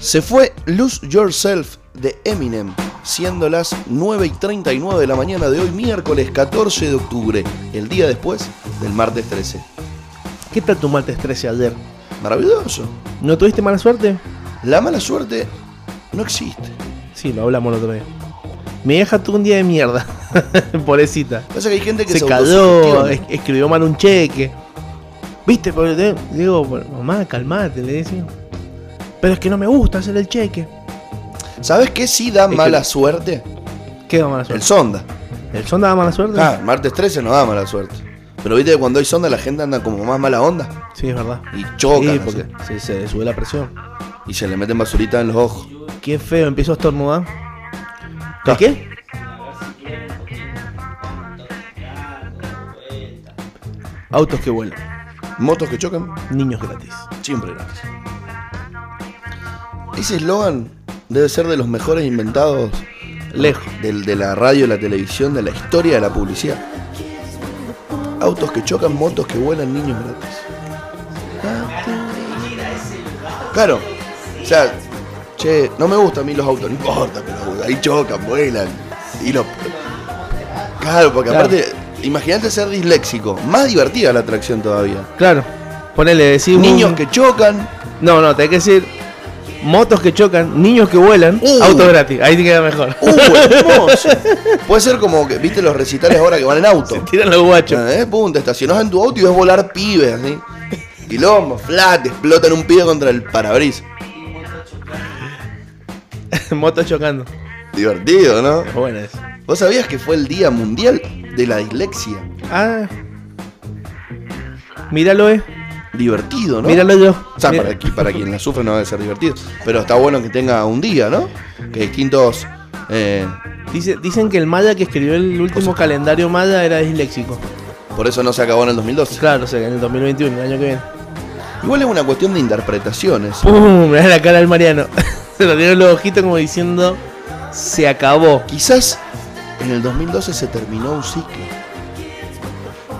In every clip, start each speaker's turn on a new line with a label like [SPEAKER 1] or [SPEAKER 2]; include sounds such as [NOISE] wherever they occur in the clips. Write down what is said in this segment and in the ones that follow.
[SPEAKER 1] Se fue Lose Yourself de Eminem, siendo las 9 y 39 de la mañana de hoy, miércoles 14 de octubre, el día después del martes 13.
[SPEAKER 2] ¿Qué tal tu martes 13 ayer?
[SPEAKER 1] Maravilloso.
[SPEAKER 2] ¿No tuviste mala suerte?
[SPEAKER 1] La mala suerte no existe.
[SPEAKER 2] Sí, lo hablamos el otro día. Mi vieja tuvo un día de mierda, [LAUGHS] pobrecita.
[SPEAKER 1] Pasa que hay gente que
[SPEAKER 2] Se cayó,
[SPEAKER 1] autosugestiona.
[SPEAKER 2] es- escribió mal un cheque. ¿Viste? Porque te- le digo, "Bueno, mamá, calmate, le decía. Pero es que no me gusta hacer el cheque.
[SPEAKER 1] ¿Sabes qué sí da
[SPEAKER 2] que-
[SPEAKER 1] mala suerte?
[SPEAKER 2] ¿Qué da mala
[SPEAKER 1] El
[SPEAKER 2] suerte?
[SPEAKER 1] sonda.
[SPEAKER 2] ¿El, son daba mala suerte?
[SPEAKER 1] Ah, martes 13 no da mala suerte. Pero viste que cuando hay sonda la gente anda como más mala onda.
[SPEAKER 2] Sí, es verdad.
[SPEAKER 1] Y chocan.
[SPEAKER 2] sí,
[SPEAKER 1] así.
[SPEAKER 2] porque se, se le sube la presión.
[SPEAKER 1] Y se le meten basurita en los ojos.
[SPEAKER 2] Qué feo, empiezo a estornudar. ¿De
[SPEAKER 1] Ah.
[SPEAKER 2] qué? Autos que vuelan,
[SPEAKER 1] Motos que chocan,
[SPEAKER 2] niños gratis.
[SPEAKER 1] siempre gratis. Ese eslogan debe ser de los mejores inventados
[SPEAKER 2] Lejos.
[SPEAKER 1] del- de la radio, la televisión, de la historia de la publicidad. Autos que chocan, motos que vuelan, niños gratis. Claro, o sea, che, no me gustan a mí los autos, no importa, pero ahí chocan, vuelan. Y los... Claro, porque
[SPEAKER 2] Claro.
[SPEAKER 1] aparte, imagínate ser disléxico, más divertida la atracción todavía.
[SPEAKER 2] Claro, ponele, "Uh, decir
[SPEAKER 1] Niños que chocan,
[SPEAKER 2] No, no, tenés que decir motos que chocan, niños que vuelan,
[SPEAKER 1] Uh.
[SPEAKER 2] autos gratis. Ahí te queda mejor.
[SPEAKER 1] [LAUGHS]
[SPEAKER 2] [LAUGHS]
[SPEAKER 1] ¡Uh, hermoso! Puede ser como que, viste, los recitales ahora que van en auto.
[SPEAKER 2] Tiran los guachos.
[SPEAKER 1] ¿Eh? Pum, te estacionás en tu auto y ves volar pibes, así. Quilombo, flat, explotan un pibe contra el parabrisas. Ah.
[SPEAKER 2] [LAUGHS] motos chocando.
[SPEAKER 1] Divertido, ¿no?
[SPEAKER 2] Es buena esa.
[SPEAKER 1] ¿Vos sabías que fue el Día Mundial de la Dislexia?
[SPEAKER 2] Ah. Míralo, eh.
[SPEAKER 1] Divertido, ¿no?
[SPEAKER 2] Míralo yo.
[SPEAKER 1] O sea,
[SPEAKER 2] Mira-
[SPEAKER 1] para, qui- para quien la sufre no debe ser divertido. Pero está bueno que tenga un día, ¿no? Que distintos... eh,
[SPEAKER 2] Dice- dicen que el maya que escribió el último calendario maya era disléxico.
[SPEAKER 1] por eso no se acabó en el 2012.
[SPEAKER 2] Claro, o sea, que en el 2021, el año que viene.
[SPEAKER 1] Igual es una cuestión de interpretaciones.
[SPEAKER 2] ¡Pum! [LAUGHS] Mirá la cara del Mariano. Se lo dieron los ojitos como diciendo, se acabó.
[SPEAKER 1] Quizás en el 2012 se terminó un ciclo.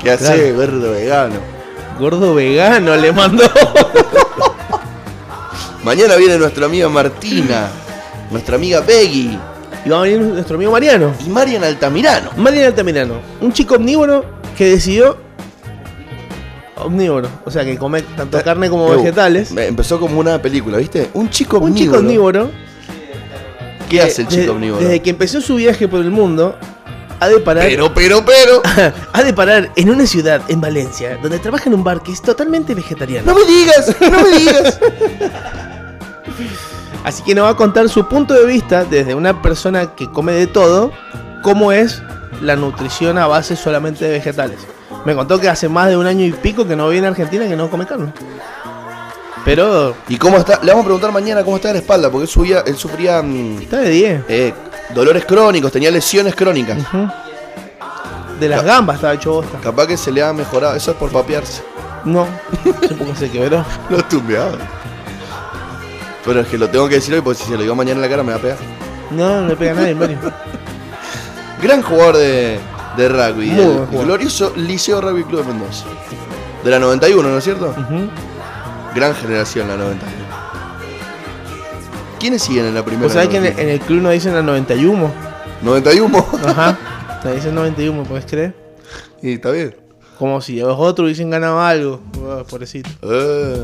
[SPEAKER 1] ¿Qué hace,
[SPEAKER 2] Claro.
[SPEAKER 1] gordo vegano?
[SPEAKER 2] Gordo vegano le mandó. [LAUGHS]
[SPEAKER 1] Mañana viene nuestra amiga Martina, nuestra amiga Peggy
[SPEAKER 2] Y va a venir nuestro amigo Mariano.
[SPEAKER 1] y Marian Altamirano.
[SPEAKER 2] Mariano Altamirano, un chico omnívoro que decidió... Omnívoro, o sea, que come tanto carne como
[SPEAKER 1] Uh,
[SPEAKER 2] vegetales.
[SPEAKER 1] me- Empezó como una película, ¿viste? Un chico
[SPEAKER 2] Un
[SPEAKER 1] omnívoro.
[SPEAKER 2] chico omnívoro.
[SPEAKER 1] ¿Qué hace el
[SPEAKER 2] desde-
[SPEAKER 1] chico omnívoro?
[SPEAKER 2] Desde que empezó su viaje por el mundo, ha de parar...
[SPEAKER 1] Pero, pero, pero.
[SPEAKER 2] ha de parar en una ciudad, en Valencia, donde trabaja en un bar que es totalmente vegetariano.
[SPEAKER 1] No me digas, no me [LAUGHS] digas.
[SPEAKER 2] Así que nos va a contar su punto de vista desde una persona que come de todo, cómo es la nutrición a base solamente de vegetales. Me contó que hace más de un año y pico que no viene a Argentina que no come carne. Pero
[SPEAKER 1] ¿Y cómo está? Le vamos a preguntar mañana cómo está la espalda, porque él, subía- él sufría mm,
[SPEAKER 2] está de 10.
[SPEAKER 1] eh, dolores crónicos, tenía lesiones crónicas.
[SPEAKER 2] Ujú. De las gambas estaba hecho bosta.
[SPEAKER 1] Capaz que se le ha mejorado, eso es por papearse.
[SPEAKER 2] No, supongo que se quebró.
[SPEAKER 1] Lo tumbeado. Pero es que lo tengo que decir hoy porque si se lo digo mañana en la cara me va a pegar.
[SPEAKER 2] No, no le pega a nadie, Mario.
[SPEAKER 1] Gran jugador de, de rugby,
[SPEAKER 2] Muy
[SPEAKER 1] del
[SPEAKER 2] buen jugador.
[SPEAKER 1] glorioso Liceo Rugby Club de Mendoza. De la 91, ¿no es cierto?
[SPEAKER 2] Ujú.
[SPEAKER 1] Gran generación la 91. ¿Quiénes siguen en la primera?
[SPEAKER 2] Vos sabés que en el,
[SPEAKER 1] 91?
[SPEAKER 2] en el club nos dicen la 91.
[SPEAKER 1] 91.
[SPEAKER 2] [LAUGHS] Ajá. Nos dicen 91, ¿podés creer?
[SPEAKER 1] y está bien.
[SPEAKER 2] Como si los otros hubiesen ganado algo. Ah, pobrecito.
[SPEAKER 1] Eh.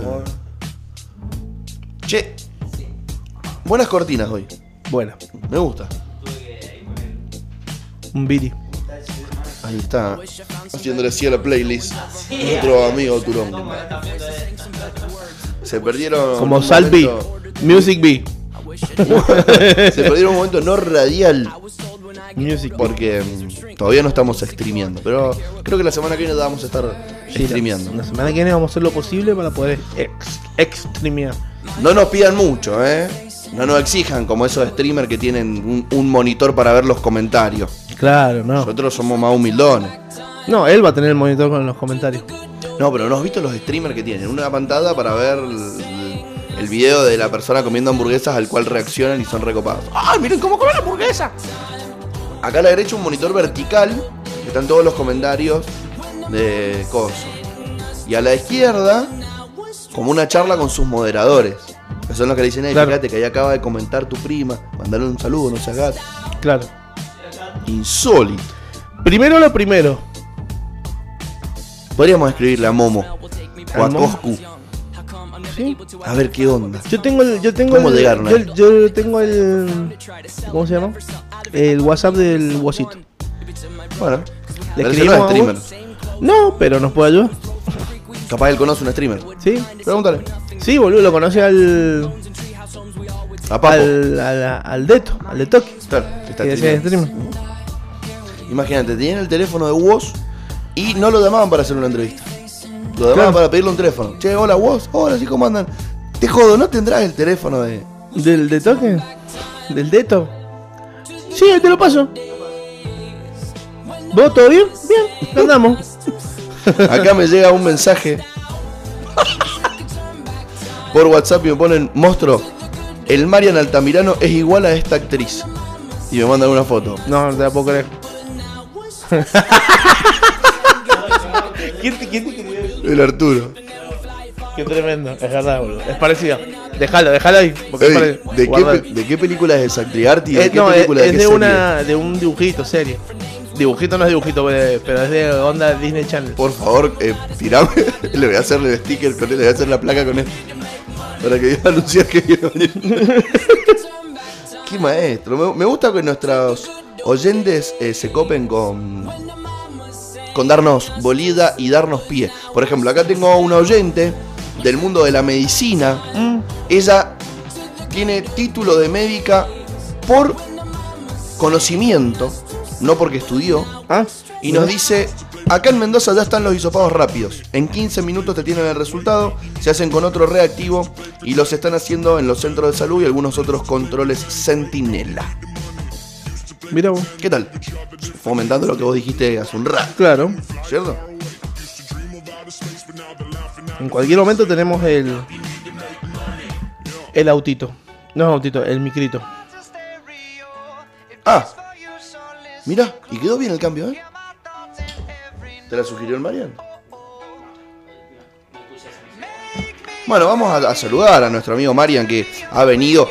[SPEAKER 1] Che. Buenas cortinas hoy.
[SPEAKER 2] Bueno,
[SPEAKER 1] Me gusta.
[SPEAKER 2] un Billy.
[SPEAKER 1] Ahí está. Haciéndole así a la playlist. Nuestro amigo Turón. Se perdieron.
[SPEAKER 2] Como
[SPEAKER 1] un
[SPEAKER 2] Salvi.
[SPEAKER 1] momento- [LAUGHS]
[SPEAKER 2] Music B.
[SPEAKER 1] Se perdieron un momento no radial.
[SPEAKER 2] Music B.
[SPEAKER 1] Porque mm, todavía no estamos streameando. Pero creo que la semana que viene vamos a estar
[SPEAKER 2] La
[SPEAKER 1] streameando.
[SPEAKER 2] semana que viene vamos a hacer lo posible para poder ex extremear.
[SPEAKER 1] No nos pidan mucho, ¿eh? No nos exijan como esos streamers que tienen un, un monitor para ver los comentarios.
[SPEAKER 2] Claro, no.
[SPEAKER 1] Nosotros somos más humildones.
[SPEAKER 2] No, él va a tener el monitor con los comentarios.
[SPEAKER 1] No, pero ¿no has visto los streamers que tienen? Una pantalla para ver el, el video de la persona comiendo hamburguesas al cual reaccionan y son recopados. ¡Ay, miren cómo come la hamburguesa! Acá a la derecha un monitor vertical, que están todos los comentarios de Coso. Y a la izquierda, como una charla con sus moderadores. Que son los que le dicen, "Ey,
[SPEAKER 2] Claro.
[SPEAKER 1] fíjate que ahí acaba de comentar tu prima, mandale un saludo, no seas gato.
[SPEAKER 2] Claro.
[SPEAKER 1] Insólito.
[SPEAKER 2] Primero lo primero.
[SPEAKER 1] Podríamos escribirle a Momo o a
[SPEAKER 2] ¿Al Momo?
[SPEAKER 1] Coscu.
[SPEAKER 2] ¿Sí?
[SPEAKER 1] A ver qué onda.
[SPEAKER 2] Yo tengo el. Yo tengo
[SPEAKER 1] ¿Cómo
[SPEAKER 2] el,
[SPEAKER 1] llegaron ahí?
[SPEAKER 2] yo, yo tengo el. ¿Cómo se llama? El WhatsApp del Wasito.
[SPEAKER 1] Bueno,
[SPEAKER 2] ¿Le
[SPEAKER 1] pero ese
[SPEAKER 2] escribimos
[SPEAKER 1] no es
[SPEAKER 2] a
[SPEAKER 1] streamer.
[SPEAKER 2] vos? No, pero nos puede ayudar.
[SPEAKER 1] Capaz él conoce un streamer.
[SPEAKER 2] Sí.
[SPEAKER 1] Pregúntale.
[SPEAKER 2] Sí, boludo, lo conoce al.
[SPEAKER 1] A Papo.
[SPEAKER 2] Al, al, al Deto, al de Toki.
[SPEAKER 1] Claro, que está
[SPEAKER 2] que decía
[SPEAKER 1] streameando.
[SPEAKER 2] streamer.
[SPEAKER 1] Imagínate, tenían el teléfono de Woz y no lo llamaban para hacer una entrevista. Lo llamaban
[SPEAKER 2] Claro.
[SPEAKER 1] para pedirle un teléfono. Che, hola Woz, hola, ¿sí cómo andan? Te jodo, ¿no tendrás el teléfono de...?
[SPEAKER 2] ¿Del de toque? ¿Del Deto? Sí, ahí te lo paso. ¿Vos todo bien? Bien, andamos.
[SPEAKER 1] Acá me llega un mensaje [LAUGHS] por WhatsApp y me ponen, monstruo, el Marian Altamirano es igual a esta actriz. Y me mandan una foto.
[SPEAKER 2] No, no te la puedo creer. ¿Quién te, quién te escribió eso?
[SPEAKER 1] El Arturo.
[SPEAKER 2] Qué tremendo, es verdad, boludo. Es parecido. Déjalo, déjalo ahí. Porque
[SPEAKER 1] Ey,
[SPEAKER 2] es
[SPEAKER 1] ¿de,
[SPEAKER 2] parecido.
[SPEAKER 1] qué,
[SPEAKER 2] Guarda.
[SPEAKER 1] pe- de qué película es esa? ¿Triarty? ¿De
[SPEAKER 2] Eh,
[SPEAKER 1] qué
[SPEAKER 2] no, es,
[SPEAKER 1] película?
[SPEAKER 2] es
[SPEAKER 1] qué
[SPEAKER 2] de,
[SPEAKER 1] serie?
[SPEAKER 2] una, de un dibujito, serie. Dibujito no es dibujito, eh, pero es de onda Disney Channel.
[SPEAKER 1] Por favor, eh, tirame. [LAUGHS] le voy a hacer el sticker con él, le voy a hacer la placa con él. Para que diga anunciar que viene mañana. [LAUGHS] Qué maestro. Me, me gusta que nuestros oyentes eh, se copen con. con darnos bolida y darnos pie. Por ejemplo, acá tengo una oyente del mundo de la medicina.
[SPEAKER 2] Mm,
[SPEAKER 1] Ella tiene título de médica por conocimiento, no porque estudió.
[SPEAKER 2] ah,
[SPEAKER 1] Y nos
[SPEAKER 2] mira.
[SPEAKER 1] dice, acá en Mendoza ya están los hisopados rápidos. En 15 minutos te tienen el resultado, se hacen con otro reactivo y los están haciendo en los centros de salud y algunos otros controles sentinela.
[SPEAKER 2] Mira vos.
[SPEAKER 1] ¿Qué tal? Fomentando lo que vos dijiste hace un rato,
[SPEAKER 2] Claro.
[SPEAKER 1] ¿cierto?
[SPEAKER 2] En cualquier momento tenemos el. El autito. No es autito, el micrito.
[SPEAKER 1] Ah, mira, y quedó bien el cambio, ¿eh? ¿Te la sugirió el Marian? Bueno, vamos a, a saludar a nuestro amigo Marian que ha venido,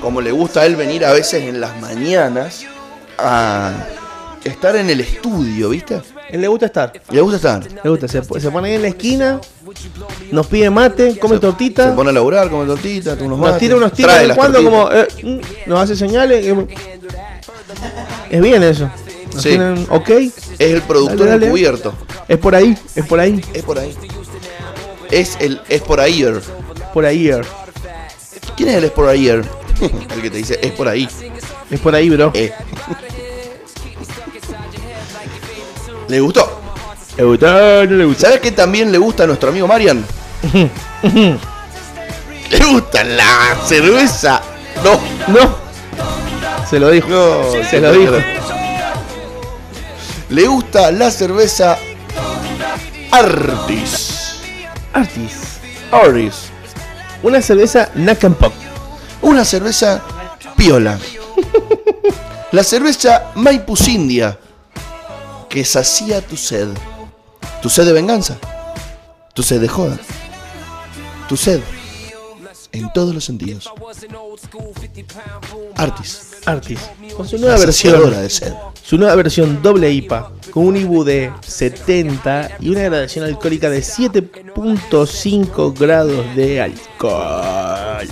[SPEAKER 1] como le gusta a él venir a veces en las mañanas, a estar en el estudio, ¿viste?
[SPEAKER 2] Él le gusta estar.
[SPEAKER 1] Le gusta estar.
[SPEAKER 2] Le gusta. Se, se pone ahí en la esquina. Nos pide mate, come tortita.
[SPEAKER 1] Se pone a laburar, come tortita, unos
[SPEAKER 2] nos
[SPEAKER 1] mates,
[SPEAKER 2] tira unos tiros
[SPEAKER 1] trae
[SPEAKER 2] de
[SPEAKER 1] las
[SPEAKER 2] cuando
[SPEAKER 1] tortitas.
[SPEAKER 2] como. eh, mm, nos hace señales. eh, Es bien eso. Nos
[SPEAKER 1] Sí.
[SPEAKER 2] tienen, ok.
[SPEAKER 1] Es el productor
[SPEAKER 2] Dale, dale.
[SPEAKER 1] encubierto.
[SPEAKER 2] Es por ahí, es por ahí,
[SPEAKER 1] Es por ahí. Es el es por ahí. er.
[SPEAKER 2] por ahí. er.
[SPEAKER 1] ¿Quién es el es por ahí? er? [LAUGHS] el que te dice es por ahí.
[SPEAKER 2] Es por ahí, bro.
[SPEAKER 1] Eh. ¿Le Eh, gustó? Ah,
[SPEAKER 2] ¿Le gusta? ¿No le gusta?
[SPEAKER 1] ¿Sabes qué también le gusta a nuestro amigo Marian? [LAUGHS] le gusta la cerveza. No,
[SPEAKER 2] No. Se lo dijo.
[SPEAKER 1] no,
[SPEAKER 2] se lo dijo.
[SPEAKER 1] Le gusta la cerveza Artis.
[SPEAKER 2] Artis.
[SPEAKER 1] Artis.
[SPEAKER 2] Una cerveza Nakam Pop.
[SPEAKER 1] Una cerveza piola. La cerveza Maipus India. Que sacía tu sed. Tu sed de venganza. Tu sed de joda. Tu sed. En todos los sentidos. Artis.
[SPEAKER 2] Artis. Con su
[SPEAKER 1] La
[SPEAKER 2] nueva
[SPEAKER 1] saciadora
[SPEAKER 2] versión.
[SPEAKER 1] de sed.
[SPEAKER 2] Su nueva versión doble IPA. Con un IBU de 70 y una gradación alcohólica de 7.5 grados de alcohol.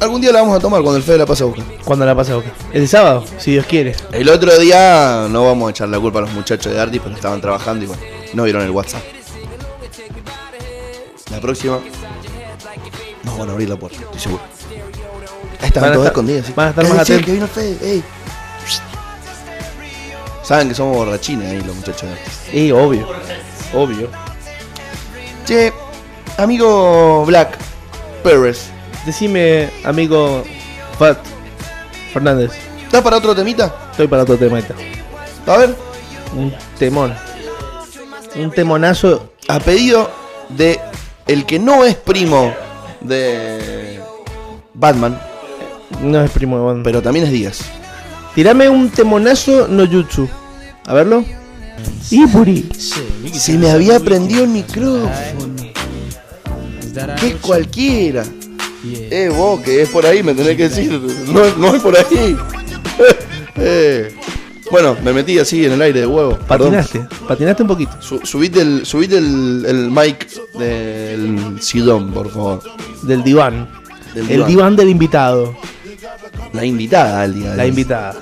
[SPEAKER 1] Algún día la vamos a tomar cuando el Fede la pase a buscar.
[SPEAKER 2] ¿Cuándo la pasa Boca? El sábado, si Dios quiere.
[SPEAKER 1] El otro día no vamos a echar la culpa a los muchachos de Artis porque estaban trabajando y bueno, no vieron el WhatsApp. La próxima no van a abrir la puerta, estoy seguro. Ahí Estaban
[SPEAKER 2] Van a
[SPEAKER 1] todos
[SPEAKER 2] estar-
[SPEAKER 1] escondidos. ¿sí?
[SPEAKER 2] van a estar
[SPEAKER 1] Eh,
[SPEAKER 2] más
[SPEAKER 1] sí,
[SPEAKER 2] atentos.
[SPEAKER 1] que vino el Fede, ey. Saben que somos borrachines ahí los muchachos de Artis.
[SPEAKER 2] Y obvio. Obvio.
[SPEAKER 1] Che, amigo Black Pérez,
[SPEAKER 2] Decime, amigo Fat Fernández.
[SPEAKER 1] ¿estás para otro temita?
[SPEAKER 2] Estoy para otro tema. ahorita.
[SPEAKER 1] A ver,
[SPEAKER 2] Un temón. Un temonazo.
[SPEAKER 1] a pedido de el que no es primo de Batman,
[SPEAKER 2] No es primo de Bond.
[SPEAKER 1] pero también es Díaz.
[SPEAKER 2] Tirame un temonazo no jutsu. A verlo. Iburi.
[SPEAKER 1] Se me había prendido el micrófono. Que es cualquiera. Eh, vos, que es por ahí, me tenés que decir. No, no es por ahí. [LAUGHS] Eh. Bueno, me metí así en el aire de huevo. Perdón.
[SPEAKER 2] Patinaste, patinaste un poquito.
[SPEAKER 1] Su- subite el, subite el, el mic del sidón, por favor.
[SPEAKER 2] Del diván.
[SPEAKER 1] Del
[SPEAKER 2] el
[SPEAKER 1] diván.
[SPEAKER 2] diván del invitado.
[SPEAKER 1] La invitada, al día de
[SPEAKER 2] La
[SPEAKER 1] hoy.
[SPEAKER 2] invitada.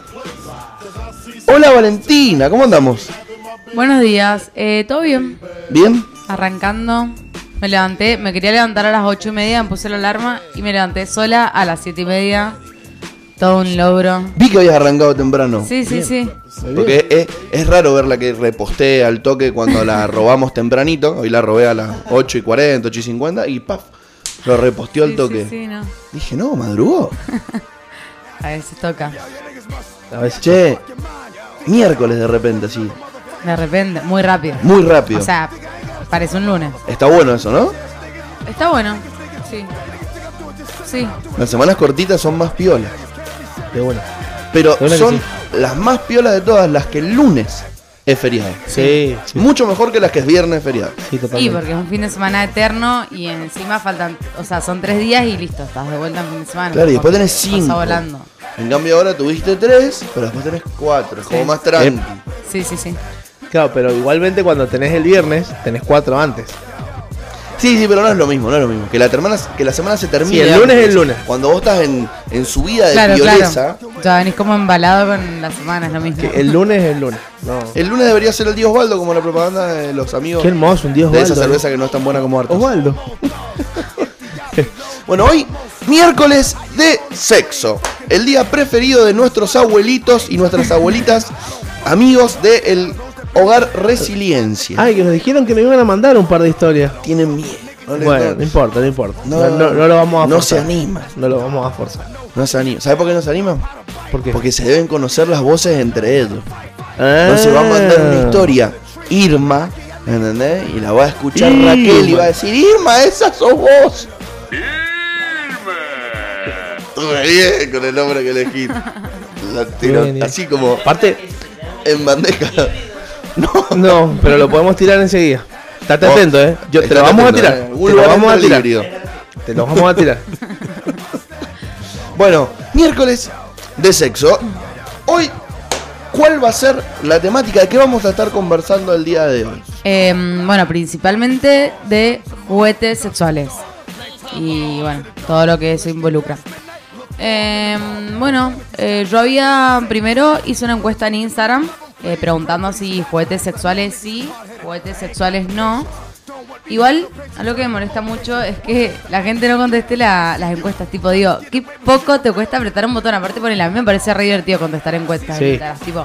[SPEAKER 1] Hola Valentina, ¿cómo andamos?
[SPEAKER 3] Buenos días, eh, ¿todo bien?
[SPEAKER 1] ¿Bien?
[SPEAKER 3] Arrancando, me levanté, me quería levantar a las ocho y media, me puse la alarma y me levanté sola a las siete y media. Todo un logro.
[SPEAKER 1] Vi que habías arrancado temprano.
[SPEAKER 3] Sí, sí, sí.
[SPEAKER 1] Porque es, es raro ver la que reposté al toque cuando
[SPEAKER 2] [LAUGHS]
[SPEAKER 1] la robamos tempranito. Hoy la robé a las 8 y 40, 8 y 50 y ¡paf! Lo reposteó al
[SPEAKER 3] Sí,
[SPEAKER 1] toque.
[SPEAKER 3] Sí, sí, no.
[SPEAKER 1] Dije, no, madrugó.
[SPEAKER 3] A veces toca.
[SPEAKER 2] A veces.
[SPEAKER 1] Che, miércoles de repente, así.
[SPEAKER 3] De repente, muy rápido.
[SPEAKER 1] Muy rápido.
[SPEAKER 3] O sea, parece un lunes.
[SPEAKER 1] Está bueno eso, ¿no?
[SPEAKER 3] Está bueno. Sí. Sí.
[SPEAKER 1] Las semanas cortitas son más piolas.
[SPEAKER 2] De buena.
[SPEAKER 1] Pero
[SPEAKER 2] La verdad que
[SPEAKER 1] son
[SPEAKER 2] sí.
[SPEAKER 1] las más piolas de todas, las que el lunes es feriado.
[SPEAKER 2] Sí, sí,
[SPEAKER 1] Mucho mejor que las que es viernes feriado.
[SPEAKER 2] sí,
[SPEAKER 3] Y
[SPEAKER 2] totalmente.
[SPEAKER 3] porque es un fin de semana eterno y encima faltan, o sea, son tres días y listo, estás de vuelta en fin de semana.
[SPEAKER 1] Claro, y después tenés
[SPEAKER 3] Está
[SPEAKER 1] cinco.
[SPEAKER 3] volando.
[SPEAKER 1] En cambio ahora tuviste tres, pero después tenés cuatro. Es como
[SPEAKER 3] Sí.
[SPEAKER 1] más tranqui.
[SPEAKER 3] Sí, sí, sí.
[SPEAKER 2] Claro, pero igualmente cuando tenés el viernes, tenés cuatro antes.
[SPEAKER 1] Sí, sí, pero no es lo mismo, no es lo mismo. Que la, termana- que la semana se termina.
[SPEAKER 2] Sí, el lunes es el lunes.
[SPEAKER 1] Cuando vos estás en, en subida de
[SPEAKER 3] Claro,
[SPEAKER 1] violeza,
[SPEAKER 3] claro. Ya venís como embalado con las semanas, lo mismo.
[SPEAKER 2] Que el lunes es el lunes. No.
[SPEAKER 1] el lunes debería ser el Dios Osvaldo, como la propaganda de los amigos
[SPEAKER 2] Qué hermoso, un
[SPEAKER 1] de
[SPEAKER 2] dios
[SPEAKER 1] esa
[SPEAKER 2] Osvaldo. ¿eh?
[SPEAKER 1] cerveza que no es tan buena como Arcos.
[SPEAKER 2] Osvaldo.
[SPEAKER 1] Bueno, hoy, miércoles de sexo. El día preferido de nuestros abuelitos y nuestras abuelitas, [LAUGHS] amigos del hogar Resiliencia.
[SPEAKER 2] Ay, que nos dijeron que nos iban a mandar un par de historias.
[SPEAKER 1] Tienen miedo. No le-
[SPEAKER 2] Bueno,
[SPEAKER 1] no-
[SPEAKER 2] no importa, no importa. No, no- no lo vamos a
[SPEAKER 1] No se
[SPEAKER 2] forzar.
[SPEAKER 1] animan.
[SPEAKER 2] No lo vamos a forzar.
[SPEAKER 1] No se animan. ¿Sabes por qué no se animan?
[SPEAKER 2] ¿Por qué?
[SPEAKER 1] Porque se deben conocer las voces entre ellos.
[SPEAKER 2] Ah.
[SPEAKER 1] Entonces va a mandar una historia Irma, ¿entendés? Y la va a escuchar
[SPEAKER 2] Irma.
[SPEAKER 1] Raquel y va a decir, Irma, esa sos vos. Irma. bien con el nombre que elegí. La tiro
[SPEAKER 2] Bien, bien.
[SPEAKER 1] así como
[SPEAKER 2] Aparte,
[SPEAKER 1] en bandeja. No.
[SPEAKER 2] no, pero lo podemos tirar enseguida. Estate atento, eh. Yo, te
[SPEAKER 1] Oh, Estate
[SPEAKER 2] lo vamos a
[SPEAKER 1] atento,
[SPEAKER 2] tirar.
[SPEAKER 1] eh.
[SPEAKER 2] Te
[SPEAKER 1] Algún
[SPEAKER 2] lo
[SPEAKER 1] lugar
[SPEAKER 2] vamos a
[SPEAKER 1] entra el
[SPEAKER 2] tirar.
[SPEAKER 1] híbrido.
[SPEAKER 2] Te lo vamos a tirar.
[SPEAKER 1] Bueno, miércoles de sexo. Hoy, ¿cuál va a ser la temática de qué vamos a estar conversando el día de hoy?
[SPEAKER 3] Eh, bueno, principalmente de juguetes sexuales. Y bueno, todo lo que eso involucra. Eh, bueno, eh, yo había primero hice una encuesta en Instagram eh, preguntando si juguetes sexuales sí, juguetes sexuales no. Igual, algo que me molesta mucho es que la gente no conteste la- las encuestas. Tipo, digo, qué poco te cuesta apretar un botón. Aparte, ponele, a mí me parece re divertido contestar encuestas.
[SPEAKER 2] Sí.
[SPEAKER 3] encuestas, tipo,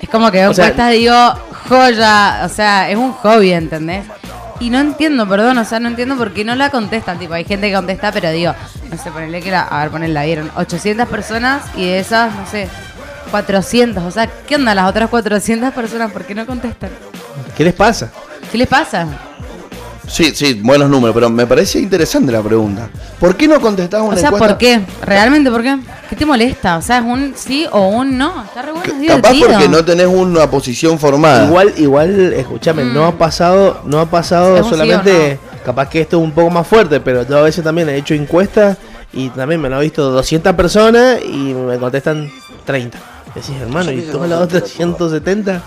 [SPEAKER 3] es como que veo
[SPEAKER 2] O sea-
[SPEAKER 3] encuestas y digo, joya. O sea, es un hobby, ¿entendés? Y no entiendo, perdón, o sea, no entiendo por qué no la contestan. Tipo, hay gente que contesta, pero digo, no sé, ponele que la. A ver, ponele, la vieron. 800 personas y de esas, no sé, 400. O sea, ¿qué onda las otras 400 personas? ¿Por qué no contestan?
[SPEAKER 2] ¿Qué les pasa?
[SPEAKER 3] ¿Qué les pasa?
[SPEAKER 1] Sí, sí, buenos números, pero me parece interesante la pregunta. ¿Por qué no contestás una
[SPEAKER 3] O sea,
[SPEAKER 1] encuesta?
[SPEAKER 3] ¿por qué? ¿Realmente por qué? ¿Qué te molesta? O sea, es un sí o un no. Está re bueno, es
[SPEAKER 1] C- Capaz
[SPEAKER 3] divertido.
[SPEAKER 1] porque no tenés una posición formada.
[SPEAKER 2] Igual, igual, escúchame, no ha pasado, no ha pasado
[SPEAKER 3] Es un sí o
[SPEAKER 2] solamente, capaz que esto es un poco más fuerte, pero yo a veces también he hecho encuestas y también me lo ha visto 200 personas y me contestan 30. Decís, hermano, ¿y todas las otras 170?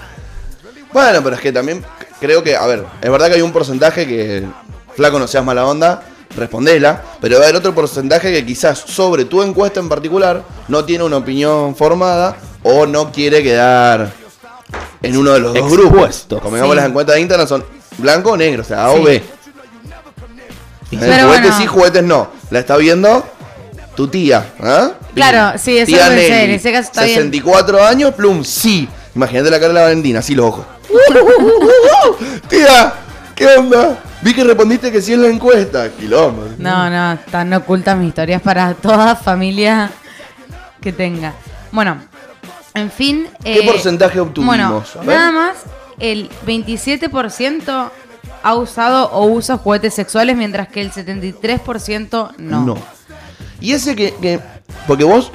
[SPEAKER 1] Bueno, pero es que también creo que, a ver, es verdad que hay un porcentaje que, flaco, no seas mala onda, respondela, pero va a haber otro porcentaje que quizás sobre tu encuesta en particular no tiene una opinión formada o no quiere quedar en uno de los dos grupos.
[SPEAKER 2] Expuesto.
[SPEAKER 1] Como digamos,
[SPEAKER 3] Sí.
[SPEAKER 1] las encuestas de Internet son blanco o negro, o sea, A o
[SPEAKER 3] Sí.
[SPEAKER 1] B. Eh,
[SPEAKER 3] Pero
[SPEAKER 1] juguetes
[SPEAKER 3] bueno.
[SPEAKER 1] sí, juguetes no. La está viendo tu tía, ¿ah?
[SPEAKER 3] Claro, sí, eso
[SPEAKER 1] Tía
[SPEAKER 3] lo pensé,
[SPEAKER 1] Nelly,
[SPEAKER 3] en ese caso está bien.
[SPEAKER 1] 64 años, plum, sí. Imagínate la cara de la Valentina, así los ojos. [LAUGHS] Uh, tía, ¿qué onda? Vi que respondiste que sí en la encuesta. Quilombo.
[SPEAKER 3] No, no, están ocultas mis historias para toda familia que tenga. Bueno, en fin. eh,
[SPEAKER 1] ¿Qué porcentaje obtuvimos?
[SPEAKER 3] Bueno,
[SPEAKER 1] A ver.
[SPEAKER 3] nada más, el 27% ha usado o usa juguetes sexuales, mientras que el 73% no.
[SPEAKER 1] Y ese que, que- Porque vos.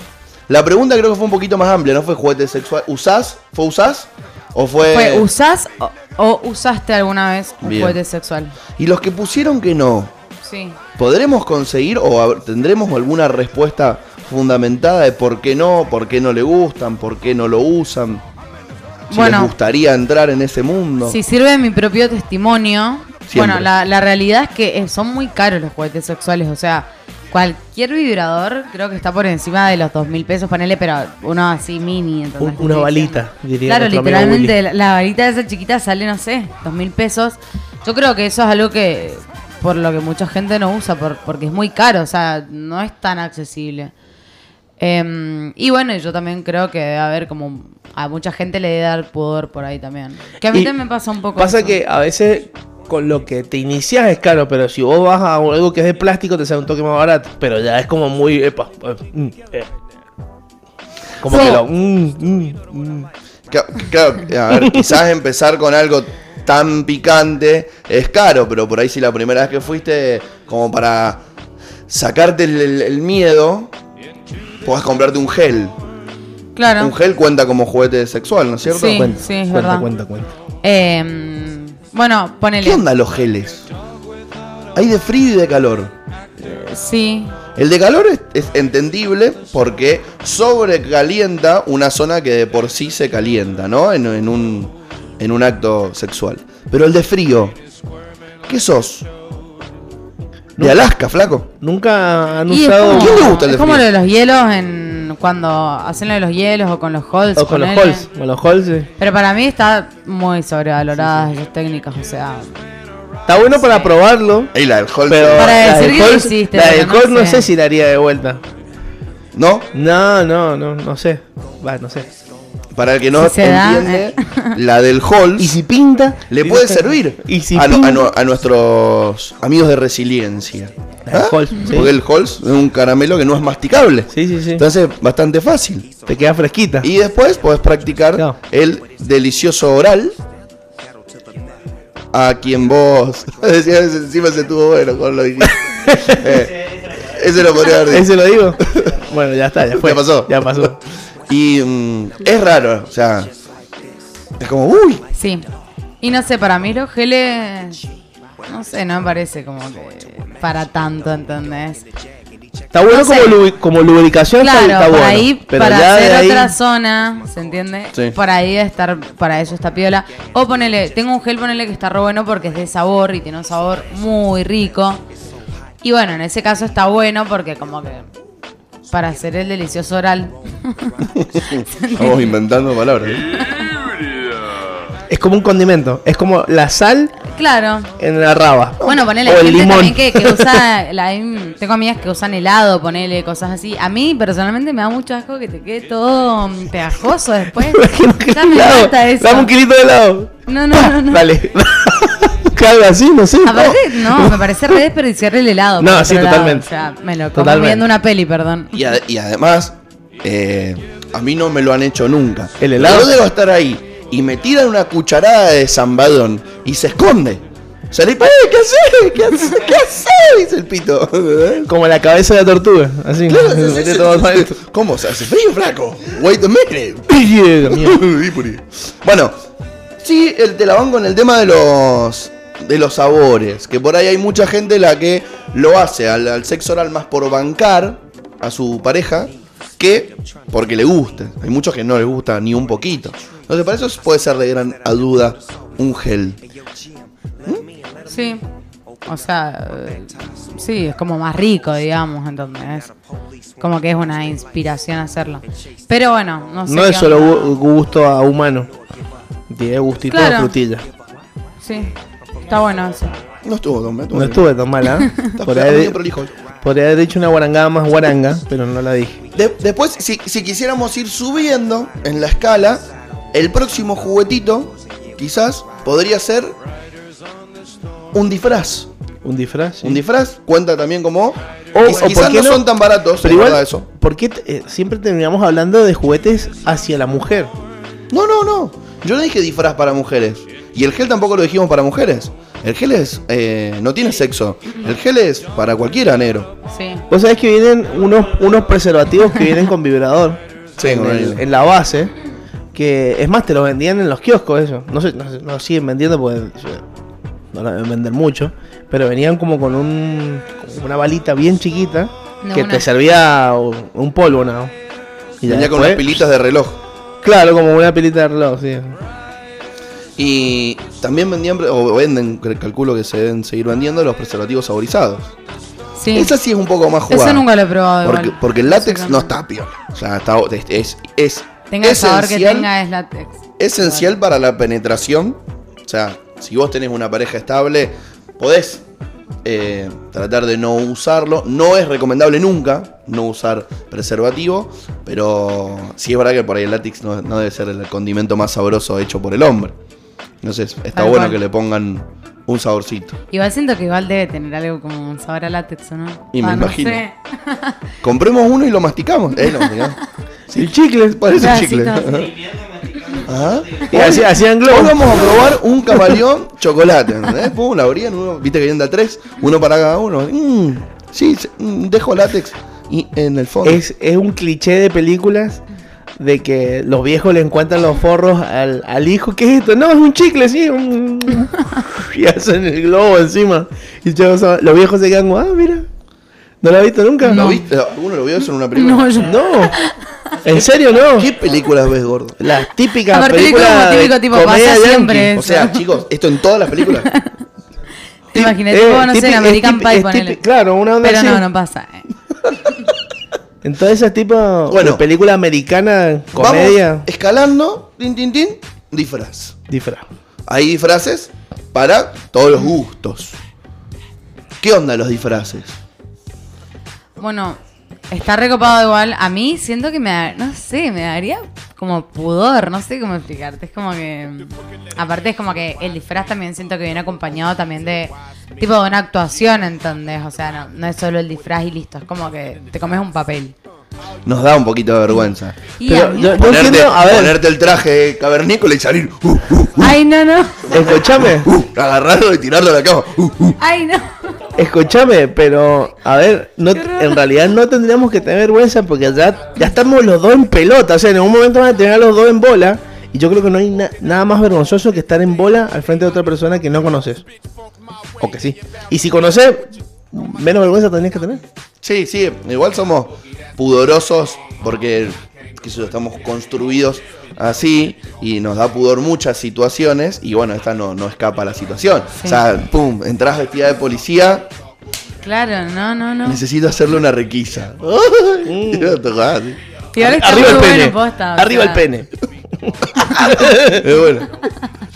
[SPEAKER 1] La pregunta creo que fue un poquito más amplia, ¿no? Fue juguete sexual. ¿Usás? ¿Fue usás? ¿O fue.?
[SPEAKER 3] Fue, ¿usás o, o usaste alguna vez un
[SPEAKER 1] Eh. Bien.
[SPEAKER 3] juguete sexual?
[SPEAKER 1] y los que pusieron que no.
[SPEAKER 3] Sí.
[SPEAKER 1] ¿Podremos conseguir o hab- tendremos alguna respuesta fundamentada de por qué no, por qué no le gustan, por qué no lo usan? Si les
[SPEAKER 3] Bueno.
[SPEAKER 1] gustaría entrar en ese mundo.
[SPEAKER 3] Si sirve mi propio testimonio,
[SPEAKER 1] Siempre.
[SPEAKER 3] bueno, la, la realidad es que eh, son muy caros los juguetes sexuales. O sea, cualquier vibrador creo que está por encima de los dos mil pesos, ponele, pero uno así mini. ¿entendés?
[SPEAKER 2] Un-
[SPEAKER 3] ¿Qué
[SPEAKER 2] una
[SPEAKER 3] estoy
[SPEAKER 2] balita,
[SPEAKER 3] diciendo?
[SPEAKER 2] diría
[SPEAKER 3] Claro,
[SPEAKER 2] nuestro amigo
[SPEAKER 3] literalmente
[SPEAKER 2] Willy.
[SPEAKER 3] la, la varita de esa chiquita sale, no sé, dos mil pesos. Yo creo que eso es algo que por lo que mucha gente no usa, por- porque es muy caro, o sea, no es tan accesible. Em, y bueno, yo también creo que debe haber como a mucha gente le debe dar pudor por ahí también. Que a mí
[SPEAKER 2] Y
[SPEAKER 3] también me pasa un poco.
[SPEAKER 2] Pasa
[SPEAKER 3] eso.
[SPEAKER 2] que a veces con lo que te inicias es caro, pero si vos vas a algo que es de plástico te sale un toque más barato, pero ya es como muy... epa, eh, mm, eh. Como
[SPEAKER 3] Sí.
[SPEAKER 2] que lo... mm, mm, mm.
[SPEAKER 1] Ca- Claro, a
[SPEAKER 3] [LAUGHS]
[SPEAKER 1] ver, quizás empezar con algo tan picante es caro, pero por ahí si la primera vez que fuiste, como para sacarte el, el- el miedo, podés comprarte un gel.
[SPEAKER 3] Claro.
[SPEAKER 1] Un gel cuenta como juguete sexual, ¿no es cierto?
[SPEAKER 3] Sí, sí, es
[SPEAKER 2] cuenta,
[SPEAKER 3] verdad.
[SPEAKER 2] cuenta, cuenta.
[SPEAKER 3] Em, bueno, ponele.
[SPEAKER 1] ¿Qué onda los geles? Hay de frío y de calor.
[SPEAKER 3] Sí.
[SPEAKER 1] El de calor es, es entendible porque sobrecalienta una zona que de por sí se calienta, ¿no? En, en un, en un acto sexual. Pero el de frío, ¿qué sos? ¿De Alaska, flaco?
[SPEAKER 2] Nunca han
[SPEAKER 3] Y es
[SPEAKER 2] usado...
[SPEAKER 3] como,
[SPEAKER 1] ¿Quién le gusta el de
[SPEAKER 3] es como
[SPEAKER 1] frío?
[SPEAKER 3] lo de los hielos en cuando hacen lo de los hielos o con los halls.
[SPEAKER 2] O con los
[SPEAKER 3] ponele.
[SPEAKER 2] halls, con los halls, eh. sí.
[SPEAKER 3] Pero para mí está muy sobrevaloradas esas técnicas, o sea.
[SPEAKER 2] Está bueno para probarlo,
[SPEAKER 1] Ey, la del eh. Hall.
[SPEAKER 2] pero
[SPEAKER 3] Para
[SPEAKER 2] la
[SPEAKER 3] decir
[SPEAKER 2] del
[SPEAKER 3] que lo
[SPEAKER 2] halls-
[SPEAKER 3] hiciste,
[SPEAKER 2] la
[SPEAKER 3] pero
[SPEAKER 2] del
[SPEAKER 3] no
[SPEAKER 2] halls no
[SPEAKER 3] sé.
[SPEAKER 2] sé si la haría de vuelta.
[SPEAKER 1] ¿No?
[SPEAKER 2] No, no, no, no sé. Va, no sé.
[SPEAKER 1] Para el que no
[SPEAKER 3] Si se da, eh.
[SPEAKER 1] entiende, [LAUGHS] la del Hall
[SPEAKER 2] pinta?
[SPEAKER 1] le puede servir
[SPEAKER 2] ¿Y si
[SPEAKER 1] a, no-
[SPEAKER 2] pinta?
[SPEAKER 1] a no- a nuestros amigos de resiliencia. ¿Ah?
[SPEAKER 2] La del Halls, sí.
[SPEAKER 1] Porque el Halls es un caramelo que no es masticable.
[SPEAKER 2] Sí, sí, sí.
[SPEAKER 1] Entonces, bastante fácil.
[SPEAKER 2] Te queda fresquita.
[SPEAKER 1] Y después podés practicar
[SPEAKER 2] Claro.
[SPEAKER 1] el delicioso oral a quien vos [LAUGHS] decías encima se estuvo bueno con lo
[SPEAKER 2] [LAUGHS]
[SPEAKER 1] dijiste. Eh, ese lo podría haber
[SPEAKER 2] Ahí
[SPEAKER 1] dicho.
[SPEAKER 2] se
[SPEAKER 1] [LAUGHS]
[SPEAKER 2] lo digo. Bueno, ya está, ya fue.
[SPEAKER 1] Ya pasó.
[SPEAKER 2] Ya pasó.
[SPEAKER 1] Y mm, es raro, o sea, es como,
[SPEAKER 2] [LAUGHS]
[SPEAKER 1] uy,
[SPEAKER 3] Sí. Y no sé, para mí los geles. No sé, no me parece como que para tanto, ¿entendés?
[SPEAKER 2] Está bueno
[SPEAKER 3] No sé.
[SPEAKER 2] como, lubi- como lubricación. está-
[SPEAKER 3] Claro,
[SPEAKER 2] está,
[SPEAKER 3] por
[SPEAKER 2] bueno.
[SPEAKER 3] ahí,
[SPEAKER 2] pero
[SPEAKER 3] para
[SPEAKER 2] ya de
[SPEAKER 3] hacer
[SPEAKER 2] ahí,
[SPEAKER 3] otra zona, ¿se entiende?
[SPEAKER 1] Sí.
[SPEAKER 3] Por ahí debe estar, para eso está piola. O ponele, tengo un gel, ponele que está re bueno porque es de sabor y tiene un sabor muy rico. Y bueno, en ese caso está bueno porque como que para hacer el delicioso oral.
[SPEAKER 1] estamos inventando palabras. ¿eh?".
[SPEAKER 2] Es como un condimento. Es como la sal
[SPEAKER 3] claro.
[SPEAKER 2] en la raba.
[SPEAKER 3] Bueno, ponele
[SPEAKER 2] O el
[SPEAKER 3] hay gente
[SPEAKER 2] limón.
[SPEAKER 3] también
[SPEAKER 2] [LAUGHS]
[SPEAKER 3] que, que usa, la- hay- tengo amigas que usan helado, ponele cosas así. A mí personalmente me da mucho asco que te quede todo mm, pegajoso después.
[SPEAKER 2] [LAUGHS] Imagino que
[SPEAKER 3] Ya me
[SPEAKER 2] helado.
[SPEAKER 3] mata eso.
[SPEAKER 2] Dame un kilito de helado.
[SPEAKER 3] No,
[SPEAKER 2] [LAUGHS]
[SPEAKER 3] no, no, no.
[SPEAKER 2] Dale. Claro, así, no sé.
[SPEAKER 3] Aparte, no, me parece re desperdiciar el helado.
[SPEAKER 2] No,
[SPEAKER 3] por
[SPEAKER 2] sí,
[SPEAKER 3] otro lado.
[SPEAKER 2] totalmente.
[SPEAKER 3] O sea, me lo como
[SPEAKER 2] Totalmente.
[SPEAKER 3] viendo una peli, perdón.
[SPEAKER 1] Y, ade- y además, eh, a mí no me lo han hecho nunca.
[SPEAKER 2] ¿El helado?
[SPEAKER 1] Yo debo estar ahí y me tiran una cucharada de zambadón y se esconde. Salí, para ¿qué haces? ¿Qué haces? ¿Qué haces? Dice el pito. [LAUGHS]
[SPEAKER 2] Como la cabeza de la tortuga. Así.
[SPEAKER 1] Claro,
[SPEAKER 2] se
[SPEAKER 1] sí, sí,
[SPEAKER 2] mete
[SPEAKER 1] sí.
[SPEAKER 2] todo [LAUGHS] adentro.
[SPEAKER 1] ¿Cómo se hace frío, flaco? Wait a minute.
[SPEAKER 2] Dios mío.
[SPEAKER 1] [LAUGHS] bueno, sí, el, te la van con el tema de los de los sabores, que por ahí hay mucha gente la que lo hace al, al sexo oral más por bancar a su pareja que porque le guste. Hay muchos que no les gusta ni un poquito. Entonces para eso puede ser de gran duda un gel.
[SPEAKER 3] Sí. O sea, eh, sí, es como más rico, digamos, entonces. Como que es una inspiración hacerlo. Pero bueno, no sé.
[SPEAKER 2] No
[SPEAKER 3] qué
[SPEAKER 2] es solo
[SPEAKER 3] onda.
[SPEAKER 2] gu- gusto a humano. Tiene gustito de
[SPEAKER 3] Claro.
[SPEAKER 2] frutilla.
[SPEAKER 3] Sí. Está bueno eso.
[SPEAKER 1] No estuvo tan mal,
[SPEAKER 2] No estuve tan mala. ¿eh?
[SPEAKER 1] [LAUGHS] Está
[SPEAKER 2] Por
[SPEAKER 1] muy
[SPEAKER 2] ahí de-
[SPEAKER 1] prolijo.
[SPEAKER 2] Podría haber dicho una guarangada más guaranga, pero no la dije.
[SPEAKER 1] De- después, si, si quisiéramos ir subiendo en la escala, el próximo juguetito, quizás, podría ser un disfraz.
[SPEAKER 2] Un disfraz. sí.
[SPEAKER 1] Un disfraz cuenta también como.
[SPEAKER 2] O-
[SPEAKER 1] quiz-
[SPEAKER 2] o
[SPEAKER 1] quizás
[SPEAKER 2] por qué
[SPEAKER 1] no
[SPEAKER 2] no-
[SPEAKER 1] son tan baratos,
[SPEAKER 2] pero
[SPEAKER 1] es
[SPEAKER 2] igual,
[SPEAKER 1] verdad eso.
[SPEAKER 2] ¿por qué te- eh, siempre terminamos hablando de juguetes hacia la mujer?
[SPEAKER 1] No, no, no. Yo no dije disfraz para mujeres. Y el gel tampoco lo dijimos para mujeres. El gel es. eh, no tiene sexo. El gel es para cualquiera, negro.
[SPEAKER 3] Sí.
[SPEAKER 2] Vos sabés que vienen unos, unos preservativos que vienen con vibrador
[SPEAKER 1] [LAUGHS] Sí,
[SPEAKER 2] en,
[SPEAKER 1] con
[SPEAKER 2] el-
[SPEAKER 1] el-
[SPEAKER 2] en la base. Que es más, te los vendían en los kioscos, eso. No sé, no, sé, no siguen vendiendo porque eh, no lo deben vender mucho. pero venían como con un, con una balita bien chiquita
[SPEAKER 3] De
[SPEAKER 2] que
[SPEAKER 3] una.
[SPEAKER 2] te servía o- un polvo, ¿no? Y ya
[SPEAKER 1] Venía con unas
[SPEAKER 2] después-
[SPEAKER 1] pilitas de reloj.
[SPEAKER 2] Claro, como una pilita de reloj, sí.
[SPEAKER 1] Y también vendían, o venden, que calculo que se deben seguir vendiendo los preservativos saborizados.
[SPEAKER 3] Sí.
[SPEAKER 1] Esa sí es un poco más jugada.
[SPEAKER 3] Eso nunca lo he probado.
[SPEAKER 1] porque,
[SPEAKER 3] igual.
[SPEAKER 1] porque el látex
[SPEAKER 3] Sí,
[SPEAKER 1] no está piola. O sea, está, es, es, es
[SPEAKER 3] Tenga el sabor que
[SPEAKER 1] esencial-
[SPEAKER 3] tenga es látex.
[SPEAKER 1] esencial para la penetración. O sea, si vos tenés una pareja estable, podés eh, tratar de no usarlo. No es recomendable nunca no usar preservativo, pero sí es verdad que por ahí el látex no, no debe ser el condimento más sabroso hecho por el hombre. Entonces, está
[SPEAKER 3] Tal
[SPEAKER 1] bueno
[SPEAKER 3] cual.
[SPEAKER 1] que le pongan un saborcito.
[SPEAKER 3] Igual siento que igual debe tener algo como un sabor a látex, ¿o no?
[SPEAKER 1] Y me
[SPEAKER 3] Ah, no
[SPEAKER 1] imagino.
[SPEAKER 3] sé.
[SPEAKER 1] Compremos uno y lo masticamos. Eh, no,
[SPEAKER 2] [LAUGHS]
[SPEAKER 1] mirá.
[SPEAKER 2] Sí, El chicle.
[SPEAKER 1] Parece un
[SPEAKER 3] Pedacitos.
[SPEAKER 1] chicle. Ajá.
[SPEAKER 2] Y así, hacían
[SPEAKER 1] Hoy
[SPEAKER 2] globos.
[SPEAKER 1] vamos a probar un camaleón [LAUGHS] chocolate, ¿eh? Pum, la abrían, uno, viste que vienen de a tres, uno para cada uno. Mm, sí, se- mm, dejo látex y en el fondo.
[SPEAKER 2] Es, es un cliché de películas de que los viejos le encuentran los forros al, al hijo. ¿Qué es esto? No, es un chicle, sí. un- [LAUGHS] y hacen el globo encima. Y yo, o sea, los viejos se quedan como, ah, mira. ¿No lo has visto nunca?
[SPEAKER 1] ¿Lo viste? ¿Alguno lo vio eso en una película?
[SPEAKER 3] [LAUGHS] No, yo.
[SPEAKER 2] No. ¿En serio no?
[SPEAKER 1] ¿Qué películas ves, gordo?
[SPEAKER 2] Las típicas
[SPEAKER 3] Aparte, vi como
[SPEAKER 2] películas de
[SPEAKER 3] típico tipo,
[SPEAKER 2] comedia
[SPEAKER 3] pasa
[SPEAKER 2] yankee.
[SPEAKER 3] siempre.
[SPEAKER 1] O
[SPEAKER 2] [LAUGHS]
[SPEAKER 1] sea, chicos, esto en todas las películas.
[SPEAKER 3] Te imaginé,
[SPEAKER 2] Eh,
[SPEAKER 3] tipo, no sé,
[SPEAKER 2] típico-
[SPEAKER 3] en
[SPEAKER 2] es
[SPEAKER 3] American
[SPEAKER 2] típico-
[SPEAKER 3] Pie,
[SPEAKER 2] es
[SPEAKER 3] ponele.
[SPEAKER 2] típico- Claro, una onda
[SPEAKER 3] Pero
[SPEAKER 2] así.
[SPEAKER 3] no, no pasa. eh.
[SPEAKER 2] En todas esas tipos
[SPEAKER 1] Bueno.
[SPEAKER 2] de película americana, comedia,
[SPEAKER 1] Vamos escalando, tin, tin, tin, disfraz.
[SPEAKER 2] disfraz.
[SPEAKER 1] Hay disfraces para todos los gustos. ¿Qué onda los disfraces?
[SPEAKER 3] Bueno, está recopado igual. A mí siento que me da, no sé, me daría como pudor, no sé cómo explicarte. Es como que. Aparte es como que el disfraz también siento que viene acompañado también de tipo de una actuación, ¿entendés? O sea, no, no es solo el disfraz y listo, es como que te comes un papel.
[SPEAKER 1] Nos da un poquito de vergüenza.
[SPEAKER 3] Y
[SPEAKER 2] Pero
[SPEAKER 3] a mí-
[SPEAKER 2] yo-
[SPEAKER 1] Ponerte,
[SPEAKER 2] entiendo, a ver.
[SPEAKER 1] ponerte el traje cavernícola y salir. uh, uh,
[SPEAKER 3] Ay, no, no. [LAUGHS]
[SPEAKER 2] Escúchame,
[SPEAKER 1] Uh, agarrarlo y tirarlo a la cama. Uh, uh.
[SPEAKER 3] Ay, no.
[SPEAKER 2] escúchame, pero a ver, no, en realidad no tendríamos que tener vergüenza porque ya, ya estamos los dos en pelota, o sea, en algún momento van a tener a los dos en bola. Y yo creo que no hay na- nada más vergonzoso que estar en bola al frente de otra persona que no conoces. O que sí. Y si conoces, menos vergüenza tendrías que tener.
[SPEAKER 1] Sí, sí, igual somos pudorosos porque qué sé yo, estamos construidos así y nos da pudor muchas situaciones y bueno, esta no, no escapa a la situación.
[SPEAKER 3] Sí.
[SPEAKER 1] O sea, pum, entras vestida de policía,
[SPEAKER 3] Claro, no, no, no.
[SPEAKER 1] necesito hacerle una requisa.
[SPEAKER 2] Uh.
[SPEAKER 1] [LAUGHS]
[SPEAKER 2] [LAUGHS]
[SPEAKER 1] Y lo tocás así.
[SPEAKER 3] Y ahora está
[SPEAKER 2] Arriba el
[SPEAKER 3] muy bueno,
[SPEAKER 2] pene.
[SPEAKER 3] posta, o
[SPEAKER 2] Arriba el
[SPEAKER 3] sea.
[SPEAKER 2] pene.
[SPEAKER 3] [LAUGHS]
[SPEAKER 1] Es bueno.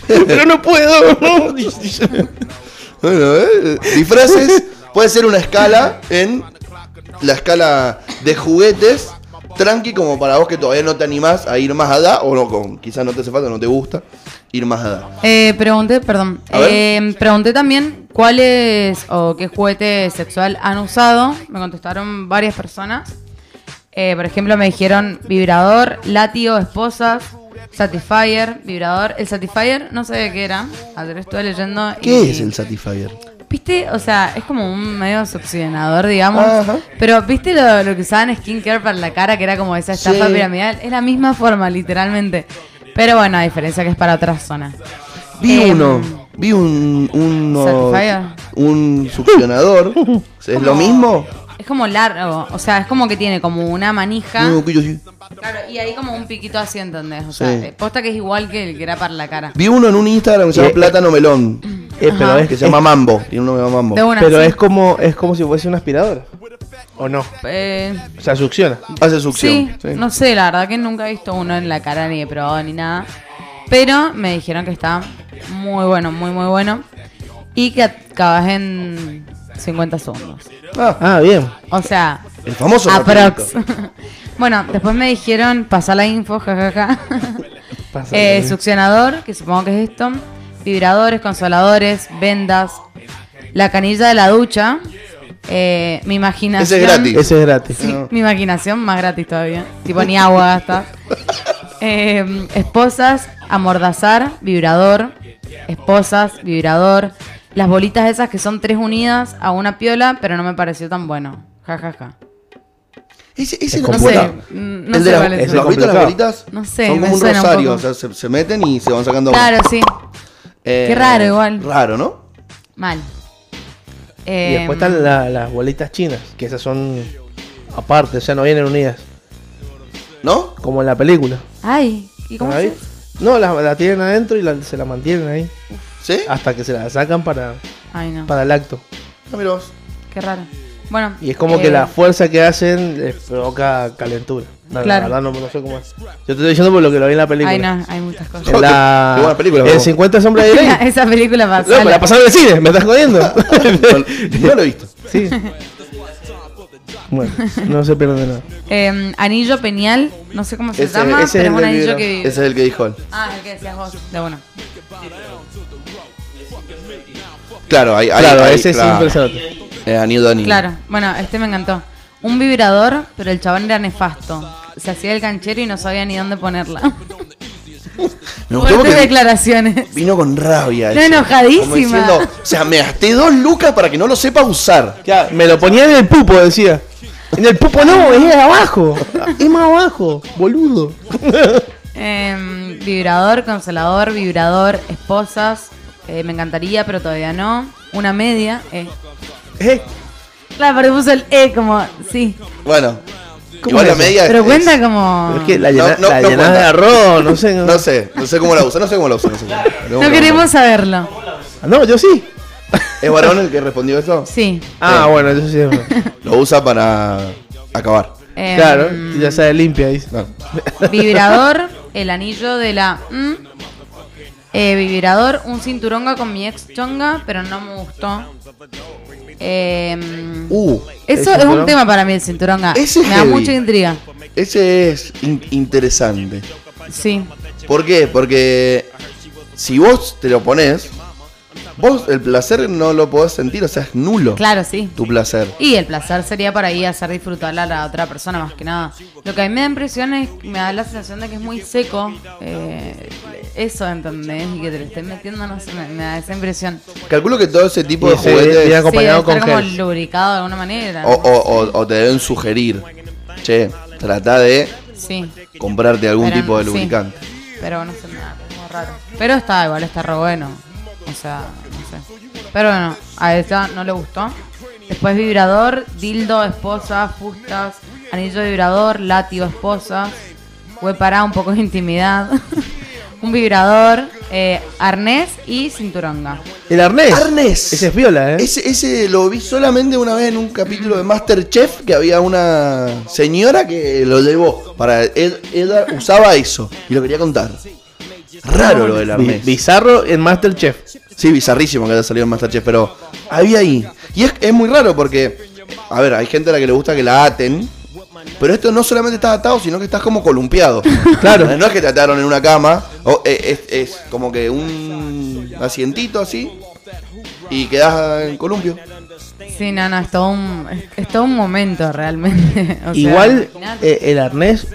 [SPEAKER 2] Pero no puedo. Eh,
[SPEAKER 1] Bueno, eh,
[SPEAKER 3] [LAUGHS]
[SPEAKER 1] disfraces puede ser una escala en la escala de juguetes. Tranqui, como para vos que todavía no te animás a ir más allá, o no, con, quizás no te hace falta, no te gusta ir más allá.
[SPEAKER 3] Eh, pregunté, perdón.
[SPEAKER 1] A ver.
[SPEAKER 3] Eh, pregunté también cuáles o qué juguete sexual han usado. Me contestaron varias personas. Eh, por ejemplo, me dijeron vibrador, látigo, esposas, Satisfyer, vibrador. El Satisfyer no sé qué era. Ayer estuve leyendo. y-
[SPEAKER 1] ¿Qué es el Satisfyer?
[SPEAKER 3] ¿Viste? O sea, es como un medio succionador, digamos.
[SPEAKER 1] Ajá.
[SPEAKER 3] Pero ¿viste lo, lo que usaban en skincare para la cara, que era como esa estafa
[SPEAKER 1] Sí.
[SPEAKER 3] piramidal? Es la misma forma, literalmente. Pero bueno, a diferencia que es para otra zona.
[SPEAKER 1] Vi
[SPEAKER 3] Em,
[SPEAKER 1] uno, vi un, uno,
[SPEAKER 3] Satisfyer.
[SPEAKER 1] un
[SPEAKER 3] [LAUGHS]
[SPEAKER 1] succionador. ¿Es lo mismo?
[SPEAKER 3] Es como largo, o sea, es como que tiene como una manija.
[SPEAKER 1] No, que yo sí.
[SPEAKER 3] Claro, y ahí como un piquito así, ¿entendés? O sea,
[SPEAKER 1] Sí.
[SPEAKER 3] eh, posta que es igual que el que era para la cara.
[SPEAKER 1] Vi uno en un Instagram que se llama
[SPEAKER 2] Eh,
[SPEAKER 1] Plátano Melón,
[SPEAKER 2] Eh, pero
[SPEAKER 3] Ajá.
[SPEAKER 2] es
[SPEAKER 1] que se llama Mambo. Tiene uno que se llama Mambo.
[SPEAKER 3] De una.
[SPEAKER 2] Pero
[SPEAKER 3] sí.
[SPEAKER 2] es como es como si fuese una aspiradora. ¿O no?
[SPEAKER 3] Eh,
[SPEAKER 2] O sea, succiona.
[SPEAKER 1] Hace
[SPEAKER 3] sí,
[SPEAKER 1] succión.
[SPEAKER 3] no sé, la verdad que nunca he visto uno en la cara ni he probado ni nada. Pero me dijeron que está muy bueno, muy, muy bueno. Y que acabas en 50 segundos.
[SPEAKER 1] Ah,
[SPEAKER 2] Ah, bien.
[SPEAKER 3] O sea,
[SPEAKER 1] el famoso.
[SPEAKER 3] aprox.
[SPEAKER 1] rapidito.
[SPEAKER 3] [LAUGHS] bueno, después me dijeron, pasa la info, jajaja.
[SPEAKER 2] Pasa.
[SPEAKER 3] Eh, succionador, que supongo que es esto. Vibradores, consoladores, vendas. La canilla de la ducha. eh, mi imaginación.
[SPEAKER 1] Ese es gratis.
[SPEAKER 2] Ese es gratis.
[SPEAKER 3] Sí, mi imaginación, más gratis todavía. Tipo ni agua gasta. Eh, esposas, amordazar, vibrador. Esposas, vibrador. Las bolitas esas que son tres unidas a una piola, pero no me pareció tan bueno. Ja, ja, ja.
[SPEAKER 1] Ese, ese
[SPEAKER 2] Es
[SPEAKER 1] no
[SPEAKER 2] como
[SPEAKER 3] No
[SPEAKER 1] sé.
[SPEAKER 3] sé,
[SPEAKER 2] Bueno,
[SPEAKER 3] mm, no
[SPEAKER 1] el de
[SPEAKER 3] sé
[SPEAKER 1] las-
[SPEAKER 3] cuál es.
[SPEAKER 1] ¿Las bolitas,
[SPEAKER 2] ese.
[SPEAKER 1] las
[SPEAKER 2] Complicado.
[SPEAKER 1] bolitas?
[SPEAKER 3] No sé,
[SPEAKER 1] Son
[SPEAKER 3] me
[SPEAKER 1] como un
[SPEAKER 3] suena un
[SPEAKER 1] rosario,
[SPEAKER 3] poco.
[SPEAKER 1] o sea, se, se meten y se van sacando.
[SPEAKER 3] Claro, sí.
[SPEAKER 1] Eh,
[SPEAKER 3] Qué raro igual.
[SPEAKER 1] Raro, ¿no?
[SPEAKER 3] Mal.
[SPEAKER 2] Y
[SPEAKER 3] em.
[SPEAKER 2] después están la- las bolitas chinas, que esas son aparte, o sea, no vienen unidas,
[SPEAKER 1] ¿No?
[SPEAKER 2] como en la película.
[SPEAKER 3] Em, Ay, ¿y cómo
[SPEAKER 2] ¿No la
[SPEAKER 3] se
[SPEAKER 2] vi? No, las la tienen adentro y la- se la mantienen ahí,
[SPEAKER 1] ¿Sí? Ah,
[SPEAKER 2] hasta que se la sacan para,
[SPEAKER 3] Ay, no.
[SPEAKER 2] para el acto.
[SPEAKER 1] mira [LAUGHS] vos.
[SPEAKER 3] Qué raro. Bueno.
[SPEAKER 2] Y es como
[SPEAKER 3] eh,
[SPEAKER 2] que la fuerza que hacen les provoca calentura. No,
[SPEAKER 3] Claro.
[SPEAKER 2] La verdad no, no sé cómo es. Yo te estoy diciendo por lo que lo vi en la película.
[SPEAKER 3] Ay, no, hay muchas cosas.
[SPEAKER 2] En la...
[SPEAKER 1] Qué buena película,
[SPEAKER 2] en
[SPEAKER 1] vos.
[SPEAKER 2] 50 sombras de
[SPEAKER 3] [LAUGHS]
[SPEAKER 2] Grey.
[SPEAKER 3] Esa película
[SPEAKER 2] Loco,
[SPEAKER 3] pasa.
[SPEAKER 2] la pasaron en el cine, me estás [LAUGHS] jodiendo.
[SPEAKER 1] No, no lo he visto.
[SPEAKER 2] sí. Bueno, no se pierde nada.
[SPEAKER 3] Eh, anillo Peñal, no sé cómo se
[SPEAKER 1] Ese-
[SPEAKER 2] ese
[SPEAKER 3] llama,
[SPEAKER 2] es
[SPEAKER 3] pero es
[SPEAKER 2] el
[SPEAKER 3] un
[SPEAKER 2] del
[SPEAKER 3] anillo
[SPEAKER 2] video.
[SPEAKER 3] que.
[SPEAKER 1] Ese es el que dijo él.
[SPEAKER 3] Ah, el que decías vos, de bueno.
[SPEAKER 1] Claro, ahí, ahí,
[SPEAKER 2] claro,
[SPEAKER 1] ahí,
[SPEAKER 2] ese
[SPEAKER 1] claro.
[SPEAKER 2] es impresionante.
[SPEAKER 1] Eh, anillo de anillo.
[SPEAKER 3] Claro, bueno, este me encantó. Un vibrador, pero el chabón era nefasto. Se hacía el canchero y no sabía ni dónde ponerla. [LAUGHS]
[SPEAKER 1] Me gustó
[SPEAKER 3] Fuertes
[SPEAKER 1] porque
[SPEAKER 3] declaraciones.
[SPEAKER 1] vino con rabia.
[SPEAKER 3] Está
[SPEAKER 1] eso.
[SPEAKER 3] enojadísima.
[SPEAKER 1] Como diciendo, o sea, me gasté dos lucas para que no lo sepa usar.
[SPEAKER 2] Ya, me lo ponía en el pupo, decía. En el pupo no, es abajo. Es más abajo, boludo.
[SPEAKER 3] Eh, vibrador, consolador, vibrador, esposas. eh, me encantaría, pero todavía no. Una media. Eh.
[SPEAKER 2] Eh,
[SPEAKER 3] Claro, pero puso el E como, sí.
[SPEAKER 1] Bueno,
[SPEAKER 2] ¿Cómo
[SPEAKER 1] igual
[SPEAKER 2] es
[SPEAKER 1] la
[SPEAKER 2] eso?
[SPEAKER 1] media.
[SPEAKER 3] Pero
[SPEAKER 1] es-
[SPEAKER 3] cuenta como.
[SPEAKER 2] pero es que la
[SPEAKER 1] No,
[SPEAKER 2] llena-
[SPEAKER 1] no,
[SPEAKER 2] la
[SPEAKER 1] no
[SPEAKER 2] llenás de
[SPEAKER 1] cuenta.
[SPEAKER 2] arroz, no sé. No,
[SPEAKER 1] No sé, no sé cómo la usa, no sé cómo la usa. No, sé cómo-
[SPEAKER 3] No queremos saberlo.
[SPEAKER 2] Ah, No, yo sí.
[SPEAKER 1] ¿Es varón el que respondió eso?
[SPEAKER 3] Sí.
[SPEAKER 2] Ah,
[SPEAKER 1] Sí.
[SPEAKER 2] bueno, eso sí. es verdad.
[SPEAKER 1] Lo usa para acabar.
[SPEAKER 3] Em,
[SPEAKER 2] Claro, ya sale limpia ahí.
[SPEAKER 1] No.
[SPEAKER 3] Vibrador, el anillo de la. mm. Eh, vibrador, un cinturonga con mi ex chonga, pero no me gustó. Em,
[SPEAKER 1] Uh,
[SPEAKER 3] eso
[SPEAKER 2] ¿el
[SPEAKER 3] es un
[SPEAKER 2] cinturón?
[SPEAKER 3] tema para mí, el cinturonga.
[SPEAKER 1] Ese es
[SPEAKER 3] me da
[SPEAKER 1] heavy.
[SPEAKER 3] mucha intriga.
[SPEAKER 1] ese es in- interesante.
[SPEAKER 3] Sí.
[SPEAKER 1] ¿Por qué? Porque si vos te lo pones, vos el placer no lo podés sentir, o sea, es nulo
[SPEAKER 3] Claro, sí.
[SPEAKER 1] tu placer.
[SPEAKER 3] Y el placer sería para ahí hacer disfrutar a la otra persona más que nada. Lo que a mí me da impresión es, me da la sensación de que es muy seco. eh, eso, ¿entendés? Y que te lo estén metiendo, no sé, me, me da esa impresión.
[SPEAKER 1] Calculo que todo ese tipo
[SPEAKER 2] Y
[SPEAKER 1] de
[SPEAKER 2] ese día
[SPEAKER 1] juguetes
[SPEAKER 3] Sí, debe
[SPEAKER 2] acompañado
[SPEAKER 3] estar
[SPEAKER 2] con
[SPEAKER 3] como
[SPEAKER 2] gel.
[SPEAKER 3] lubricado de alguna manera.
[SPEAKER 1] o, o- o- o te deben sugerir, che, trata de
[SPEAKER 3] Sí.
[SPEAKER 1] comprarte algún
[SPEAKER 3] Pero,
[SPEAKER 1] tipo de
[SPEAKER 3] sí.
[SPEAKER 1] lubricante.
[SPEAKER 3] Pero no sé, me da como raro. Pero está igual, está re bueno. O sea, no sé. Pero bueno, a ella no le gustó. Después vibrador, dildo, esposas, fustas, anillo de vibrador, látigo, esposas. Fue para un poco de intimidad. [LAUGHS] un vibrador, eh, arnés y cinturonga.
[SPEAKER 2] El arnés.
[SPEAKER 1] Arnés.
[SPEAKER 2] Ese es viola, ¿eh?
[SPEAKER 1] Ese, ese lo vi solamente una vez en un capítulo de Masterchef que había una señora que lo llevó. Para, él, ella usaba eso y lo quería contar. Raro lo del
[SPEAKER 2] Bi-
[SPEAKER 1] arnés.
[SPEAKER 2] Bizarro en Masterchef.
[SPEAKER 1] Sí, bizarrísimo que haya salido en Masterchef, pero había ahí. Y es, es muy raro porque, a ver, hay gente a la que le gusta que la aten, pero esto no solamente estás atado, sino que estás como columpiado.
[SPEAKER 2] Claro.
[SPEAKER 1] No es que te ataron en una cama, o, eh, es, es como que un asientito así y quedás en columpio.
[SPEAKER 3] Sí, no, no, es todo un, es, es todo un momento realmente. [LAUGHS] O sea,
[SPEAKER 2] Igual
[SPEAKER 3] imaginate.
[SPEAKER 2] eh, el arnés.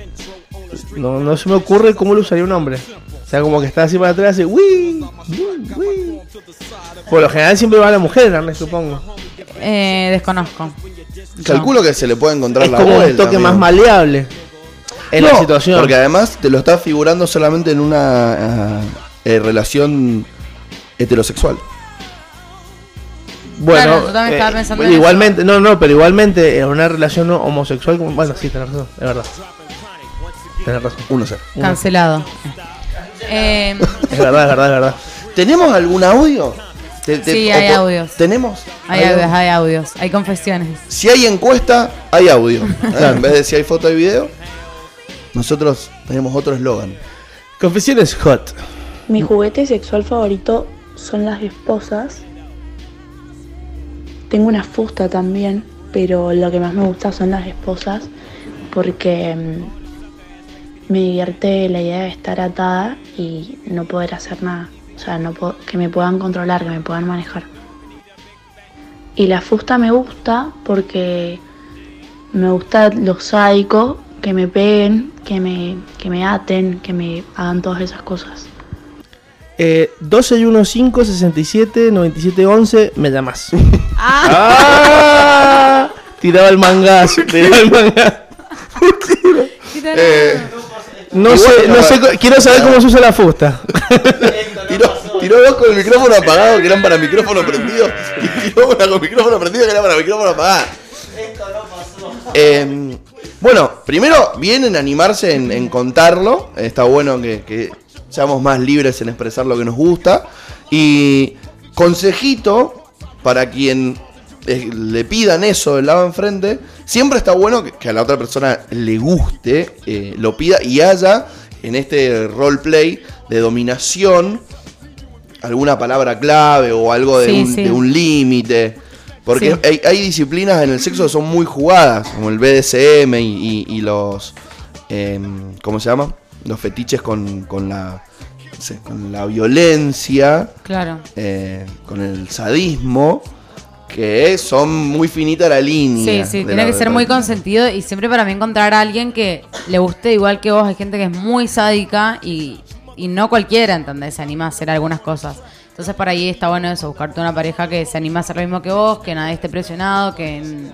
[SPEAKER 2] No, no se me ocurre cómo lo usaría un hombre. O sea, como que está así para atrás y. ¡Wii! ¡Wii! ¡Wii! Por lo general siempre va la mujer el arnés, supongo.
[SPEAKER 3] Eh, desconozco.
[SPEAKER 1] Calculo que se le puede encontrar
[SPEAKER 2] Es
[SPEAKER 1] la
[SPEAKER 2] como un
[SPEAKER 1] vuelta,
[SPEAKER 2] toque más
[SPEAKER 1] amigo.
[SPEAKER 2] maleable en la
[SPEAKER 1] No,
[SPEAKER 2] situación.
[SPEAKER 1] Porque además te lo estás figurando solamente en una ah, eh, relación heterosexual.
[SPEAKER 2] Bueno, eh,
[SPEAKER 3] Claro, yo también estaba pensando en
[SPEAKER 2] igualmente, no, no, pero igualmente en una relación no homosexual, como- bueno, sí, tenés razón, es verdad. Tenés razón.
[SPEAKER 1] Uno cero.
[SPEAKER 3] Cancelado. Eh,
[SPEAKER 2] Es verdad, es verdad, es verdad.
[SPEAKER 1] ¿Tenemos algún audio? Te- te-
[SPEAKER 3] Sí,
[SPEAKER 1] o
[SPEAKER 3] hay
[SPEAKER 1] po-
[SPEAKER 3] audios.
[SPEAKER 1] ¿Tenemos?
[SPEAKER 3] [LAUGHS] hay audios, hay audios, hay confesiones.
[SPEAKER 1] Si hay encuesta, hay audio.
[SPEAKER 3] [LAUGHS]
[SPEAKER 1] ¿eh? En vez de si hay foto y video, nosotros tenemos otro eslogan.
[SPEAKER 2] Confesiones hot.
[SPEAKER 4] Mi juguete sexual favorito son las esposas. Tengo una fusta también, pero lo que más me gusta son las esposas porque mm, me divierte la idea de estar atada y no poder hacer nada. O sea, no po- que me puedan controlar, que me puedan manejar. Y la fusta me gusta porque me gusta lo sádico, que me peguen, que me, que me aten, que me hagan todas esas cosas.
[SPEAKER 2] Eh, 1215 67 97 11, me llamas.
[SPEAKER 3] Ah,
[SPEAKER 2] ¡Ah! Tiraba el
[SPEAKER 1] [LAUGHS]
[SPEAKER 2] mangazo, tiraba el mangazo.
[SPEAKER 1] Eh,
[SPEAKER 2] No
[SPEAKER 1] Igual,
[SPEAKER 2] sé,
[SPEAKER 1] a
[SPEAKER 2] no
[SPEAKER 1] ver.
[SPEAKER 2] sé, co- quiero saber cómo se usa la fusta.
[SPEAKER 1] tiró, tiró dos con el micrófono apagado, que eran para micrófono prendido. Y tiró una con micrófono prendido, que era para micrófono apagado. Eh, bueno, primero vienen a animarse en, en contarlo. Está bueno que, que seamos más libres en expresar lo que nos gusta. Y consejito para quien eh, le pidan eso del lado enfrente, siempre está bueno que, que a la otra persona le guste, eh, lo pida y haya en este roleplay de dominación alguna palabra clave o algo de
[SPEAKER 3] Sí,
[SPEAKER 1] un,
[SPEAKER 3] sí.
[SPEAKER 1] de un límite. Porque
[SPEAKER 3] Sí.
[SPEAKER 1] hay, hay disciplinas en el sexo que son muy jugadas, como el BDSM y, y- y los. em, ¿Cómo se llama? Los fetiches con, con la. no sé, con la violencia,
[SPEAKER 3] Claro.
[SPEAKER 1] eh, con el sadismo, que son muy finita la
[SPEAKER 3] Sí,
[SPEAKER 1] línea.
[SPEAKER 3] sí,
[SPEAKER 1] de
[SPEAKER 3] tiene
[SPEAKER 1] la-
[SPEAKER 3] que ser muy consentido y siempre para mí encontrar a alguien que le guste igual que vos. Hay gente que es muy sádica y, y no cualquiera, ¿entendés? Se anima a hacer algunas cosas. Entonces para ahí está bueno eso, buscarte una pareja que se anima a hacer lo mismo que vos, que nadie esté presionado, que n-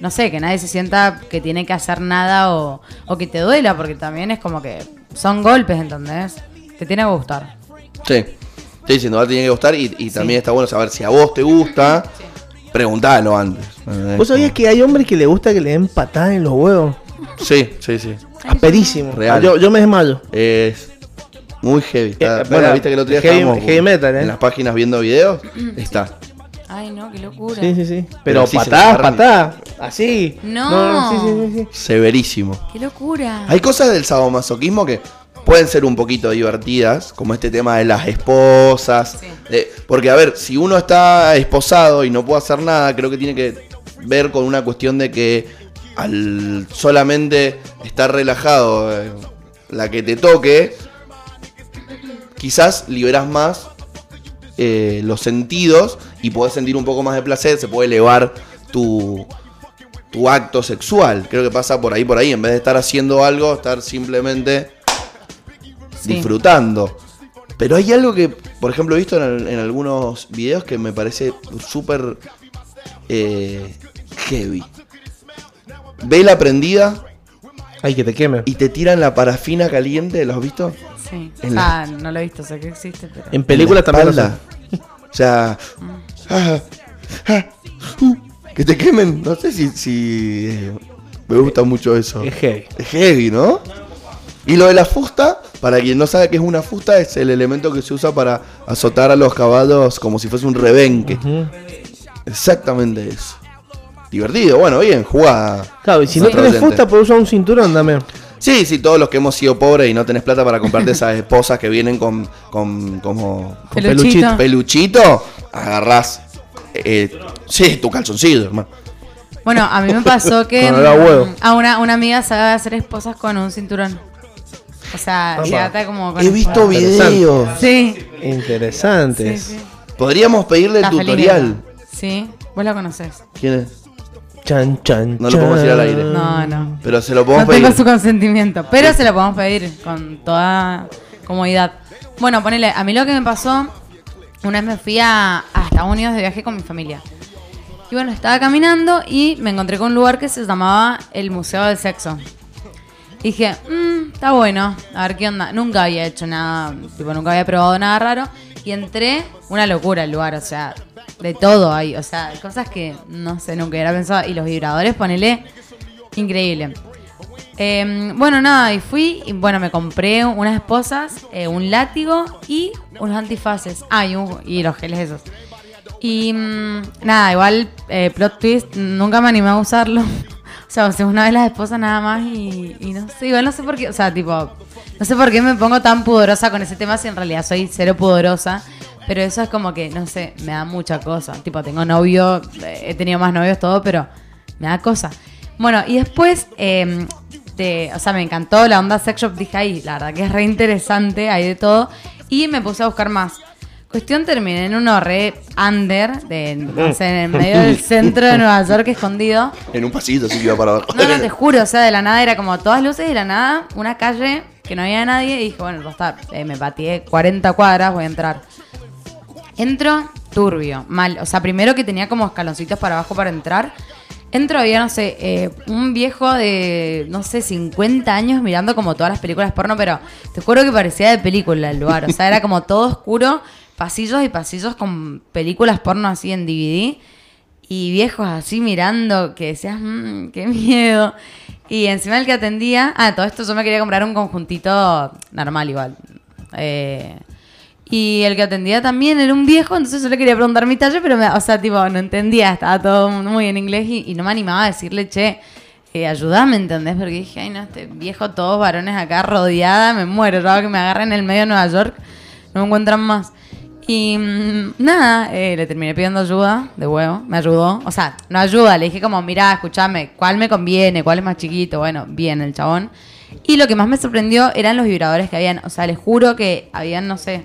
[SPEAKER 3] no sé, que nadie se sienta que tiene que hacer nada o, o que te duela, porque también es como que son golpes, ¿entendés? Te tiene que gustar.
[SPEAKER 1] Sí, estoy diciendo, va a tener que gustar y, y también está bueno saber si a vos te gusta, preguntalo antes.
[SPEAKER 2] ¿Vos sabías que hay hombres que le gusta que le den patadas en los huevos?
[SPEAKER 1] Sí, sí, sí.
[SPEAKER 2] Aperísimo.
[SPEAKER 1] Real.
[SPEAKER 2] Yo, yo me desmayo.
[SPEAKER 1] Es muy heavy. está-
[SPEAKER 2] Eh,
[SPEAKER 1] bueno,
[SPEAKER 2] espera,
[SPEAKER 1] viste que el otro día
[SPEAKER 2] heavy-
[SPEAKER 1] estábamos
[SPEAKER 2] heavy metal, ¿eh?
[SPEAKER 1] en las páginas viendo videos. Está.
[SPEAKER 3] Ay, no, qué locura.
[SPEAKER 2] Sí, sí, sí.
[SPEAKER 1] Pero
[SPEAKER 2] Pero
[SPEAKER 1] así se
[SPEAKER 2] patadas,
[SPEAKER 1] le agarran.
[SPEAKER 2] patadas. Así.
[SPEAKER 3] No.
[SPEAKER 2] sí, sí, sí, sí.
[SPEAKER 1] Severísimo.
[SPEAKER 3] Qué locura.
[SPEAKER 1] Hay cosas del sadomasoquismo que pueden ser un poquito divertidas, como este tema de las esposas.
[SPEAKER 3] Sí.
[SPEAKER 1] de- porque, a ver, si uno está esposado y no puede hacer nada, creo que tiene que ver con una cuestión de que al solamente estar relajado, eh, la que te toque, quizás liberas más eh, los sentidos y podés sentir un poco más de placer, se puede elevar tu, tu acto sexual. Creo que pasa por ahí, por ahí. En vez de estar haciendo algo, estar simplemente
[SPEAKER 3] Sí.
[SPEAKER 1] disfrutando. Pero hay algo que, por ejemplo, he visto en, al- en algunos videos que me parece súper eh, heavy. Vela prendida
[SPEAKER 2] Ay, que te queme.
[SPEAKER 1] y te tiran la parafina caliente, ¿lo has visto?
[SPEAKER 3] Sí.
[SPEAKER 1] En la-
[SPEAKER 3] Ah, no lo he visto, sé que existe, pero...
[SPEAKER 2] En películas también. lo
[SPEAKER 1] espalda.
[SPEAKER 2] hacen. Mm.
[SPEAKER 1] O sea. ah, ah, uh, que te quemen. No sé si. si eh, me gusta mucho eso.
[SPEAKER 2] Es heavy.
[SPEAKER 1] Es heavy, ¿no? Y lo de la fusta, para quien no sabe qué es una fusta, es el elemento que se usa para azotar a los caballos como si fuese un rebenque.
[SPEAKER 2] Ujú.
[SPEAKER 1] Exactamente eso. Divertido, bueno, bien, jugada.
[SPEAKER 2] Claro, y si no
[SPEAKER 1] Otro
[SPEAKER 2] tienes
[SPEAKER 1] oyente.
[SPEAKER 2] fusta, puedes usar un cinturón también.
[SPEAKER 1] Sí, sí, todos los que hemos sido pobres y no tenés plata para
[SPEAKER 2] [LAUGHS]
[SPEAKER 1] comprarte esas esposas que vienen con, con, como, con [LAUGHS]
[SPEAKER 3] Peluchito.
[SPEAKER 1] peluchito, agarrás. eh, sí, tu calzoncillo, hermano.
[SPEAKER 3] Bueno, a mí
[SPEAKER 1] [LAUGHS]
[SPEAKER 3] me pasó que
[SPEAKER 2] Con olor a huevo.
[SPEAKER 3] mm, a una, una amiga sabe hacer esposas con un cinturón. O sea,
[SPEAKER 2] Apa.
[SPEAKER 3] se ata como con
[SPEAKER 1] He
[SPEAKER 3] el-
[SPEAKER 1] visto
[SPEAKER 2] Interesante.
[SPEAKER 1] videos.
[SPEAKER 3] Sí. sí,
[SPEAKER 2] Interesantes.
[SPEAKER 3] sí.
[SPEAKER 1] Podríamos pedirle el
[SPEAKER 3] La
[SPEAKER 1] tutorial.
[SPEAKER 3] felina. Sí, vos la conocés.
[SPEAKER 1] ¿Quién es?
[SPEAKER 2] Chan, chan,
[SPEAKER 1] No lo podemos
[SPEAKER 2] chan.
[SPEAKER 1] ir al aire.
[SPEAKER 3] No, no.
[SPEAKER 1] Pero se lo podemos
[SPEAKER 3] No tengo
[SPEAKER 1] pedir.
[SPEAKER 3] su consentimiento, pero se lo podemos pedir con toda comodidad. Bueno, ponele, a mí lo que me pasó, una vez me fui a, a Estados Unidos de viaje con mi familia. Y bueno, estaba caminando y me encontré con un lugar que se llamaba el Museo del Sexo. Y dije, "Mm, está bueno, a ver qué onda. Nunca había hecho nada, tipo, nunca había probado nada raro. Y entré, una locura el lugar, o sea, de todo hay, o sea, hay cosas que no sé, nunca hubiera pensado. Y los vibradores, ponele, increíble. Eh, bueno, nada, y fui, y bueno, me compré unas esposas, eh, un látigo y unos antifaces. Ah, y, un- y los geles esos. Y mm, nada, igual eh, plot twist, nunca me animé a usarlo. [LAUGHS] O sea, usé una de las esposas nada más y, y no sé, igual no sé por qué, o sea, tipo, no sé por qué me pongo tan pudorosa con ese tema si en realidad soy cero pudorosa. Pero eso es como que, no sé, me da mucha cosa. Tipo, tengo novio, eh, he tenido más novios, todo, pero me da cosa. Bueno, y después, eh, te- o sea, me encantó la onda sex shop. Dije, ahí, la verdad que es re interesante, hay de todo. Y me puse a buscar más. Cuestión terminé en uno re under, de, no sé, en el medio del centro de Nueva York, escondido.
[SPEAKER 1] En un pasito, así que iba para abajo. [LAUGHS]
[SPEAKER 3] No, no, te juro, o sea, de la nada era como todas luces, de la nada, una calle que no había nadie. Y dije, bueno, ya está, eh, me pateé 40 cuadras, voy a entrar. Entro turbio, mal. O sea, primero que tenía como escaloncitos para abajo para entrar. Entro, había, no sé, eh, un viejo de, no sé, 50 años mirando como todas las películas porno, pero te juro que parecía de película el lugar. O sea, era como todo oscuro, pasillos y pasillos con películas porno así en DVD y viejos así mirando que decías, "Mm, qué miedo. Y encima el que atendía, ah, todo esto yo me quería comprar un conjuntito normal igual. Eh, y el que atendía también era un viejo, entonces yo le quería preguntar mi talle, pero, me, o sea, tipo, no entendía, estaba todo muy en inglés y, y no me animaba a decirle, che, eh, ayúdame, ¿entendés? Porque dije, ay, no, este viejo, todos varones acá rodeada, me muero, yo hago que me agarren en el medio de Nueva York, no me encuentran más. Y mm, nada, eh, le terminé pidiendo ayuda, de huevo, me ayudó. O sea, no ayuda, le dije como, mirá, escúchame, ¿cuál me conviene? ¿Cuál es más chiquito? Bueno, bien el chabón. Y lo que más me sorprendió eran los vibradores que habían. O sea, les juro que habían, no sé,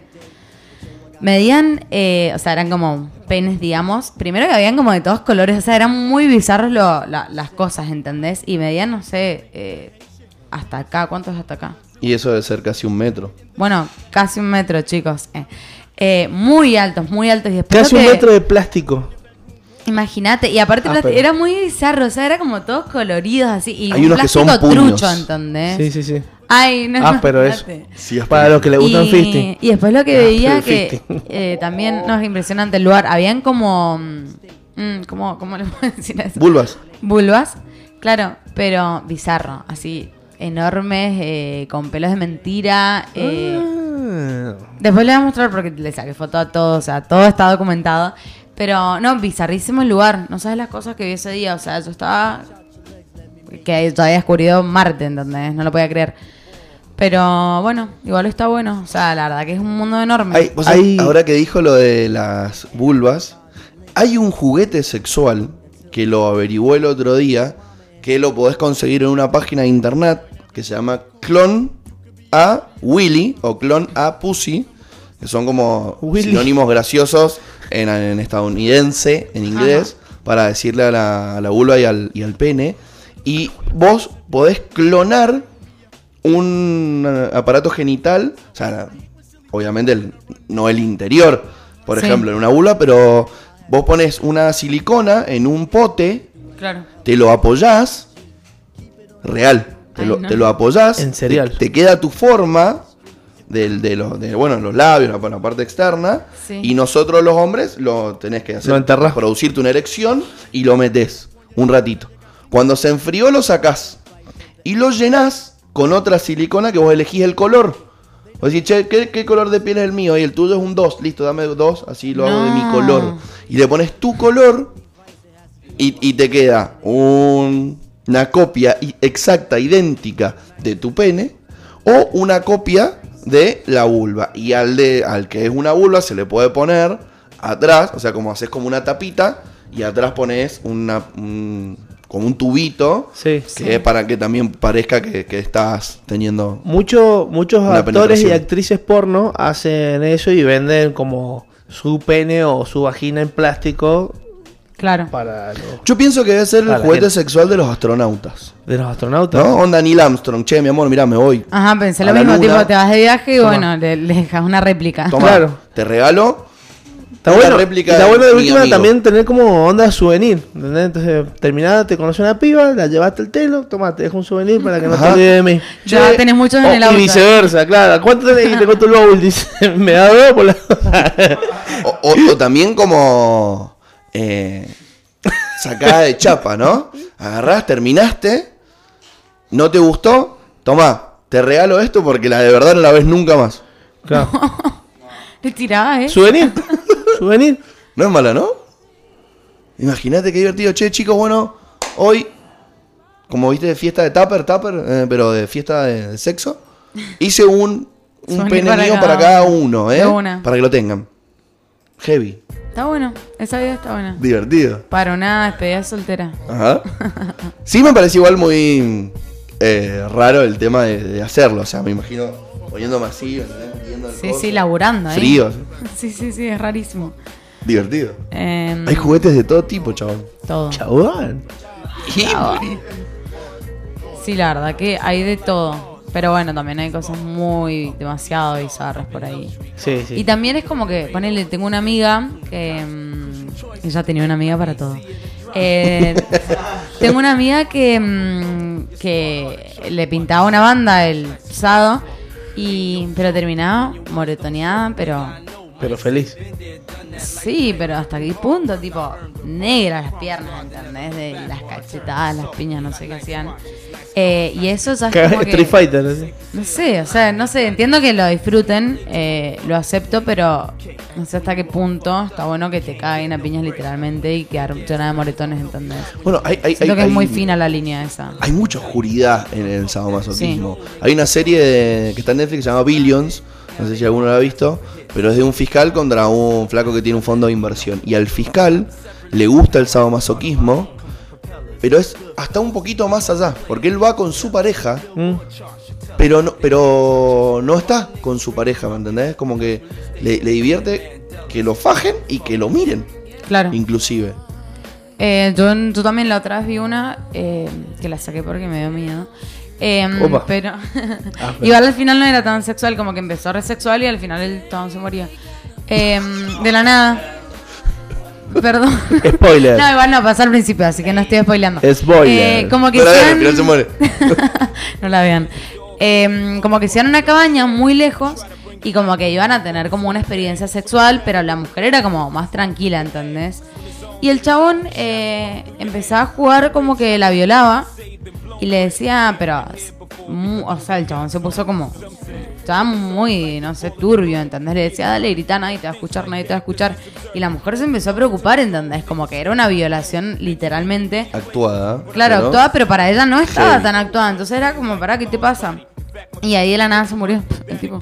[SPEAKER 3] medían, eh, o sea, eran como penes, digamos. Primero que habían como de todos colores, o sea, eran muy bizarros lo- la- las cosas, ¿entendés? Y medían, no sé, eh, hasta acá, ¿cuánto es hasta acá?
[SPEAKER 1] Y eso debe ser casi un metro.
[SPEAKER 3] Bueno, casi un metro, chicos. eh. Eh, muy altos, muy altos. Y después
[SPEAKER 2] Casi
[SPEAKER 3] lo
[SPEAKER 2] un
[SPEAKER 3] que-
[SPEAKER 2] metro de plástico.
[SPEAKER 3] Imagínate, y aparte
[SPEAKER 2] Ah,
[SPEAKER 3] plástico-
[SPEAKER 2] pero-
[SPEAKER 3] era muy bizarro, o sea, era como todos coloridos así. Y
[SPEAKER 1] Hay
[SPEAKER 3] un
[SPEAKER 1] unos que son
[SPEAKER 3] plástico
[SPEAKER 1] puños.
[SPEAKER 3] trucho, ¿entendés?
[SPEAKER 2] Sí, sí, sí.
[SPEAKER 3] Ay, no.
[SPEAKER 2] Ah, pero eso.
[SPEAKER 3] imagínate.
[SPEAKER 1] Sí,
[SPEAKER 2] Para los que le gustan
[SPEAKER 3] y,
[SPEAKER 2] 50.
[SPEAKER 3] y después lo que
[SPEAKER 2] Ah,
[SPEAKER 3] veía
[SPEAKER 2] pero
[SPEAKER 3] que
[SPEAKER 2] 50.
[SPEAKER 3] eh, también no es impresionante el lugar. Habían como. mm, mm, ¿cómo, ¿Cómo le puedo decir eso?
[SPEAKER 1] Vulvas.
[SPEAKER 3] Bulbas, claro, pero bizarro, así, enormes, eh, con pelos de mentira. eh,
[SPEAKER 2] Ah.
[SPEAKER 3] Después le voy a mostrar porque le saqué foto a todo, o sea, todo está documentado. Pero no, bizarrísimo el lugar, no sabes las cosas que vi ese día, o sea, yo estaba. que todavía escurrido Marte, ¿entendés? No lo podía creer. Pero bueno, igual está bueno, o sea, la verdad que es un mundo enorme.
[SPEAKER 1] Hay- vos sabés,
[SPEAKER 2] Hay-
[SPEAKER 1] Ahora que dijo lo de las vulvas, hay un juguete sexual que lo averigué el otro día, que lo podés conseguir en una página de internet que se llama Clon a Willy o Clon a Pussy, que son como
[SPEAKER 2] Willy.
[SPEAKER 1] sinónimos graciosos en, en estadounidense, en inglés, para decirle a la, a la vulva y al, y al pene. Y vos podés clonar un eh, aparato genital, o sea, obviamente el- no el interior, por
[SPEAKER 3] Sí.
[SPEAKER 1] ejemplo, en una bula, pero vos pones una silicona en un pote,
[SPEAKER 3] Claro.
[SPEAKER 1] te lo apoyás, real, te,
[SPEAKER 3] Ay,
[SPEAKER 1] lo,
[SPEAKER 3] no.
[SPEAKER 1] te lo apoyás,
[SPEAKER 2] En
[SPEAKER 1] te-
[SPEAKER 2] cereal.
[SPEAKER 1] Te, queda tu forma del, de, los, de, bueno, los labios, la, la parte externa,
[SPEAKER 3] Sí.
[SPEAKER 1] y nosotros los hombres lo tenés que hacer,
[SPEAKER 2] Lo enterrás.
[SPEAKER 1] producirte una erección y lo metés un ratito. Cuando se enfrió lo sacás y lo llenás con otra silicona que vos elegís el color. Vos decís, che, ¿qué, qué color de piel es el mío? Y el tuyo es un 2, listo, dame 2, así lo hago de mi
[SPEAKER 3] No.
[SPEAKER 1] color. Y le pones tu color y, y te queda un- una copia i- exacta, idéntica de tu pene o una copia de la vulva. Y al, de, al que es una vulva se le puede poner atrás, o sea, como haces como una tapita y atrás pones una, un- como un tubito
[SPEAKER 2] Sí.
[SPEAKER 1] que es para que también parezca que, que estás teniendo...
[SPEAKER 2] Mucho- muchos
[SPEAKER 1] Una
[SPEAKER 2] actores y
[SPEAKER 1] penetración.
[SPEAKER 2] actrices porno hacen eso y venden como su pene o su vagina en plástico
[SPEAKER 3] Claro.
[SPEAKER 2] para los,
[SPEAKER 1] Yo pienso que debe ser el
[SPEAKER 2] Para la
[SPEAKER 1] juguete
[SPEAKER 2] gente.
[SPEAKER 1] sexual de los astronautas.
[SPEAKER 2] de los astronautas.
[SPEAKER 1] ¿No? Onda Neil Armstrong. Che, mi amor, mira, me voy.
[SPEAKER 3] Ajá, pensé
[SPEAKER 1] A
[SPEAKER 3] lo
[SPEAKER 1] la
[SPEAKER 3] mismo,
[SPEAKER 1] luna.
[SPEAKER 3] tipo, te vas de viaje y
[SPEAKER 2] Toma.
[SPEAKER 3] bueno, le, le dejas una réplica.
[SPEAKER 1] Toma,
[SPEAKER 2] Claro.
[SPEAKER 1] te regalo.
[SPEAKER 2] Está
[SPEAKER 1] Una
[SPEAKER 2] bueno,
[SPEAKER 1] réplica
[SPEAKER 2] está
[SPEAKER 1] de
[SPEAKER 2] bueno de
[SPEAKER 1] mi
[SPEAKER 2] última
[SPEAKER 1] amigo.
[SPEAKER 2] también tener como onda souvenir. ¿entendés? Entonces, terminada, te conoce una piba, la llevaste al telo, toma, te dejo un souvenir para que no te
[SPEAKER 1] Ajá.
[SPEAKER 2] olvides de mí.
[SPEAKER 3] Ya tenés muchos en el auto.
[SPEAKER 2] Y viceversa, claro. ¿Cuánto tenés? Y te cuento el baúl, [LAUGHS] dice. Me da dos por la.
[SPEAKER 1] [LAUGHS] O, o- o también como eh, sacada
[SPEAKER 2] [LAUGHS]
[SPEAKER 1] de chapa, ¿no? Agarrás, terminaste, no te gustó, tomá, te regalo esto porque la de verdad no la ves nunca más.
[SPEAKER 2] claro.
[SPEAKER 3] Le tiraba, ¿eh?
[SPEAKER 2] Souvenir. Souvenir.
[SPEAKER 1] No es mala, ¿no? Imagínate qué divertido. Che, chicos, bueno, hoy, como viste, de fiesta de tupper, tupper, eh, pero de fiesta de, de sexo, hice un, un
[SPEAKER 3] Souvenir
[SPEAKER 1] pene
[SPEAKER 3] para
[SPEAKER 1] mío
[SPEAKER 3] cada
[SPEAKER 1] para cada uno, ¿eh?
[SPEAKER 3] De una.
[SPEAKER 1] Para que lo tengan. Heavy,
[SPEAKER 3] Está bueno, esa vida está buena.
[SPEAKER 1] divertido.
[SPEAKER 3] Para una despedida soltera.
[SPEAKER 1] Ajá. Sí me parece igual muy eh, raro el tema de, de hacerlo. O sea, me imagino poniéndome así, ¿entendés? viendo el
[SPEAKER 3] Sí,
[SPEAKER 1] coso.
[SPEAKER 3] sí, laburando ¿eh? ahí.
[SPEAKER 1] Frío.
[SPEAKER 3] [LAUGHS] Sí, sí, sí, es rarísimo.
[SPEAKER 1] Divertido.
[SPEAKER 3] Em,
[SPEAKER 1] Hay juguetes de todo tipo, chaval.
[SPEAKER 3] todo.
[SPEAKER 2] Chabón.
[SPEAKER 3] Sí, la verdad que hay de todo. Pero bueno, también hay cosas muy demasiado bizarras por ahí.
[SPEAKER 2] Sí, sí.
[SPEAKER 3] Y también es como que, ponele, tengo una amiga que. mm, ella tenía una amiga para todo. Eh, tengo una amiga que. mm, que le pintaba una banda el sábado. Y, pero terminaba moretoneada, pero
[SPEAKER 2] Pero feliz.
[SPEAKER 3] Sí, pero hasta qué punto, tipo, negras las piernas, ¿entendés? De las cachetadas, las piñas, no sé qué hacían. Eh, y eso ya es
[SPEAKER 2] Caga-
[SPEAKER 3] como que-
[SPEAKER 2] Street Fighter. así.
[SPEAKER 3] No sé, o sea, no sé, entiendo que lo disfruten, eh, lo acepto, pero no sé hasta qué punto está bueno que te caguen a piñas literalmente y quedar llena de moretones, ¿entendés?
[SPEAKER 1] Bueno, hay, hay,
[SPEAKER 3] Siento
[SPEAKER 1] hay-
[SPEAKER 3] que es
[SPEAKER 1] hay-
[SPEAKER 3] muy fina la línea esa.
[SPEAKER 1] Hay mucha oscuridad en el sadomasoquismo. Hay una serie de- que está en Netflix que se llama Billions. No sé si alguno la ha visto. Pero es de un fiscal contra un flaco que tiene un fondo de inversión. Y al fiscal le gusta el sadomasoquismo. Pero es hasta un poquito más allá. Porque él va con su pareja.
[SPEAKER 2] Mm.
[SPEAKER 1] Pero no, pero no está con su pareja, ¿me entendés? Como que le, le divierte que lo fajen y que lo miren,
[SPEAKER 3] Claro.
[SPEAKER 1] inclusive.
[SPEAKER 3] Eh, yo, yo también la otra vez vi una eh, que la saqué porque me dio miedo. Eh,
[SPEAKER 2] Opa.
[SPEAKER 3] pero [LAUGHS]
[SPEAKER 2] Ah, pero-
[SPEAKER 3] igual al final no era tan sexual, como que empezó re sexual y al final el chabón se moría. Eh, de la nada. Perdón.
[SPEAKER 2] [LAUGHS] Spoiler.
[SPEAKER 3] No, igual no, pasó al principio, así que no estoy spoileando.
[SPEAKER 2] Spoiler.
[SPEAKER 3] Eh, como que
[SPEAKER 1] Pero a ver,
[SPEAKER 3] sean-
[SPEAKER 1] al final se muere.
[SPEAKER 3] [LAUGHS] no la vean. Eh, como que hicieron una cabaña muy lejos y como que iban a tener como una experiencia sexual, pero la mujer era como más tranquila, ¿entendés? Y el chabón eh, empezaba a jugar como que la violaba y le decía, pero, mu- o sea, el chabón se puso como, estaba muy, no sé, turbio, ¿entendés? Le decía, dale, grita, nadie te va a escuchar, nadie te va a escuchar. Y la mujer se empezó a preocupar, ¿entendés? Como que era una violación literalmente.
[SPEAKER 1] Actuada.
[SPEAKER 3] Claro,
[SPEAKER 1] pero-
[SPEAKER 3] actuaba, pero para ella no estaba
[SPEAKER 1] Heavy.
[SPEAKER 3] tan actuada. Entonces era como, pará, ¿qué te pasa? Y ahí de la nada se murió. El tipo.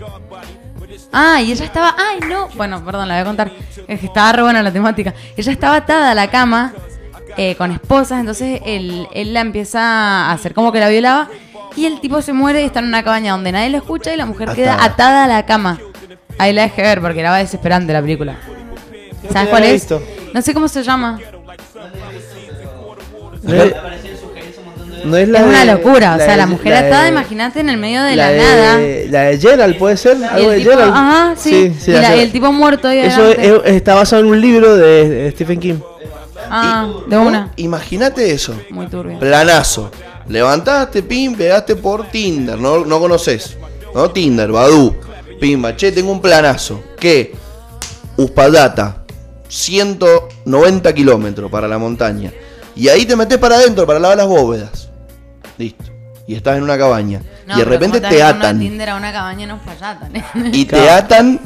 [SPEAKER 3] Ah, y ella estaba. Ay, no. Bueno, perdón, la voy a contar. Es que estaba re buena la temática. Ella estaba atada a la cama eh, con esposas. Entonces él, él la empieza a hacer como que la violaba. Y el tipo se muere y está en una cabaña donde nadie lo escucha y la mujer queda
[SPEAKER 1] Atada.
[SPEAKER 3] atada a la cama. Ahí la dejé ver porque era desesperante la película.
[SPEAKER 2] Creo que
[SPEAKER 3] ¿Sabes
[SPEAKER 2] la
[SPEAKER 3] cuál
[SPEAKER 2] he
[SPEAKER 3] es?
[SPEAKER 2] visto.
[SPEAKER 3] No sé cómo se llama.
[SPEAKER 2] No es, no es la
[SPEAKER 3] es una
[SPEAKER 2] de-
[SPEAKER 3] locura. O sea,
[SPEAKER 2] de-
[SPEAKER 3] la mujer
[SPEAKER 2] de-
[SPEAKER 3] atada, imagínate, en el medio de la,
[SPEAKER 2] de- Ah,
[SPEAKER 3] nada.
[SPEAKER 2] La de Gerald, ¿puede ser?
[SPEAKER 3] Y
[SPEAKER 2] ¿Algo de
[SPEAKER 3] el tipo,
[SPEAKER 2] Gerald?
[SPEAKER 3] ajá, sí.
[SPEAKER 2] sí,
[SPEAKER 3] y
[SPEAKER 2] de
[SPEAKER 3] la-
[SPEAKER 2] Gerald.
[SPEAKER 3] el tipo muerto ahí
[SPEAKER 2] Eso
[SPEAKER 3] adelante.
[SPEAKER 2] es- está basado en un libro de, de Stephen King.
[SPEAKER 3] ah, de una.
[SPEAKER 1] Imagínate eso.
[SPEAKER 3] Muy turbio.
[SPEAKER 1] Planazo. Levantaste, pim, pegaste por Tinder. No, no conoces. ¿No? Tinder, Badu. Pimba, che, tengo un planazo. Que Uspadata, 190 kilómetros para la montaña. Y ahí te metes para adentro, para el lado de las bóvedas. Listo. Y estás en una cabaña.
[SPEAKER 3] No,
[SPEAKER 1] y de
[SPEAKER 3] pero
[SPEAKER 1] repente
[SPEAKER 3] como
[SPEAKER 1] te
[SPEAKER 3] estás en una
[SPEAKER 1] atan.
[SPEAKER 3] Tinder a una cabaña no fallatan.
[SPEAKER 1] Y te atan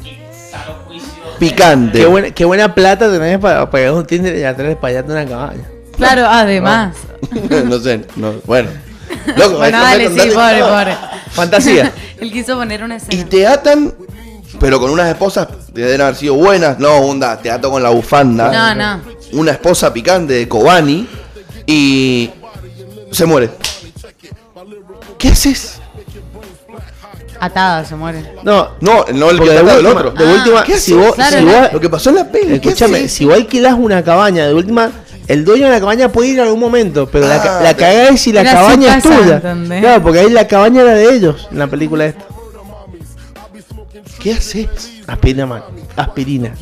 [SPEAKER 1] picante.
[SPEAKER 2] Qué buena, qué buena plata tenés para pagar un Tinder y atrás para allá de una cabaña.
[SPEAKER 3] [LAUGHS] claro, además.
[SPEAKER 1] [LAUGHS] no sé. no, bueno. Loco, esto
[SPEAKER 3] bueno,
[SPEAKER 1] me
[SPEAKER 3] dale, sí,
[SPEAKER 1] contaste-
[SPEAKER 3] pobre, pobre.
[SPEAKER 2] Fantasía.
[SPEAKER 3] [LAUGHS] Él quiso poner una
[SPEAKER 1] Y
[SPEAKER 3] escena.
[SPEAKER 1] te atan, pero con unas esposas que deben haber sido buenas. No, onda, te ato con la bufanda.
[SPEAKER 3] No, no.
[SPEAKER 1] Una esposa picante de Kobani y se muere. ¿Qué haces?
[SPEAKER 3] Atada se muere.
[SPEAKER 2] No,
[SPEAKER 1] No, no el que
[SPEAKER 2] Porque
[SPEAKER 1] te
[SPEAKER 2] de
[SPEAKER 1] ató, el
[SPEAKER 2] última-
[SPEAKER 1] otro.
[SPEAKER 2] de
[SPEAKER 3] Ah,
[SPEAKER 2] última,
[SPEAKER 1] ¿Qué
[SPEAKER 2] si
[SPEAKER 1] haces?
[SPEAKER 2] vos-
[SPEAKER 3] Claro,
[SPEAKER 2] si
[SPEAKER 3] no.
[SPEAKER 2] vos-
[SPEAKER 1] Lo que pasó en la peli. ¿qué
[SPEAKER 2] [LAUGHS] Escúchame,
[SPEAKER 1] haces?
[SPEAKER 2] si vos alquilás una cabaña, de última, el dueño de la cabaña puede ir en algún momento, pero la, ca-
[SPEAKER 1] Ah,
[SPEAKER 2] la
[SPEAKER 1] pero-
[SPEAKER 2] cagada es si la
[SPEAKER 3] Era su
[SPEAKER 2] cabaña es
[SPEAKER 3] casa,
[SPEAKER 2] tuya.
[SPEAKER 3] ¿entendés?
[SPEAKER 2] Claro, porque ahí la cabaña era de ellos en la película esta.
[SPEAKER 1] ¿Qué haces?
[SPEAKER 2] Aspirina, man. Aspirina.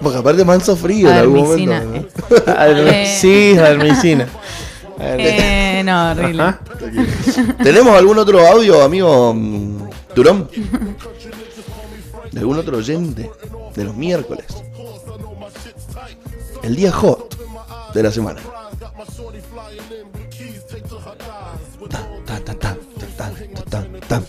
[SPEAKER 1] Porque aparte me han sufrido en algún
[SPEAKER 3] Adormicina. [LAUGHS]
[SPEAKER 1] momento.
[SPEAKER 2] Adorme- sí, adormicina.
[SPEAKER 3] Eh, no, horrible.
[SPEAKER 2] Ajá.
[SPEAKER 1] ¿no? ¿Tenemos algún otro audio, amigo mm, Turón? ¿De algún otro oyente? De los miércoles. El día hot de la semana. Tan, tan, tan, tan, tan, tan, tan.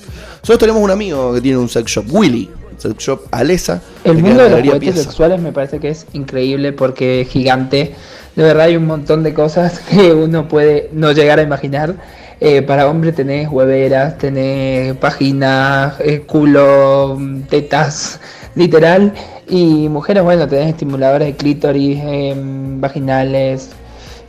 [SPEAKER 1] Nosotros tenemos un amigo que tiene un sex shop, Willy. Sex shop Alesa.
[SPEAKER 5] El
[SPEAKER 1] que queda
[SPEAKER 5] mundo de
[SPEAKER 1] en
[SPEAKER 5] los
[SPEAKER 1] Galería
[SPEAKER 5] juguetes
[SPEAKER 1] Piazza.
[SPEAKER 5] sexuales me parece que es increíble porque es gigante. De verdad hay un montón de cosas [LAUGHS] que uno puede no llegar a imaginar. Eh, para hombre tenés hueveras, tenés páginas, eh, culo, mm, tetas, [LAUGHS] literal. Y mujeres, bueno, tenés estimuladores de clítoris, em, vaginales.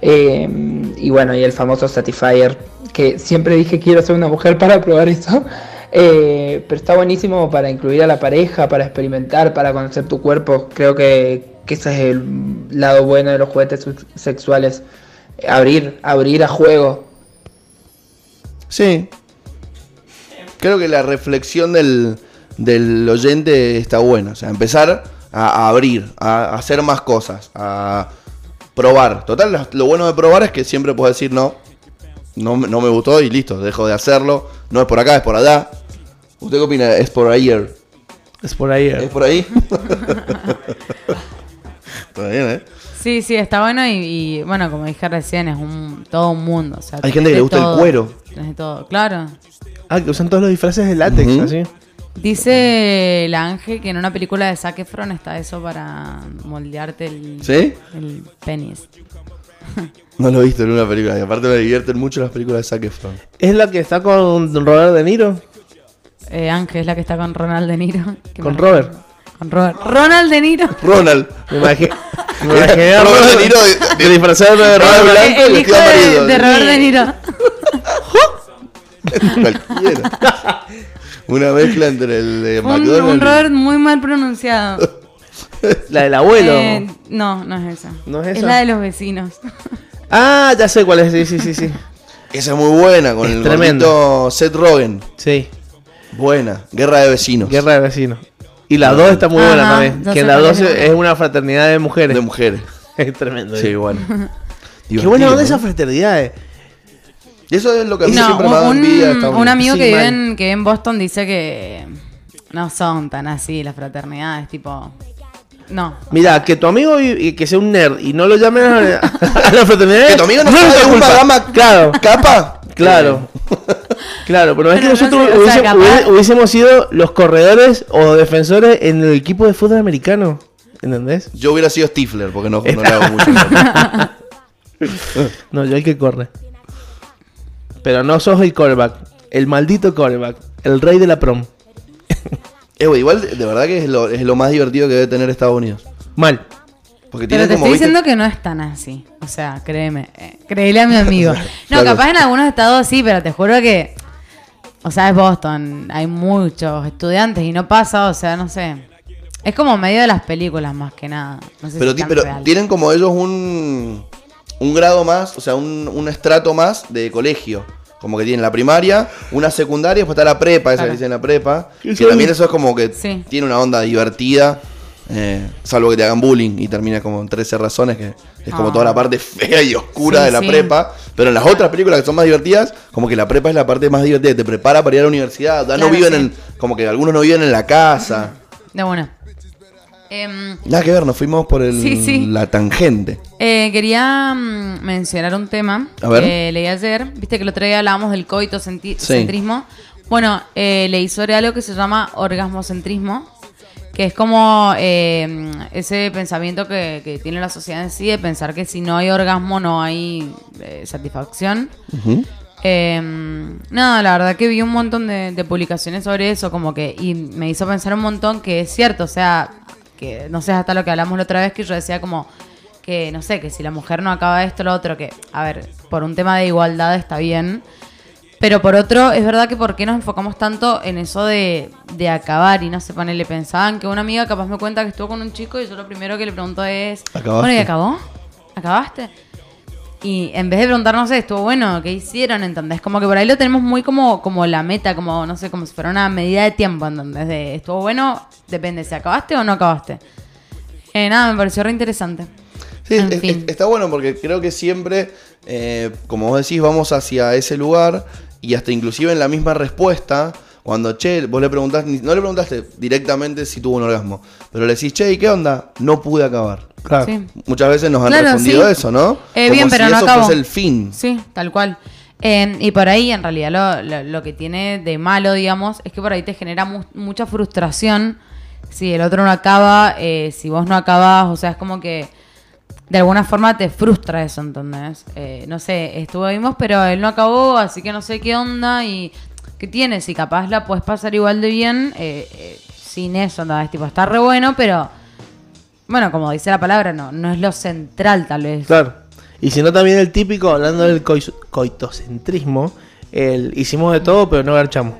[SPEAKER 5] em, y bueno, y el famoso Satisfyer, que siempre dije quiero ser una mujer para probar eso. Eh, pero está buenísimo para incluir a la pareja, para experimentar, para conocer tu cuerpo. Creo que, que ese es el lado bueno de los juguetes sex- sexuales. Abrir, abrir a juego.
[SPEAKER 1] Sí. Creo que la reflexión del, del oyente está buena. O sea, empezar a, a abrir, a, a hacer más cosas, a probar. Total, lo, lo bueno de probar es que siempre puedes decir no, no, me- no me gustó y listo, dejo de hacerlo. No es por acá, es por allá. ¿Usted qué opina? Es por ayer.
[SPEAKER 2] Es por ahí.
[SPEAKER 1] Er?
[SPEAKER 2] eh.
[SPEAKER 1] ¿Es por ahí? Está bien, ¿eh?
[SPEAKER 3] Sí, sí, está bueno y, y, bueno, como dije recién, es un todo un mundo. o sea,
[SPEAKER 1] Hay gente que le
[SPEAKER 3] tenés
[SPEAKER 1] gusta el
[SPEAKER 3] todo.
[SPEAKER 1] cuero.
[SPEAKER 3] Tenés de todo, claro.
[SPEAKER 2] Ah, que usan todos los disfraces de látex,
[SPEAKER 1] Ujú.
[SPEAKER 2] así.
[SPEAKER 3] Dice el ángel que en una película de Zac Efron está eso para moldearte el,
[SPEAKER 1] ¿Sí?
[SPEAKER 3] el penis.
[SPEAKER 1] No lo he visto en una película. Y aparte me divierten mucho las películas de Zac Efron.
[SPEAKER 2] ¿Es la que está con Robert De Niro?
[SPEAKER 3] Eh, Ángel es la que está con Ronald De Niro. Qué
[SPEAKER 2] Con
[SPEAKER 3] maravilla.
[SPEAKER 2] Robert.
[SPEAKER 3] Con Robert. Ronald De Niro.
[SPEAKER 1] Ronald.
[SPEAKER 2] Me
[SPEAKER 1] [LAUGHS]
[SPEAKER 2] imagi- me
[SPEAKER 1] Robert
[SPEAKER 2] imaginé a Robert
[SPEAKER 1] De Niro de-
[SPEAKER 2] que disfrazado de Robert
[SPEAKER 1] Robert
[SPEAKER 2] Blanco.
[SPEAKER 1] Blanco
[SPEAKER 3] el
[SPEAKER 1] y
[SPEAKER 3] hijo
[SPEAKER 1] vestido
[SPEAKER 3] de,
[SPEAKER 1] amarillo.
[SPEAKER 3] de Robert De Niro.
[SPEAKER 1] Cualquiera.
[SPEAKER 3] [LAUGHS]
[SPEAKER 1] Una mezcla entre el de
[SPEAKER 3] Un,
[SPEAKER 1] McDonald's.
[SPEAKER 3] un Robert muy mal pronunciado.
[SPEAKER 2] La del abuelo.
[SPEAKER 3] Eh, no, no es esa.
[SPEAKER 2] ¿No es
[SPEAKER 3] Es
[SPEAKER 2] esa?
[SPEAKER 3] la de los vecinos.
[SPEAKER 2] Ah, ya sé cuál es. Sí, sí, sí, sí.
[SPEAKER 1] Esa es muy buena, con
[SPEAKER 2] Es
[SPEAKER 1] el
[SPEAKER 2] tremendo.
[SPEAKER 1] gordito Seth Rogen.
[SPEAKER 2] Sí,
[SPEAKER 1] Buena. Guerra de vecinos.
[SPEAKER 2] Guerra de Vecinos. Y la 2 está muy buena
[SPEAKER 3] Ajá,
[SPEAKER 2] también.
[SPEAKER 3] ya
[SPEAKER 2] Que
[SPEAKER 3] sé
[SPEAKER 2] la
[SPEAKER 3] cuál
[SPEAKER 2] 2
[SPEAKER 3] es.
[SPEAKER 2] es una fraternidad de mujeres.
[SPEAKER 1] de mujeres.
[SPEAKER 2] [LAUGHS] es tremendo.
[SPEAKER 1] Sí,
[SPEAKER 2] eh.
[SPEAKER 3] [LAUGHS]
[SPEAKER 1] bueno.
[SPEAKER 2] Qué buena onda
[SPEAKER 1] Divertido,
[SPEAKER 2] eh. esas
[SPEAKER 1] ¿no?
[SPEAKER 2] fraternidades.
[SPEAKER 1] Y eso es lo que a mí
[SPEAKER 3] No,
[SPEAKER 1] siempre me da
[SPEAKER 3] un,
[SPEAKER 1] envidia. está
[SPEAKER 3] un
[SPEAKER 1] bueno.
[SPEAKER 3] amigo
[SPEAKER 2] Sí,
[SPEAKER 3] que vive,
[SPEAKER 2] mal.
[SPEAKER 3] en, que vive en Boston dice que no son tan así las fraternidades, tipo... No.
[SPEAKER 2] Mira, que tu amigo y, y que sea un nerd y no lo llamen a, a la fraternidad.
[SPEAKER 1] Que tu amigo no
[SPEAKER 2] es
[SPEAKER 1] sea de
[SPEAKER 2] nuestra
[SPEAKER 1] una
[SPEAKER 2] culpa.
[SPEAKER 1] gama-
[SPEAKER 2] Claro,
[SPEAKER 1] ¿Capa?
[SPEAKER 3] [LAUGHS]
[SPEAKER 2] claro. Claro, pero es que
[SPEAKER 3] Pero no sé,
[SPEAKER 2] nosotros
[SPEAKER 3] o sea,
[SPEAKER 2] hubiese-
[SPEAKER 3] capaz-
[SPEAKER 2] hubiese- hubiésemos sido los corredores o defensores en el equipo de fútbol americano. ¿Entendés?
[SPEAKER 1] Yo hubiera sido Stifler, porque no, no le hago
[SPEAKER 3] [LAUGHS]
[SPEAKER 1] mucho.
[SPEAKER 2] No, yo el que corre. Pero no sos el coreback. El maldito coreback. El rey de la prom.
[SPEAKER 1] Eh, güey, igual, de verdad que es lo, es lo más divertido que debe tener Estados Unidos.
[SPEAKER 2] Mal.
[SPEAKER 1] Porque
[SPEAKER 3] Pero
[SPEAKER 1] tiene
[SPEAKER 3] te
[SPEAKER 1] como,
[SPEAKER 3] estoy
[SPEAKER 1] ¿viste?
[SPEAKER 3] diciendo que no es tan así. O sea, créeme. eh, créele
[SPEAKER 1] [LAUGHS]
[SPEAKER 3] a mi amigo. No,
[SPEAKER 1] Claro.
[SPEAKER 3] capaz en algunos estados sí, pero te juro que... O sea, es Boston. Hay muchos estudiantes y no pasa, o sea, no sé. Es como medio de las películas más que nada. No sé
[SPEAKER 1] pero,
[SPEAKER 3] si
[SPEAKER 1] ti-
[SPEAKER 3] tan
[SPEAKER 1] pero
[SPEAKER 3] real.
[SPEAKER 1] tienen como ellos un, un grado más, o sea, un, un estrato más de colegio. Como que tienen la primaria, una secundaria, después está la prepa, esa
[SPEAKER 3] Claro.
[SPEAKER 1] que dicen la prepa.
[SPEAKER 2] Y
[SPEAKER 1] Que
[SPEAKER 2] son-
[SPEAKER 1] también eso es como que
[SPEAKER 3] Sí.
[SPEAKER 1] tiene una onda divertida, eh, salvo que te hagan bullying y termina como en 13 razones, que es como
[SPEAKER 3] Ah.
[SPEAKER 1] toda la parte fea y oscura
[SPEAKER 3] Sí,
[SPEAKER 1] de la
[SPEAKER 3] sí.
[SPEAKER 1] prepa. Pero en las otras películas que son más divertidas, como que la prepa es la parte más divertida, te prepara para ir a la universidad. ya no
[SPEAKER 3] Claro,
[SPEAKER 1] viven
[SPEAKER 3] sí.
[SPEAKER 1] en, como que algunos no viven en la casa.
[SPEAKER 3] De buena. Em,
[SPEAKER 1] Nada que ver, nos fuimos por el,
[SPEAKER 3] Sí, sí.
[SPEAKER 1] la tangente.
[SPEAKER 3] Eh, quería mm, mencionar un tema
[SPEAKER 1] A ver.
[SPEAKER 3] que leí ayer. Viste que el otro día hablábamos del
[SPEAKER 1] Sí.
[SPEAKER 3] coitocentrismo. Bueno, eh, leí sobre algo que se llama orgasmocentrismo, que es como eh, ese pensamiento que, que tiene la sociedad en sí de pensar que si no hay orgasmo no hay eh, satisfacción.
[SPEAKER 1] Ujú.
[SPEAKER 3] Eh, nada, la verdad que vi un montón de, de publicaciones sobre eso, como que, y me hizo pensar un montón que es cierto, o sea, que no sé, hasta lo que hablamos la otra vez, que yo decía como que, no sé, que si la mujer no acaba esto, lo otro, que, a ver, por un tema de igualdad está bien, pero por otro, es verdad que por qué nos enfocamos tanto en eso de, de acabar y no sé, ponele, pensaban que una amiga capaz me cuenta que estuvo con un chico y yo lo primero que le pregunto es,
[SPEAKER 1] ¿Acabaste?
[SPEAKER 3] bueno, ¿y acabó? ¿Acabaste? Y en vez de preguntarnos estuvo bueno, ¿qué hicieron? ¿Entendés? Como que por ahí lo tenemos muy como, como la meta, como, no sé, como si fuera una medida de tiempo, ¿entendés? De, estuvo bueno, depende, si acabaste o no acabaste. Eh, nada, me pareció re interesante.
[SPEAKER 1] Sí,
[SPEAKER 3] En
[SPEAKER 1] es-
[SPEAKER 3] fin.
[SPEAKER 1] es- está bueno porque creo que siempre, eh, como vos decís, vamos hacia ese lugar y hasta inclusive en la misma respuesta, cuando, che, vos le preguntás, ni- no le preguntaste directamente si tuvo un orgasmo, pero le decís, che, ¿y qué onda? No pude acabar.
[SPEAKER 2] Claro.
[SPEAKER 3] Sí.
[SPEAKER 1] Muchas veces nos han
[SPEAKER 3] Claro,
[SPEAKER 1] respondido
[SPEAKER 3] sí.
[SPEAKER 1] eso, ¿no?
[SPEAKER 3] Eh,
[SPEAKER 1] Como
[SPEAKER 3] bien,
[SPEAKER 1] si
[SPEAKER 3] pero no
[SPEAKER 1] eso
[SPEAKER 3] acabó.
[SPEAKER 1] fuese el fin.
[SPEAKER 3] Sí, tal cual. Eh, y por ahí, en realidad, lo, lo- lo que tiene de malo, digamos, es que por ahí te genera mu- mucha frustración si el otro no acaba, eh, si vos no acabas, o sea, es como que de alguna forma te frustra eso, ¿entendés? Eh, no sé, estuvimos, pero él no acabó, así que no sé qué onda y qué tienes. Y capaz la puedes pasar igual de bien eh, eh, sin eso, ¿entendés? Tipo, está re bueno, pero bueno, como dice la palabra, no, no es lo central, tal vez.
[SPEAKER 2] Claro. Y si no, también el típico, hablando del cois- coitocentrismo, el hicimos de todo, pero no garchamos.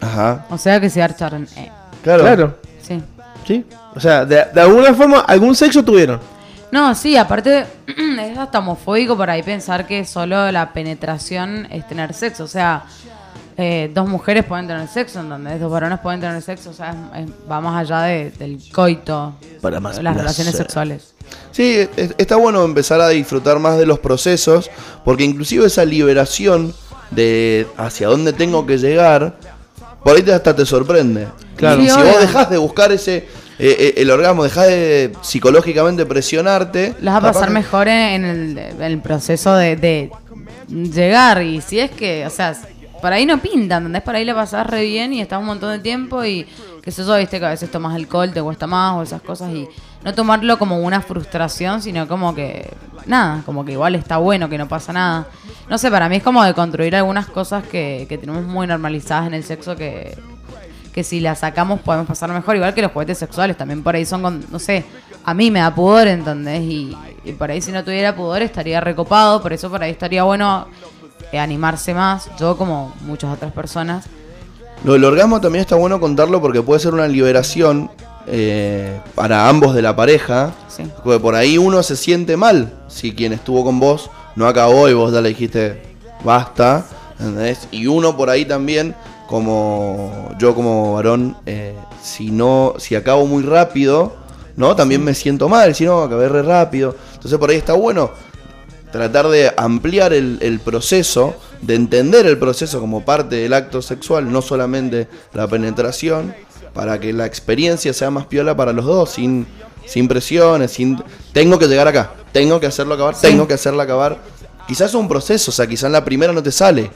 [SPEAKER 1] Ajá.
[SPEAKER 3] O sea que se archaron. eh,
[SPEAKER 1] Claro.
[SPEAKER 3] sí.
[SPEAKER 2] Sí. O sea, de, de alguna forma, algún sexo tuvieron.
[SPEAKER 3] No, sí, aparte [CLEARS THROAT] es hasta homofóbico por ahí pensar que solo la penetración es tener sexo. O sea, eh, dos mujeres pueden tener sexo, ¿entendés? Dos varones pueden tener sexo. O sea, es- es- va más allá de- del coito.
[SPEAKER 2] Para más
[SPEAKER 3] las relaciones
[SPEAKER 2] placer.
[SPEAKER 3] sexuales.
[SPEAKER 1] Sí, es- está bueno empezar a disfrutar más de los procesos, porque inclusive esa liberación de hacia dónde tengo que llegar por ahí te- hasta te sorprende.
[SPEAKER 2] Claro.
[SPEAKER 1] Y
[SPEAKER 3] Sí,
[SPEAKER 1] si
[SPEAKER 3] obvio.
[SPEAKER 1] vos dejás de buscar ese eh, eh, el orgasmo, dejás de psicológicamente presionarte.
[SPEAKER 3] Las va a pasar
[SPEAKER 1] capaz-
[SPEAKER 3] mejor en el, en el proceso de, de llegar. Y si es que, o sea, por ahí no pintan, ¿entendés? Por ahí la pasás re bien y estás un montón de tiempo y que eso yo, viste, que a veces tomas alcohol, te cuesta más o esas cosas. Y no tomarlo como una frustración, sino como que, nada, como que igual está bueno, que no pasa nada. No sé, para mí es como de construir algunas cosas que, que tenemos muy normalizadas en el sexo que, que si la sacamos podemos pasar mejor, igual que los juguetes sexuales, también por ahí son con, no sé, a mí me da pudor, ¿entendés? Y, y por ahí si no tuviera pudor estaría recopado, por eso por ahí estaría bueno eh, animarse más, yo como muchas otras personas.
[SPEAKER 1] Lo del orgasmo también está bueno contarlo porque puede ser una liberación eh, para ambos de la pareja.
[SPEAKER 3] Sí.
[SPEAKER 1] Porque por ahí uno se siente mal si quien estuvo con vos no acabó y vos ya le dijiste basta. ¿entendés? Y uno por ahí también, como yo como varón, eh, si no, si acabo muy rápido, ¿no? También me siento mal, si no, acabé re rápido. Entonces por ahí está bueno tratar de ampliar el, el proceso, de entender el proceso como parte del acto sexual, no solamente la penetración, para que la experiencia sea más piola para los dos, sin, sin presiones, sin... Tengo que llegar acá, tengo que hacerlo acabar, tengo que hacerlo acabar. Quizás es un proceso, o sea, quizás en la primera no te sale.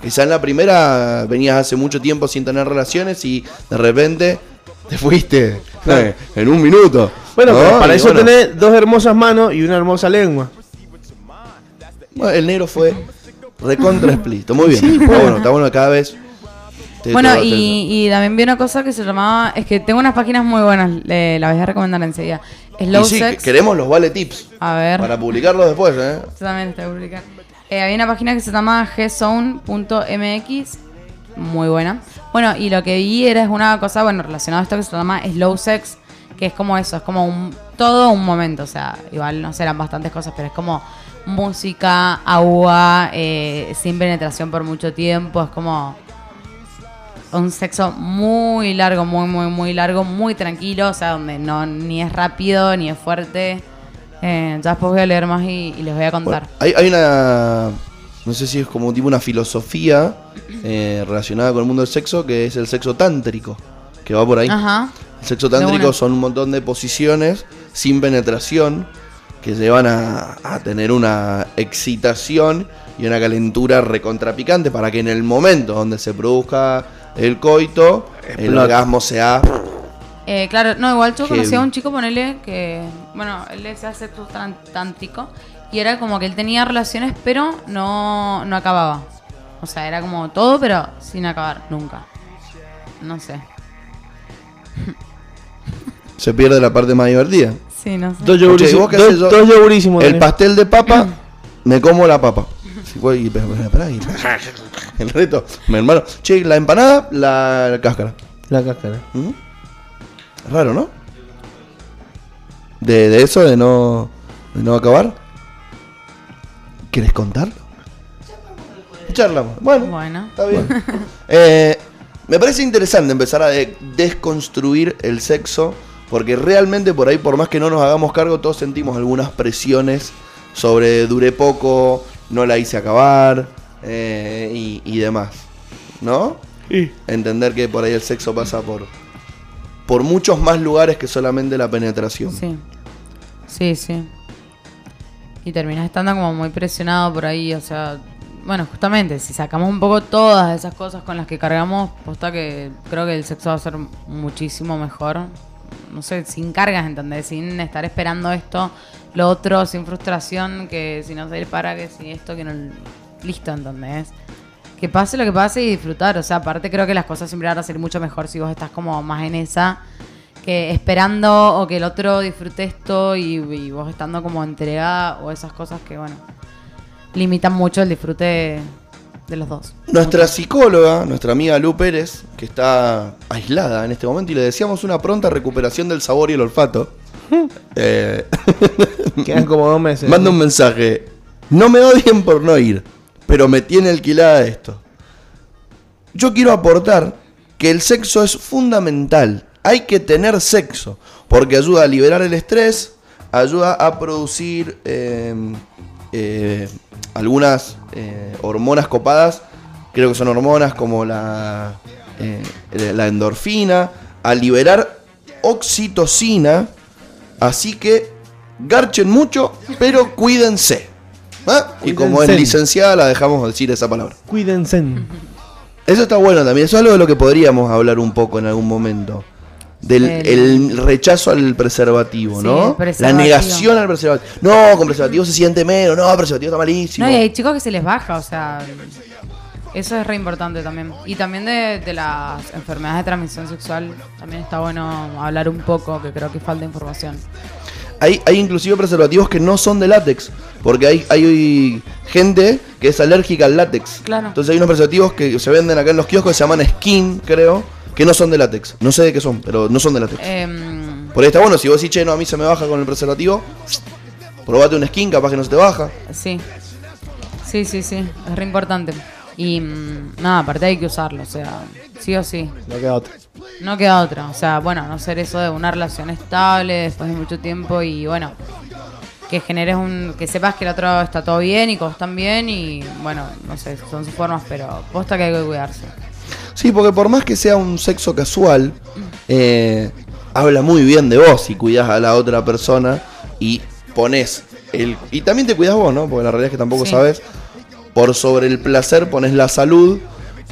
[SPEAKER 1] Quizás en la primera venías hace mucho tiempo sin tener relaciones y de repente te fuiste eh, en un minuto.
[SPEAKER 2] Bueno,
[SPEAKER 1] ¿no?
[SPEAKER 2] pero para
[SPEAKER 1] Y
[SPEAKER 2] eso
[SPEAKER 1] bueno,
[SPEAKER 2] tenés dos hermosas manos y una hermosa lengua.
[SPEAKER 1] Bueno, el negro fue recontra explícito. Muy bien. está bueno, está bueno cada vez. te-
[SPEAKER 3] bueno,
[SPEAKER 1] te-
[SPEAKER 3] y, y también vi una cosa que se llamaba, es que tengo unas páginas muy buenas, le- las voy a recomendar enseguida.
[SPEAKER 1] Y
[SPEAKER 3] Slow
[SPEAKER 1] sí,
[SPEAKER 3] Sex,
[SPEAKER 1] queremos los vale tips
[SPEAKER 3] a ver.
[SPEAKER 1] para publicarlos después, ¿eh?
[SPEAKER 3] Yo también está publicada. Eh, había una página que se llama gzone.mx, muy buena. Bueno, y lo que vi era es una cosa, bueno, relacionada a esto que se llama slow sex, que es como eso, es como un todo un momento, o sea, igual no serán bastantes cosas, pero es como música, agua, eh, sin penetración por mucho tiempo, es como un sexo muy largo, muy, muy, muy largo, muy tranquilo, o sea, donde no ni es rápido, ni es fuerte. Eh, ya después voy a leer más y, y les voy a
[SPEAKER 1] Bueno,
[SPEAKER 3] contar.
[SPEAKER 1] hay, hay una. No sé si es como tipo una filosofía eh, relacionada con el mundo del sexo, que es el sexo tántrico, que va por ahí.
[SPEAKER 3] Ajá.
[SPEAKER 1] El sexo
[SPEAKER 3] De
[SPEAKER 1] tántrico
[SPEAKER 3] una.
[SPEAKER 1] son un montón de posiciones sin penetración que llevan a, a tener una excitación y una calentura recontrapicante para que en el momento donde se produzca el coito, el
[SPEAKER 2] Explote.
[SPEAKER 1] orgasmo sea.
[SPEAKER 3] Eh, claro, no, igual yo
[SPEAKER 1] Heavy.
[SPEAKER 3] conocí a un chico, ponele, que, bueno, él se hace sexo tan- tántico y era como que él tenía relaciones, pero no, no acababa. O sea, era como todo, pero sin acabar, nunca. No sé.
[SPEAKER 1] Se pierde la parte más divertida.
[SPEAKER 3] Sí, no sé.
[SPEAKER 2] Dos
[SPEAKER 1] Escuché, ¿y
[SPEAKER 2] yogurísimos.
[SPEAKER 1] vos qué haces?
[SPEAKER 2] Dos,
[SPEAKER 1] Yo-
[SPEAKER 2] dos yogurísimos.
[SPEAKER 1] El
[SPEAKER 2] Daniel.
[SPEAKER 1] pastel de papa, me como la papa. Sí, güey, y- pero- pero- pará, y- [LAUGHS] El reto, mi hermano. Che, la empanada, la, la cáscara.
[SPEAKER 2] La cáscara.
[SPEAKER 1] ¿Mm? Raro, ¿no? De, de eso, de no, de no acabar. ¿Quieres contarlo? Charlamos. Bueno,
[SPEAKER 3] Bueno.
[SPEAKER 1] está bien. [LAUGHS] Eh, me parece interesante empezar a de- desconstruir el sexo, porque realmente por ahí, por más que no nos hagamos cargo, todos sentimos algunas presiones sobre duré poco, no la hice acabar eh, y, y demás. ¿No? entender que por ahí el sexo pasa por por muchos más lugares que solamente la penetración.
[SPEAKER 3] Sí. Sí, sí. Y terminás estando como muy presionado por ahí, o sea, bueno, justamente, si sacamos un poco todas esas cosas con las que cargamos, posta que creo que el sexo va a ser muchísimo mejor. No sé, sin cargas, ¿entendés? Sin estar esperando esto, lo otro, sin frustración, que si no se para, que si esto, que no... Listo, ¿entendés? Que pase lo que pase y disfrutar. O sea, aparte creo que las cosas siempre van a ser mucho mejor si vos estás como más en esa que esperando o que el otro disfrute esto y, y vos estando como entregada o esas cosas que, bueno, limitan mucho el disfrute de los dos.
[SPEAKER 1] Nuestra psicóloga, nuestra amiga Lu Pérez, que está aislada en este momento y le deseamos una pronta recuperación del sabor y el olfato, eh,
[SPEAKER 2] Quedan como dos meses.
[SPEAKER 1] manda un mensaje. No me odien por no ir, pero me tiene alquilada esto. Yo quiero aportar que el sexo es fundamental. Hay que tener sexo, porque ayuda a liberar el estrés, ayuda a producir em, eh, eh, algunas eh, hormonas copadas creo que son hormonas como la, eh, la endorfina, a liberar oxitocina. Así que garchen mucho, pero cuídense. ¿Ah? Y como es
[SPEAKER 2] Cuídense.
[SPEAKER 1] licenciada, la dejamos decir esa palabra.
[SPEAKER 2] Cuídense.
[SPEAKER 1] Eso está bueno también, eso es algo de lo que podríamos hablar un poco en algún momento. Del
[SPEAKER 3] El-
[SPEAKER 1] el, rechazo al preservativo,
[SPEAKER 3] Sí,
[SPEAKER 1] ¿no?
[SPEAKER 3] el preservativo.
[SPEAKER 1] La negación al preservativo. No, con preservativo se siente menos, no, preservativo está malísimo.
[SPEAKER 3] No, y hay chicos que se les baja, o sea. Eso es re importante también. Y también de, de las enfermedades de transmisión sexual, también está bueno hablar un poco, que creo que falta información.
[SPEAKER 1] Hay, hay inclusive preservativos que no son de látex, porque hay, hay gente que es alérgica al látex.
[SPEAKER 3] Claro.
[SPEAKER 1] Entonces hay unos preservativos que se venden acá en los kioscos que se llaman skin, creo, que no son de látex. No sé de qué son, pero no son de látex.
[SPEAKER 3] Em,
[SPEAKER 1] Por ahí está bueno, si vos decís, che, no, a mí se me baja con el preservativo, probate un skin, capaz que no se te baja.
[SPEAKER 3] sí. Sí, sí, sí. Es re importante. Y mm, nada, aparte hay que usarlo, o sea, sí o sí.
[SPEAKER 2] No queda otra.
[SPEAKER 3] No queda otra. O sea, bueno, a no ser eso de una relación estable después de mucho tiempo y bueno, que generes un. que sepas que el otro está todo bien y que vos también y bueno, no sé, son sus formas, pero posta que hay que cuidarse.
[SPEAKER 1] Sí, porque por más que sea un sexo casual, eh, habla muy bien de vos si cuidás a la otra persona y pones el. Y también te cuidas vos, ¿no? Porque la realidad es que tampoco
[SPEAKER 3] Sí.
[SPEAKER 1] sabes. Por sobre el placer pones la salud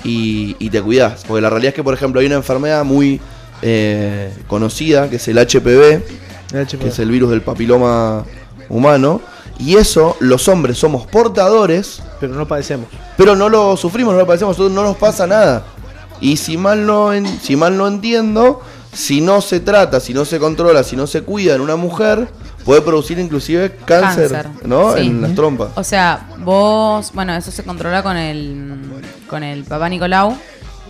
[SPEAKER 1] y, y te cuidás. Porque la realidad es que, por ejemplo, hay una enfermedad muy eh, conocida que es el HPV, que es el virus del papiloma humano. Y eso, los hombres somos portadores.
[SPEAKER 2] Pero no padecemos.
[SPEAKER 1] Pero no lo sufrimos, no lo padecemos, nosotros no nos pasa nada. Y si mal no en- si mal no entiendo, si no se trata, si no se controla, si no se cuida en una mujer, puede producir inclusive cáncer,
[SPEAKER 3] Cáncer,
[SPEAKER 1] ¿no?
[SPEAKER 3] sí.
[SPEAKER 1] En las trompas.
[SPEAKER 3] O sea, vos, bueno, eso se controla con el con el papá Nicolau.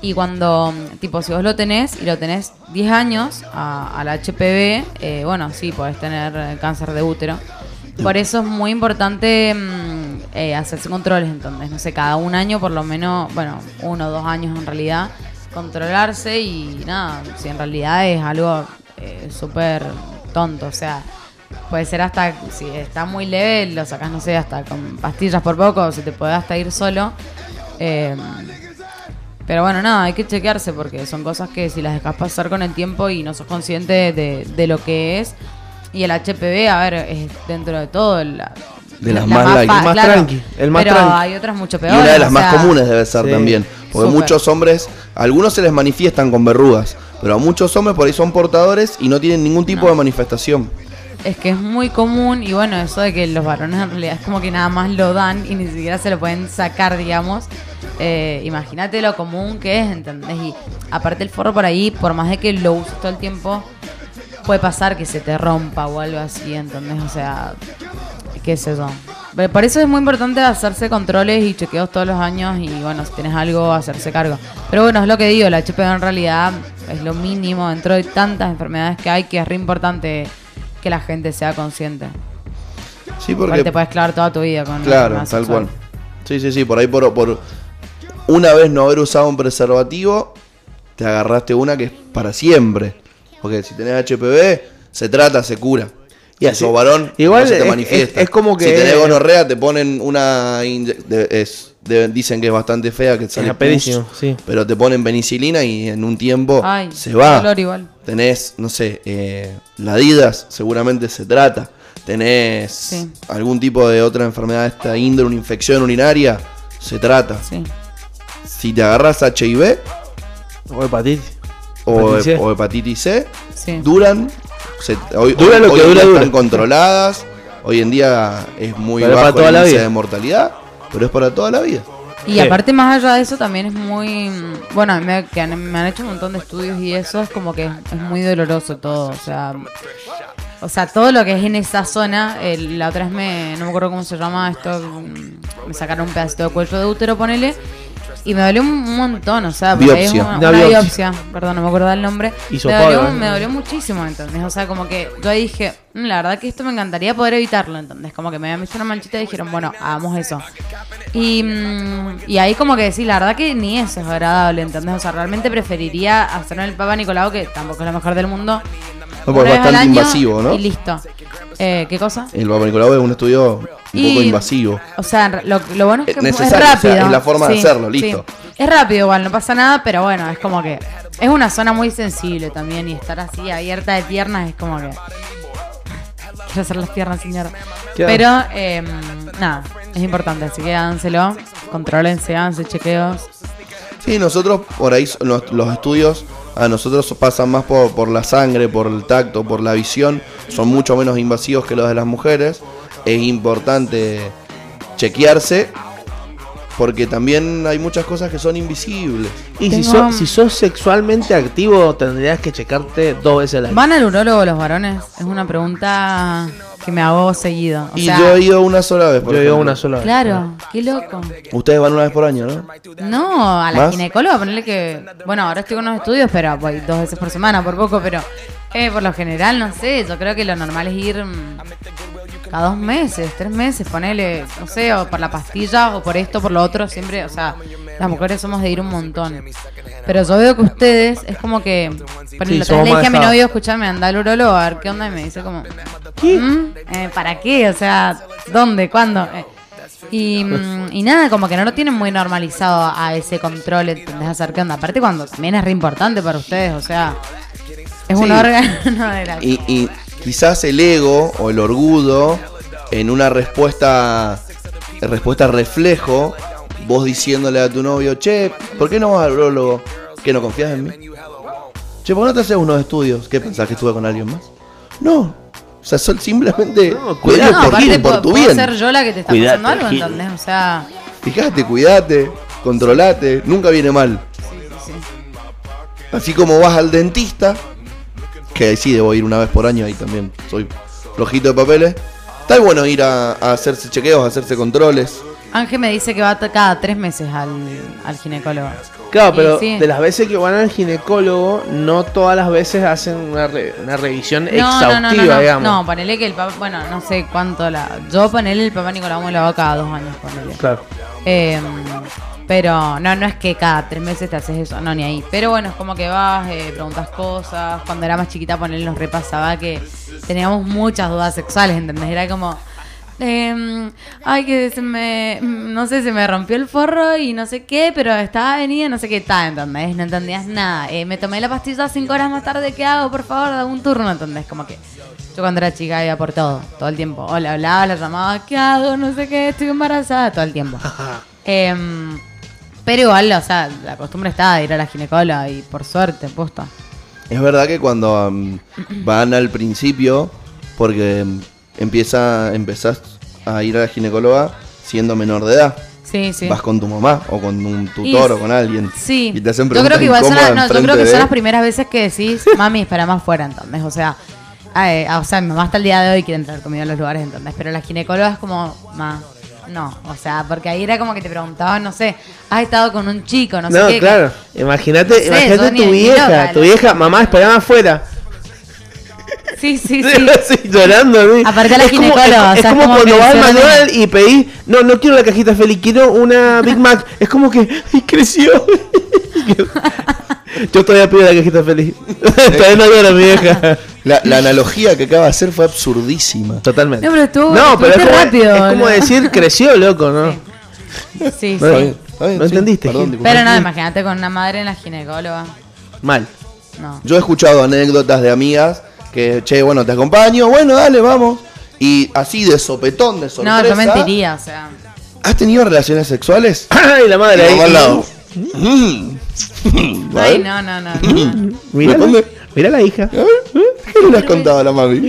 [SPEAKER 3] Y cuando, tipo, si vos lo tenés y lo tenés 10 años a- al HPV, eh, bueno, sí, podés tener eh, cáncer de útero. Por eso es muy importante mm, eh, hacerse controles, entonces, no sé, cada un año por lo menos, bueno, uno o dos años en realidad, controlarse y nada, si en realidad es algo eh, súper tonto, o sea, Puede ser hasta, si está muy leve, lo sacas, no sé, hasta con pastillas por poco, o se te puede hasta ir solo. Eh, pero bueno, nada, hay que chequearse porque son cosas que si las dejas pasar con el tiempo y no sos consciente de, de lo que es. Y el HPV, a ver, es dentro de todo. La,
[SPEAKER 1] De las más light.
[SPEAKER 3] fa-
[SPEAKER 2] El más tranqui, el más
[SPEAKER 3] pero
[SPEAKER 2] tranqui.
[SPEAKER 3] hay otras mucho
[SPEAKER 1] Y
[SPEAKER 3] peores.
[SPEAKER 1] una de las
[SPEAKER 3] o
[SPEAKER 1] más
[SPEAKER 3] sea,
[SPEAKER 1] comunes debe ser
[SPEAKER 2] sí.
[SPEAKER 1] también. Porque
[SPEAKER 3] Súper.
[SPEAKER 1] muchos hombres, a algunos se les manifiestan con verrugas, pero a muchos hombres por ahí son portadores y no tienen ningún tipo de manifestación.
[SPEAKER 3] Es que es muy común y bueno, eso de que los varones en realidad es como que nada más lo dan y ni siquiera se lo pueden sacar, digamos. Eh, Imagínate lo común que es, ¿entendés? Y aparte el forro por ahí, por más de que lo uses todo el tiempo, puede pasar que se te rompa o algo así, ¿entendés? O sea, qué es eso. Pero por eso es muy importante hacerse controles y chequeos todos los años y bueno, si tienes algo, hacerse cargo. Pero bueno, es lo que digo, la HPV en realidad es lo mínimo dentro de tantas enfermedades que hay que es re importante que la gente sea consciente.
[SPEAKER 1] Sí,
[SPEAKER 3] Porque
[SPEAKER 1] porque
[SPEAKER 3] te puedes clavar toda tu vida con una
[SPEAKER 1] Claro,
[SPEAKER 3] enfermedad
[SPEAKER 1] tal
[SPEAKER 3] sexual.
[SPEAKER 1] cual. Sí, sí, sí, por ahí por, por una vez no haber usado un preservativo, te agarraste una que es para siempre. Porque si tenés HPV, se trata, se cura. Y
[SPEAKER 2] Y
[SPEAKER 1] así,
[SPEAKER 2] así-
[SPEAKER 1] sos varón,
[SPEAKER 2] igual
[SPEAKER 1] no se te
[SPEAKER 2] es-
[SPEAKER 1] manifiesta.
[SPEAKER 2] es- es como que-
[SPEAKER 1] Si tenés gonorrea, te ponen una. inye- de- es- de- dicen que es bastante fea, que sale pus,
[SPEAKER 2] apelísimo, sí.
[SPEAKER 1] Pero te ponen penicilina y en un tiempo
[SPEAKER 3] Ay,
[SPEAKER 1] Oh, se va.
[SPEAKER 3] dolor igual.
[SPEAKER 1] Tenés, no sé, eh, la Adidas, seguramente se trata. Tenés
[SPEAKER 3] Sí.
[SPEAKER 1] algún tipo de otra enfermedad de esta índole, una infección urinaria, se trata.
[SPEAKER 3] Sí.
[SPEAKER 1] Si te agarras HIV
[SPEAKER 2] O hepatitis.
[SPEAKER 1] o,
[SPEAKER 2] Hepatitis C.
[SPEAKER 1] o hepatitis C,
[SPEAKER 3] Sí.
[SPEAKER 1] duran. se- hoy,
[SPEAKER 2] Dura
[SPEAKER 1] hoy-
[SPEAKER 2] lo
[SPEAKER 1] hoy
[SPEAKER 2] que
[SPEAKER 1] en
[SPEAKER 2] dura,
[SPEAKER 1] día
[SPEAKER 2] dura.
[SPEAKER 1] Están controladas. Hoy en día es muy
[SPEAKER 2] Pero es
[SPEAKER 1] bajo
[SPEAKER 2] para toda
[SPEAKER 1] el
[SPEAKER 2] la
[SPEAKER 1] índice
[SPEAKER 2] vida.
[SPEAKER 1] de mortalidad, pero es para toda la vida.
[SPEAKER 3] Y
[SPEAKER 2] Sí.
[SPEAKER 3] aparte más allá de eso también es muy... Bueno, a mí me, que han- me han hecho un montón de estudios y eso es como que es, es muy doloroso todo. O sea, o sea, todo lo que es en esa zona, el- la otra vez me, no me acuerdo cómo se llama esto, mm, me sacaron un pedacito de cuello de útero, ponele, y me dolió un- un montón, o sea, por ahí es
[SPEAKER 1] Biopsia.
[SPEAKER 3] una,
[SPEAKER 2] Una
[SPEAKER 3] una biopsia.
[SPEAKER 2] biopsia.
[SPEAKER 3] perdón, no me acuerdo el nombre, me
[SPEAKER 2] Hisopado,
[SPEAKER 3] dolió,
[SPEAKER 2] ¿eh?
[SPEAKER 3] me dolió muchísimo, entonces, o sea, como que yo ahí dije, "Mm, la verdad que esto me encantaría poder evitarlo, entonces, como que me habían visto una manchita y dijeron, bueno, hagamos eso. Y, mm, y ahí como que decís, la verdad que ni eso es agradable, ¿entendés? O sea, realmente preferiría hacerme el Papa Nicolau, que tampoco es lo mejor del mundo.
[SPEAKER 1] No,
[SPEAKER 3] una
[SPEAKER 1] porque es
[SPEAKER 3] vez al
[SPEAKER 1] bastante
[SPEAKER 3] año
[SPEAKER 1] invasivo, ¿no?
[SPEAKER 3] Y listo. Eh, ¿Qué cosa?
[SPEAKER 1] El Papa Nicolau es un estudio un
[SPEAKER 3] Y-
[SPEAKER 1] poco invasivo.
[SPEAKER 3] O sea, en re- lo, lo bueno es que
[SPEAKER 1] Es
[SPEAKER 3] es
[SPEAKER 1] Eh, necesario, o sea,
[SPEAKER 3] rápido.
[SPEAKER 1] es la forma de
[SPEAKER 3] Sí,
[SPEAKER 1] hacerlo, listo.
[SPEAKER 3] sí. Es rápido igual, no pasa nada, pero bueno, es como que es una zona muy sensible también y estar así abierta de piernas es como que... [LAUGHS] Quiero hacer las piernas sin mierda.
[SPEAKER 2] Claro.
[SPEAKER 3] Pero eh, nada, es importante, así que háganselo, controlense, háganse chequeos.
[SPEAKER 1] Sí, nosotros por ahí so- los, los estudios a nosotros pasan más por, por la sangre, por el tacto, por la visión, son mucho menos invasivos que los de las mujeres. Es importante chequearse porque también hay muchas cosas que son invisibles.
[SPEAKER 2] Y si,
[SPEAKER 3] Tengo-
[SPEAKER 2] sos, si sos sexualmente activo, tendrías que checarte dos veces al año.
[SPEAKER 3] ¿Van al urólogo los varones? Es una pregunta que me hago seguido. O
[SPEAKER 1] y
[SPEAKER 3] sea,
[SPEAKER 1] yo he ido una sola vez. por
[SPEAKER 2] Yo digo
[SPEAKER 1] ejemplo.
[SPEAKER 2] una sola vez.
[SPEAKER 3] Claro, qué loco.
[SPEAKER 1] Ustedes van una vez por año, ¿no?
[SPEAKER 3] No, a la
[SPEAKER 1] ¿Más?
[SPEAKER 3] ginecóloga, ponerle que. Bueno, ahora estoy con unos estudios, pero voy dos veces por semana, por poco, pero. eh, por lo general, no sé, yo creo que lo normal es ir mm, cada dos meses, tres meses, ponele, no sé, o por la pastilla, o por esto, por lo otro, siempre, o sea, las mujeres somos de ir un montón. Pero yo veo que ustedes, es como que. Ponele,
[SPEAKER 2] Sí,
[SPEAKER 3] la otra
[SPEAKER 2] somos
[SPEAKER 3] vez le dije a mi
[SPEAKER 2] más
[SPEAKER 3] novio, escuchame, anda al urólogo, a ver qué onda, y me dice como. "Mm, eh, ¿Para qué? O sea, ¿dónde? ¿Cuándo? Eh, y, mm, y nada, como que no lo tienen muy normalizado a ese control, ¿entendés? Hacer qué onda. Aparte, cuando también es re importante para ustedes, o sea, es un
[SPEAKER 1] Sí.
[SPEAKER 3] órgano de la.
[SPEAKER 1] Y, y quizás el ego o el orgullo en una respuesta respuesta reflejo, vos diciéndole a tu novio, che, ¿por qué no vas al urologo? ¿Que no confías en mí? Che, ¿por qué no te haces unos estudios? ¿Qué pensás que estuve con alguien más? No. O sea, son simplemente
[SPEAKER 2] No,
[SPEAKER 1] cuidado
[SPEAKER 3] no,
[SPEAKER 1] por, ti y
[SPEAKER 3] aparte,
[SPEAKER 1] por
[SPEAKER 3] puedo,
[SPEAKER 1] tu
[SPEAKER 3] puedo
[SPEAKER 1] bien.
[SPEAKER 3] ser yo la que te está
[SPEAKER 6] Cuidate,
[SPEAKER 3] pasando algo,
[SPEAKER 6] Gil.
[SPEAKER 3] ¿entendés? O sea,
[SPEAKER 1] Fijate, cuidate, controlate, nunca viene mal. Así como vas al dentista, que ahí sí debo ir una vez por año, ahí también soy flojito de papeles. Está bueno ir a, a hacerse chequeos, a hacerse controles.
[SPEAKER 3] Ángel me dice que va t- cada tres meses al, al ginecólogo.
[SPEAKER 2] Claro, pero
[SPEAKER 3] Y sí.
[SPEAKER 2] de las veces que van al ginecólogo, no todas las veces hacen una, re- una revisión exhaustiva,
[SPEAKER 3] no, no, no,
[SPEAKER 2] digamos.
[SPEAKER 3] No, ponele que el papá, bueno, no sé cuánto la. Yo ponele el papá Nicolau me lo hago cada dos años, ponele.
[SPEAKER 2] Claro.
[SPEAKER 3] Eh, pero no, no es que cada tres meses te haces eso, no, ni ahí. Pero bueno, es como que vas, eh, preguntas cosas. Cuando era más chiquita, poner nos repasaba que teníamos muchas dudas sexuales, ¿entendés? Era como. eh, ay, que se me. No sé, se me rompió el forro y no sé qué, pero estaba venida, no sé qué tal, ¿entendés? No entendías nada. Eh, me tomé la pastilla cinco horas más tarde, ¿qué hago? Por favor, da un turno, ¿entendés? Como que. Yo cuando era chica iba por todo, todo el tiempo. O le hablaba, la llamaba, ¿qué hago? No sé qué, estoy embarazada, todo el tiempo. Em, pero igual, o sea, la costumbre está de ir a la ginecóloga y por suerte, posta.
[SPEAKER 1] Es verdad que cuando am, van al principio, porque em, empieza, empezás a ir a la ginecóloga siendo menor de edad.
[SPEAKER 3] Sí, sí.
[SPEAKER 1] Vas con tu mamá o con un tutor
[SPEAKER 3] Y-
[SPEAKER 1] o con alguien.
[SPEAKER 3] Sí.
[SPEAKER 1] Y te hacen
[SPEAKER 3] yo creo
[SPEAKER 1] preguntas
[SPEAKER 3] que igual son, las-
[SPEAKER 1] incómodas
[SPEAKER 3] no, yo
[SPEAKER 1] enfrente
[SPEAKER 3] creo que son
[SPEAKER 1] de-
[SPEAKER 3] las primeras veces que
[SPEAKER 1] [LAUGHS]
[SPEAKER 3] decís, mami, espera más fuera, ¿entendés? O sea, eh, o sea, mi mamá hasta el día de hoy quiere entrar conmigo a los lugares, ¿entendés? Pero la ginecóloga es como, ma, no. O sea, porque ahí era como que te preguntaban, no sé, has estado con un chico, no,
[SPEAKER 2] No,
[SPEAKER 3] sé qué. que-
[SPEAKER 2] claro. Imagínate,
[SPEAKER 3] No sé,
[SPEAKER 2] imagínate
[SPEAKER 3] yo
[SPEAKER 2] tu
[SPEAKER 3] ni- ni
[SPEAKER 2] vieja,
[SPEAKER 3] loca,
[SPEAKER 2] tu
[SPEAKER 3] la-
[SPEAKER 2] vieja, mamá, esperame afuera. [LAUGHS]
[SPEAKER 3] Sí, sí, sí.
[SPEAKER 2] Así, llorando a mí.
[SPEAKER 3] Aparte a la
[SPEAKER 2] Es como-
[SPEAKER 3] ginecóloga,
[SPEAKER 2] Es,
[SPEAKER 3] o sea,
[SPEAKER 2] es como,
[SPEAKER 3] es como
[SPEAKER 2] cuando
[SPEAKER 3] que
[SPEAKER 2] vas al
[SPEAKER 3] se ordenan.
[SPEAKER 2] McDonald's y pedís, no, no quiero la cajita feliz, quiero una
[SPEAKER 3] [LAUGHS]
[SPEAKER 2] Big Mac. es como que "Ay, creció. [LAUGHS] Yo todavía pido la cajita feliz. todavía no lloro, mi vieja.
[SPEAKER 1] La, la analogía que acaba de hacer fue absurdísima.
[SPEAKER 2] Totalmente.
[SPEAKER 3] No, pero estuvo-
[SPEAKER 2] No, pero es
[SPEAKER 3] estuviste
[SPEAKER 2] como,
[SPEAKER 3] rápido,
[SPEAKER 2] es como
[SPEAKER 3] boludo.
[SPEAKER 2] decir creció, loco, ¿no?
[SPEAKER 3] Sí,
[SPEAKER 1] [LAUGHS]
[SPEAKER 3] Sí,
[SPEAKER 2] Bueno,
[SPEAKER 3] sí.
[SPEAKER 1] Está bien,
[SPEAKER 2] No entendiste, Gil.
[SPEAKER 1] disculpa.
[SPEAKER 3] Pero no, imagínate con una madre en la ginecóloga.
[SPEAKER 2] Mal. [LAUGHS]
[SPEAKER 3] No.
[SPEAKER 1] Yo he escuchado anécdotas de amigas que, che, bueno, te acompaño, bueno, dale, vamos. Y así de sopetón, de sorpresa.
[SPEAKER 3] No, yo mentiría, o sea.
[SPEAKER 1] ¿Has tenido relaciones sexuales? Mm.
[SPEAKER 2] Ay, la madre
[SPEAKER 1] Y
[SPEAKER 2] ahí.
[SPEAKER 1] vamos al lado. [LAUGHS]
[SPEAKER 3] Ay, no, no, no. no, no.
[SPEAKER 2] Mirá, la,
[SPEAKER 1] ¿Dónde?
[SPEAKER 2] mirá la hija.
[SPEAKER 1] ¿Eh? ¿Qué le has contado a la [LAUGHS] mami?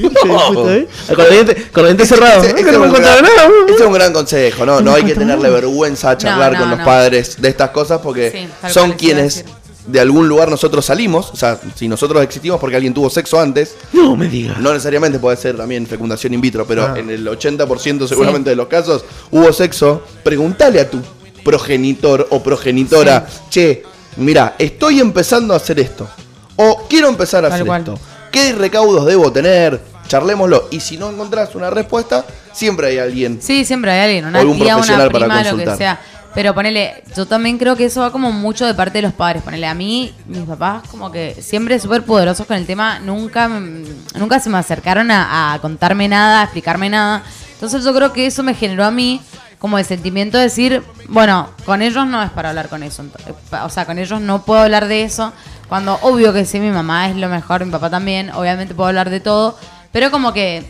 [SPEAKER 2] Puta, ¿eh? Con el diente- con el diente cerrado.
[SPEAKER 1] Ese-
[SPEAKER 2] No
[SPEAKER 1] ese es
[SPEAKER 2] queremos
[SPEAKER 1] un
[SPEAKER 2] contar
[SPEAKER 1] gran-
[SPEAKER 2] nada.
[SPEAKER 1] ese es un gran consejo, ¿no? No hay que tenerle vergüenza a charlar
[SPEAKER 3] no,
[SPEAKER 1] con los
[SPEAKER 3] no.
[SPEAKER 1] padres de estas cosas porque
[SPEAKER 3] Sí, tal
[SPEAKER 1] son
[SPEAKER 3] cual, te iba a
[SPEAKER 1] quienes
[SPEAKER 3] decir.
[SPEAKER 1] de algún lugar nosotros salimos. O sea, si nosotros existimos porque alguien tuvo sexo antes,
[SPEAKER 2] No me digas.
[SPEAKER 1] No necesariamente puede ser también fecundación in vitro, pero
[SPEAKER 2] Ah.
[SPEAKER 1] en el 80% seguramente de los casos hubo sexo. Pregúntale a tu progenitor o progenitora, che, mira, estoy empezando a hacer esto. O quiero empezar a
[SPEAKER 3] Tal
[SPEAKER 1] hacer
[SPEAKER 3] cual.
[SPEAKER 1] esto. ¿Qué recaudos debo tener? Charlémoslo. Y si no encontrás una respuesta, siempre hay alguien.
[SPEAKER 3] Sí, siempre hay alguien, una
[SPEAKER 1] O algún
[SPEAKER 3] tía, una
[SPEAKER 1] profesional para
[SPEAKER 3] prima, lo que
[SPEAKER 1] consultar.
[SPEAKER 3] sea. Pero ponele, yo también creo que eso va como mucho de parte de los padres. Ponele, a mí, mis papás como que siempre súper poderosos con el tema, nunca, me- nunca se me acercaron a, a contarme nada, a explicarme nada. Entonces yo creo que eso me generó a mí como el sentimiento de decir, bueno, con ellos no es para hablar con eso. ento- eh, pa- O sea, con ellos no puedo hablar de eso. Cuando, obvio que sí, mi mamá es lo mejor, mi papá también, obviamente puedo hablar de todo. Pero como que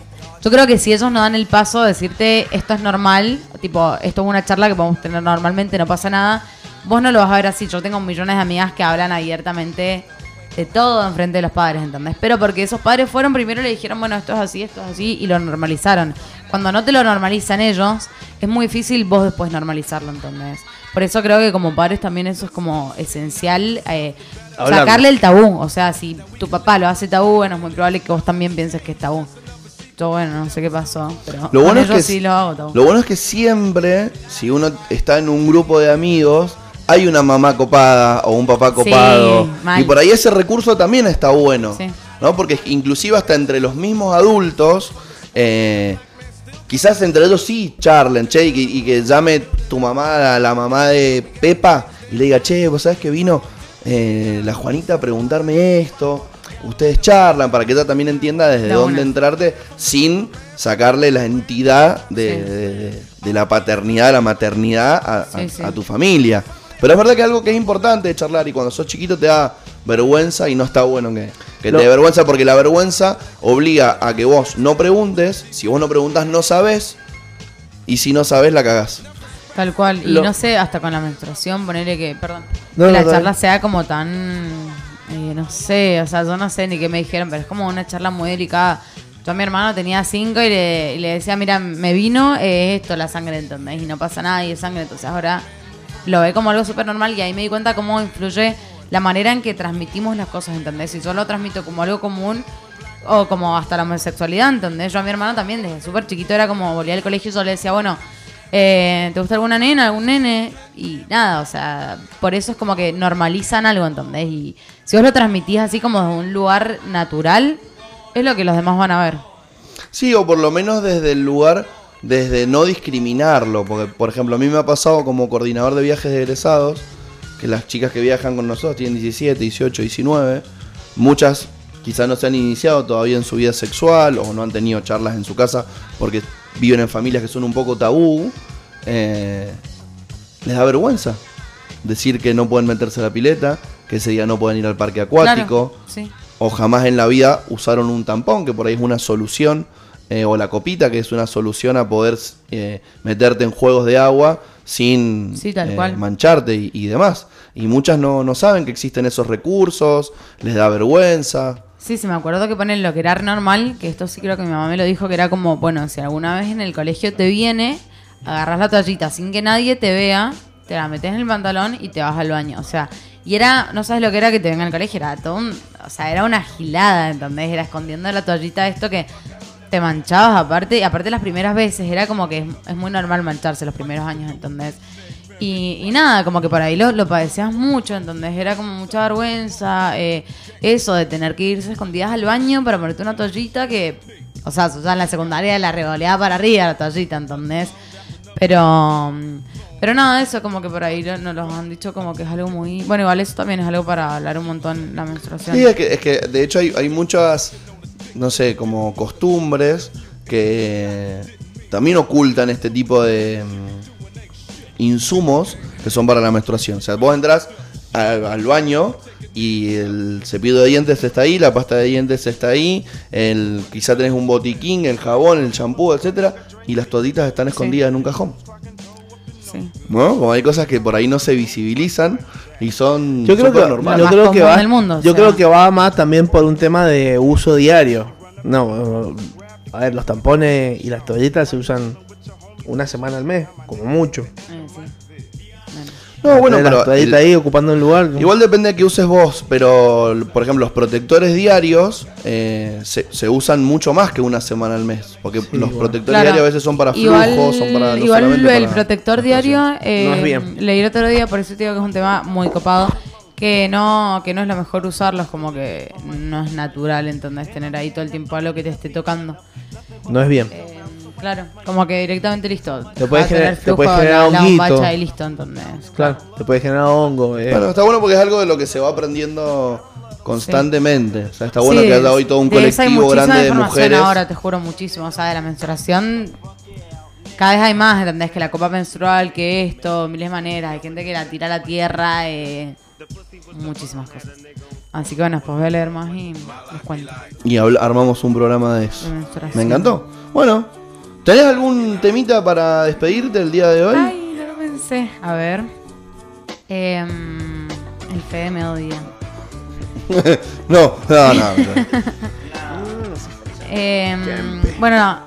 [SPEAKER 3] yo creo que si ellos no dan el paso de decirte, esto es normal, tipo, esto es una charla que podemos tener normalmente, no pasa nada, vos no lo vas a ver así. Yo tengo millones de amigas que hablan abiertamente de todo enfrente de los padres, ¿entendés? Pero porque esos padres fueron primero y le dijeron, bueno, esto es así, esto es así, y lo normalizaron. Cuando no te lo normalizan ellos, es muy difícil vos después normalizarlo, ¿entendés? Por eso creo que como padres también eso es como esencial, eh,
[SPEAKER 2] Hablarlo.
[SPEAKER 3] sacarle el tabú. O sea, si tu papá lo hace tabú, bueno, es muy probable que vos también pienses que es tabú. Yo, bueno, no sé qué pasó, pero
[SPEAKER 1] Lo
[SPEAKER 3] con
[SPEAKER 1] bueno, es
[SPEAKER 3] ellos
[SPEAKER 1] que,
[SPEAKER 3] sí lo hago tabú.
[SPEAKER 1] lo bueno es que siempre, si uno está en un grupo de amigos, hay una mamá copada o un papá copado.
[SPEAKER 3] mal.
[SPEAKER 1] y por ahí ese recurso también está bueno.
[SPEAKER 3] Sí.
[SPEAKER 1] ¿no? Porque inclusive hasta entre los mismos adultos, eh, quizás entre ellos sí charlen, che, y que, y que llame tu mamá a la, la mamá de Pepa y le diga, che, vos sabés que vino eh, la Juanita a preguntarme esto. Ustedes charlan para que ella también entienda desde
[SPEAKER 3] De
[SPEAKER 1] dónde
[SPEAKER 3] una.
[SPEAKER 1] entrarte sin sacarle la entidad de,
[SPEAKER 3] Sí.
[SPEAKER 1] de- de- de la paternidad, la maternidad a, a-
[SPEAKER 3] Sí, sí.
[SPEAKER 1] a tu familia. Pero es verdad que algo que es importante es charlar y cuando sos chiquito te da vergüenza y no está bueno que, que
[SPEAKER 2] No.
[SPEAKER 1] te dé vergüenza porque la vergüenza obliga a que vos no preguntes. Si vos no preguntas, no sabes. Y si no sabes, la cagás.
[SPEAKER 3] Tal cual.
[SPEAKER 2] Lo-
[SPEAKER 3] Y no sé, hasta con la menstruación, ponerle que, perdón,
[SPEAKER 2] No,
[SPEAKER 3] que
[SPEAKER 2] no,
[SPEAKER 3] la
[SPEAKER 2] está
[SPEAKER 3] charla
[SPEAKER 2] bien.
[SPEAKER 3] sea como tan, eh, no sé, o sea, yo no sé ni qué me dijeron, pero es como una charla muy delicada. Yo a mi hermano tenía cinco y le, y le decía, mira, me vino eh, esto, la sangre, ¿entendés? Y no pasa nada y es sangre, entonces ahora lo ve como algo súper normal y ahí me di cuenta cómo influye la manera en que transmitimos las cosas, ¿entendés? Si yo lo transmito como algo común o como hasta la homosexualidad, ¿entendés? Yo a mi hermano también desde súper chiquito era como volvía al colegio y yo le decía, bueno, eh, ¿te gusta alguna nena, algún nene? Y nada, o sea, por eso es como que normalizan algo, ¿entendés? Y si vos lo transmitís así como desde un lugar natural, es lo que los demás van a ver.
[SPEAKER 1] Sí, o por lo menos desde el lugar, desde no discriminarlo. Porque, por ejemplo, a mí me ha pasado como coordinador de viajes de egresados, que las chicas que viajan con nosotros tienen 17, 18, 19. Muchas quizás no se han iniciado todavía en su vida sexual o no han tenido charlas en su casa porque viven en familias que son un poco tabú. Eh, les da vergüenza decir que no pueden meterse a la pileta, que ese día no pueden ir al parque acuático
[SPEAKER 3] Claro, sí.
[SPEAKER 1] o jamás en la vida usaron un tampón, que por ahí es una solución, eh, o la copita, que es una solución a poder eh, meterte en juegos de agua sin
[SPEAKER 3] Sí, tal
[SPEAKER 1] eh,
[SPEAKER 3] cual.
[SPEAKER 1] mancharte y, y demás. Y muchas no, no saben que existen esos recursos, les da vergüenza.
[SPEAKER 3] Sí, sí, me acuerdo que ponen lo que era normal, que esto sí creo que mi mamá me lo dijo, que era como, bueno, si alguna vez en el colegio te viene, agarras la toallita sin que nadie te vea, te la metes en el pantalón y te vas al baño. O sea, y era, no sabes lo que era que te venga al colegio, era todo un- o sea, era una gilada, ¿entendés? Era escondiendo la toallita esto que te manchabas aparte, y aparte las primeras veces, era como que es, es muy normal mancharse los primeros años, ¿entendés? Y, y nada, como que por ahí lo, lo padecías mucho, ¿entendés? Era como mucha vergüenza, eh, eso de tener que irse escondidas al baño para ponerte una toallita que, o sea, ya en la secundaria la regoleaba para arriba la toallita, ¿entendés? Pero, mm, pero nada, eso como que por ahí lo- nos los han dicho como que es algo muy... Bueno, igual eso también es algo para hablar un montón, la menstruación.
[SPEAKER 1] Sí, es que, es que, de hecho hay, hay muchas, no sé, como costumbres que también ocultan este tipo de mm, insumos que son para la menstruación. O sea, vos entras al, al baño y el cepillo de dientes está ahí, la pasta de dientes está ahí, el, quizá tenés un botiquín, el jabón, el champú, etcétera, y las toallitas están escondidas en un cajón.
[SPEAKER 3] Sí.
[SPEAKER 1] ¿No? Como hay cosas que por ahí no se visibilizan y son
[SPEAKER 2] Yo creo que,
[SPEAKER 1] supernormales.
[SPEAKER 2] yo
[SPEAKER 3] Lo
[SPEAKER 2] creo
[SPEAKER 3] más
[SPEAKER 2] que
[SPEAKER 3] común
[SPEAKER 2] va,
[SPEAKER 3] del mundo, o
[SPEAKER 2] yo
[SPEAKER 3] sea.
[SPEAKER 2] creo que va más también por un tema de uso diario. No, eh, a ver, los tampones y las toallitas se usan una semana al mes, como mucho.
[SPEAKER 3] Eh, sí. Bueno.
[SPEAKER 1] No, bueno,
[SPEAKER 2] Tener las
[SPEAKER 1] pero el-
[SPEAKER 2] toallitas ahí ocupando un lugar.
[SPEAKER 1] Igual depende de qué uses vos, pero por ejemplo los protectores diarios eh, se, se usan mucho más que una semana al mes, porque los protectores
[SPEAKER 3] Claro.
[SPEAKER 1] diarios a veces son para flujos,
[SPEAKER 3] Igual-
[SPEAKER 1] son para... no
[SPEAKER 3] igual
[SPEAKER 1] solamente
[SPEAKER 3] el
[SPEAKER 1] para-
[SPEAKER 3] protector diario, eh,
[SPEAKER 2] No es bien.
[SPEAKER 3] leí el otro día, por eso te digo que es un tema muy copado, que no, que no es lo mejor usarlos, como que no es natural, ¿entendés? Tener ahí todo el tiempo algo que te esté tocando.
[SPEAKER 2] No es bien.
[SPEAKER 3] Eh, claro, como que directamente listo.
[SPEAKER 2] Te puede
[SPEAKER 3] Dejá tener
[SPEAKER 2] gener- te puede
[SPEAKER 3] flujo,
[SPEAKER 2] generar
[SPEAKER 3] la, la
[SPEAKER 2] honguito.
[SPEAKER 3] bombacha y listo, ¿entendés?
[SPEAKER 2] Claro, te puede generar hongo. eh.
[SPEAKER 1] Bueno, está bueno porque es algo de lo que se va aprendiendo constantemente. O sea, está bueno
[SPEAKER 3] Sí,
[SPEAKER 1] que haya hoy todo un
[SPEAKER 3] de esa hay
[SPEAKER 1] colectivo
[SPEAKER 3] muchísima
[SPEAKER 1] grande de
[SPEAKER 3] información
[SPEAKER 1] mujeres.
[SPEAKER 3] ahora, te juro muchísimo, o sea, de la menstruación Cada vez hay más, ¿entendés? Que la copa menstrual, que esto, miles de maneras. Hay gente que la tira a la tierra, eh, muchísimas cosas. Así que bueno, después voy a leer más y les cuento.
[SPEAKER 1] Y habl- armamos un programa de eso.
[SPEAKER 3] De menstruación.
[SPEAKER 1] Me encantó. Bueno, ¿tenés algún temita para despedirte el día de hoy?
[SPEAKER 3] Ay, no lo pensé. A ver. Em, el Fede me odia.
[SPEAKER 1] No, no, no. no.
[SPEAKER 3] Em, bueno, no,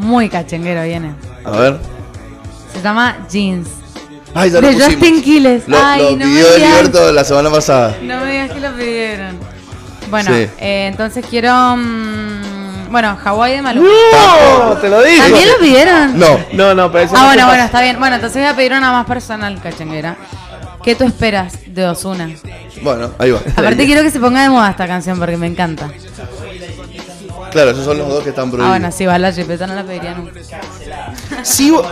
[SPEAKER 3] muy cachenguero viene.
[SPEAKER 1] A ver.
[SPEAKER 3] Se llama Jeans.
[SPEAKER 1] Ay, ya lo
[SPEAKER 3] De
[SPEAKER 1] pusimos.
[SPEAKER 3] Justin Quiles.
[SPEAKER 1] Lo,
[SPEAKER 3] Ay,
[SPEAKER 1] lo
[SPEAKER 3] no me
[SPEAKER 1] pidió
[SPEAKER 3] digas.
[SPEAKER 1] Heriberto la semana pasada.
[SPEAKER 3] No me digas que lo pidieron. Bueno,
[SPEAKER 1] Sí.
[SPEAKER 3] eh, entonces quiero. mm, bueno, Hawái de Maluma.
[SPEAKER 2] ¡No! ¡Te lo dije!
[SPEAKER 3] ¿También lo pidieron?
[SPEAKER 1] No.
[SPEAKER 2] No, no, pero eso
[SPEAKER 3] Ah,
[SPEAKER 2] no
[SPEAKER 3] bueno,
[SPEAKER 2] te
[SPEAKER 3] bueno,
[SPEAKER 2] pasa.
[SPEAKER 3] está bien. Bueno, entonces voy a pedir una más personal, cachenguera. ¿Qué tú esperas de Osuna?
[SPEAKER 1] Bueno, ahí va.
[SPEAKER 3] Aparte, quiero que se ponga de moda esta canción porque me encanta.
[SPEAKER 1] Claro, esos son los dos que están
[SPEAKER 3] Ah,
[SPEAKER 1] prohibidos.
[SPEAKER 3] bueno, sí, va la chipeta, no la pediría nunca.
[SPEAKER 1] Sigo-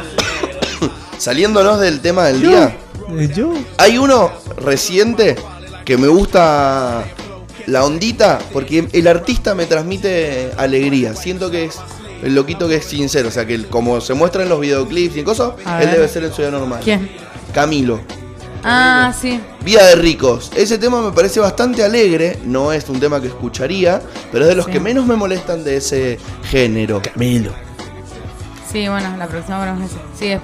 [SPEAKER 1] [COUGHS] Saliéndonos del tema del día.
[SPEAKER 2] Eh, Yo.
[SPEAKER 1] Hay uno reciente que me gusta la ondita porque el artista me transmite alegría. Siento que es el loquito que es sincero. O sea, que el- como se muestra en los videoclips y en cosas,
[SPEAKER 3] A
[SPEAKER 1] él
[SPEAKER 3] ver.
[SPEAKER 1] debe ser en su vida normal.
[SPEAKER 3] ¿Quién?
[SPEAKER 1] Camilo.
[SPEAKER 3] Ah, sí.
[SPEAKER 1] Vía de ricos. Ese tema me parece bastante alegre. No es un tema que escucharía, pero es de los
[SPEAKER 3] Sí.
[SPEAKER 1] que menos me molestan de ese género.
[SPEAKER 2] Camilo.
[SPEAKER 3] Sí, bueno, la próxima bueno, es- Sí, es-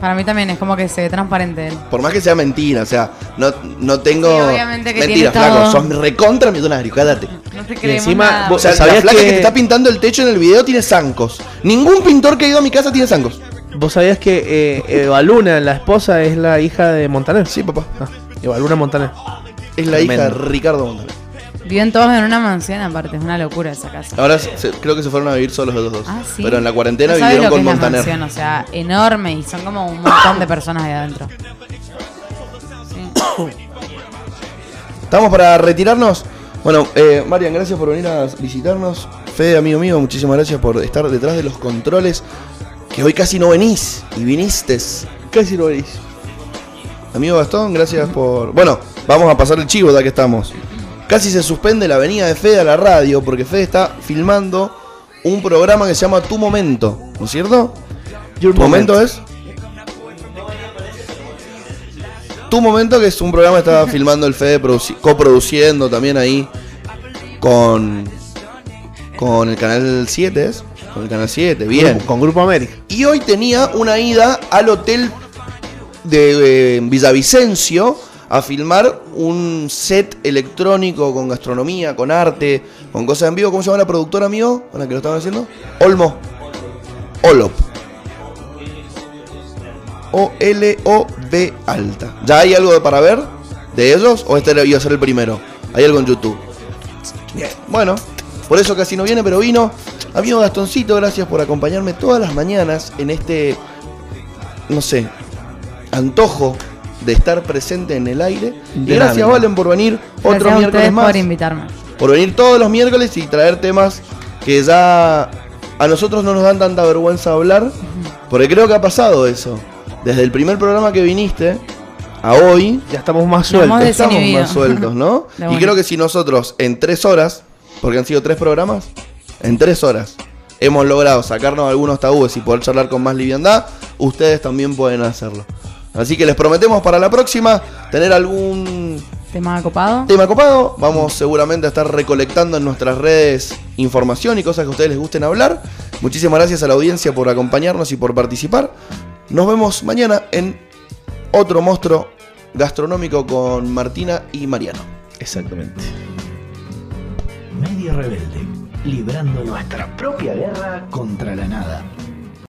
[SPEAKER 3] para mí también es como que se ve transparente él.
[SPEAKER 1] Por más que sea mentira, o sea, no, no tengo.
[SPEAKER 3] Sí, obviamente que
[SPEAKER 1] mentira,
[SPEAKER 3] tiene
[SPEAKER 1] flaco.
[SPEAKER 3] todo.
[SPEAKER 1] Sos recontra millonario, cállate.
[SPEAKER 3] No te creemos
[SPEAKER 2] encima
[SPEAKER 3] nada.
[SPEAKER 1] O sea, la
[SPEAKER 2] ¿Sabías
[SPEAKER 1] flaca que...
[SPEAKER 2] que-
[SPEAKER 1] te está pintando el techo en el video tiene zancos. Ningún pintor que ha ido a mi casa tiene zancos.
[SPEAKER 2] ¿Vos sabías que eh, Eva Luna, la esposa, es la hija de Montaner?
[SPEAKER 1] Sí, papá.
[SPEAKER 2] Ah, Eva Luna Montaner.
[SPEAKER 1] Es la hija de
[SPEAKER 2] Tremendo.
[SPEAKER 1] Ricardo Montaner.
[SPEAKER 3] Viven todos en una mansión aparte, es una locura esa casa.
[SPEAKER 1] Ahora se- creo que se fueron a vivir solos los dos.
[SPEAKER 3] Ah, sí.
[SPEAKER 1] Pero en la cuarentena
[SPEAKER 3] No sabes
[SPEAKER 1] vivieron
[SPEAKER 3] lo que
[SPEAKER 1] con
[SPEAKER 3] es la
[SPEAKER 1] Montaner.
[SPEAKER 3] mansión, o sea, enorme y son como un montón de personas ahí adentro. Sí.
[SPEAKER 1] ¿Estamos para retirarnos? Bueno, eh, Marian, gracias por venir a visitarnos. Fede, amigo mío, muchísimas gracias por estar detrás de los controles. Que hoy casi no venís y viniste.
[SPEAKER 2] Casi lo veréis.
[SPEAKER 1] Amigo Gastón, gracias por. Bueno, vamos a pasar el chivo ya que estamos. Casi se suspende la venida de Fede a la radio porque Fede está filmando un programa que se llama Tu Momento, ¿no es cierto?
[SPEAKER 2] Your
[SPEAKER 1] Tu momento es. Tu momento, que es un programa que
[SPEAKER 2] [LAUGHS]
[SPEAKER 1] estaba filmando el Fede, produci- coproduciendo también ahí con. con el canal 7, ¿es? Con el canal 7, bien.
[SPEAKER 2] Con Grupo América.
[SPEAKER 1] Y hoy tenía una ida al hotel de eh, Villavicencio a filmar un set electrónico con gastronomía, con arte, con cosas en vivo. ¿Cómo se llama la productora, amigo? Con la que lo estaban haciendo. Olmo. Olop. O-L-O-B alta. ¿Ya hay algo para ver de ellos? ¿O este era- iba a ser el primero? ¿Hay algo en YouTube? Bien, Bueno, por eso casi no viene, pero vino. Amigo Gastoncito, gracias por acompañarme todas las mañanas en este, no sé, antojo de estar presente en el aire. Y
[SPEAKER 2] De
[SPEAKER 1] gracias,
[SPEAKER 2] nada.
[SPEAKER 1] Valen, por venir otro
[SPEAKER 3] Gracias a
[SPEAKER 1] miércoles
[SPEAKER 3] ustedes
[SPEAKER 1] más.
[SPEAKER 3] por invitarme.
[SPEAKER 1] Por venir todos los miércoles y traer temas que ya a nosotros no nos dan tanta vergüenza hablar. Porque creo que ha pasado eso. Desde el primer programa que viniste a hoy,
[SPEAKER 2] Ya estamos más
[SPEAKER 3] Nos hemos
[SPEAKER 2] sueltos.
[SPEAKER 3] des-
[SPEAKER 1] estamos
[SPEAKER 3] desinhibido.
[SPEAKER 1] más sueltos, ¿no?
[SPEAKER 3] De
[SPEAKER 1] y
[SPEAKER 3] una.
[SPEAKER 1] creo que si nosotros en tres horas, porque han sido tres programas, en tres horas hemos logrado sacarnos algunos tabúes y poder charlar con más liviandad, ustedes también pueden hacerlo. Así que les prometemos para la próxima tener algún
[SPEAKER 3] Tema copado.
[SPEAKER 1] tema copado. Vamos seguramente a estar recolectando en nuestras redes información y cosas que a ustedes les gusten hablar. Muchísimas gracias a la audiencia por acompañarnos y por participar. Nos vemos mañana en otro monstruo gastronómico con Martina y Mariano.
[SPEAKER 2] Exactamente.
[SPEAKER 6] Media Rebelde, librando nuestra propia guerra contra la nada.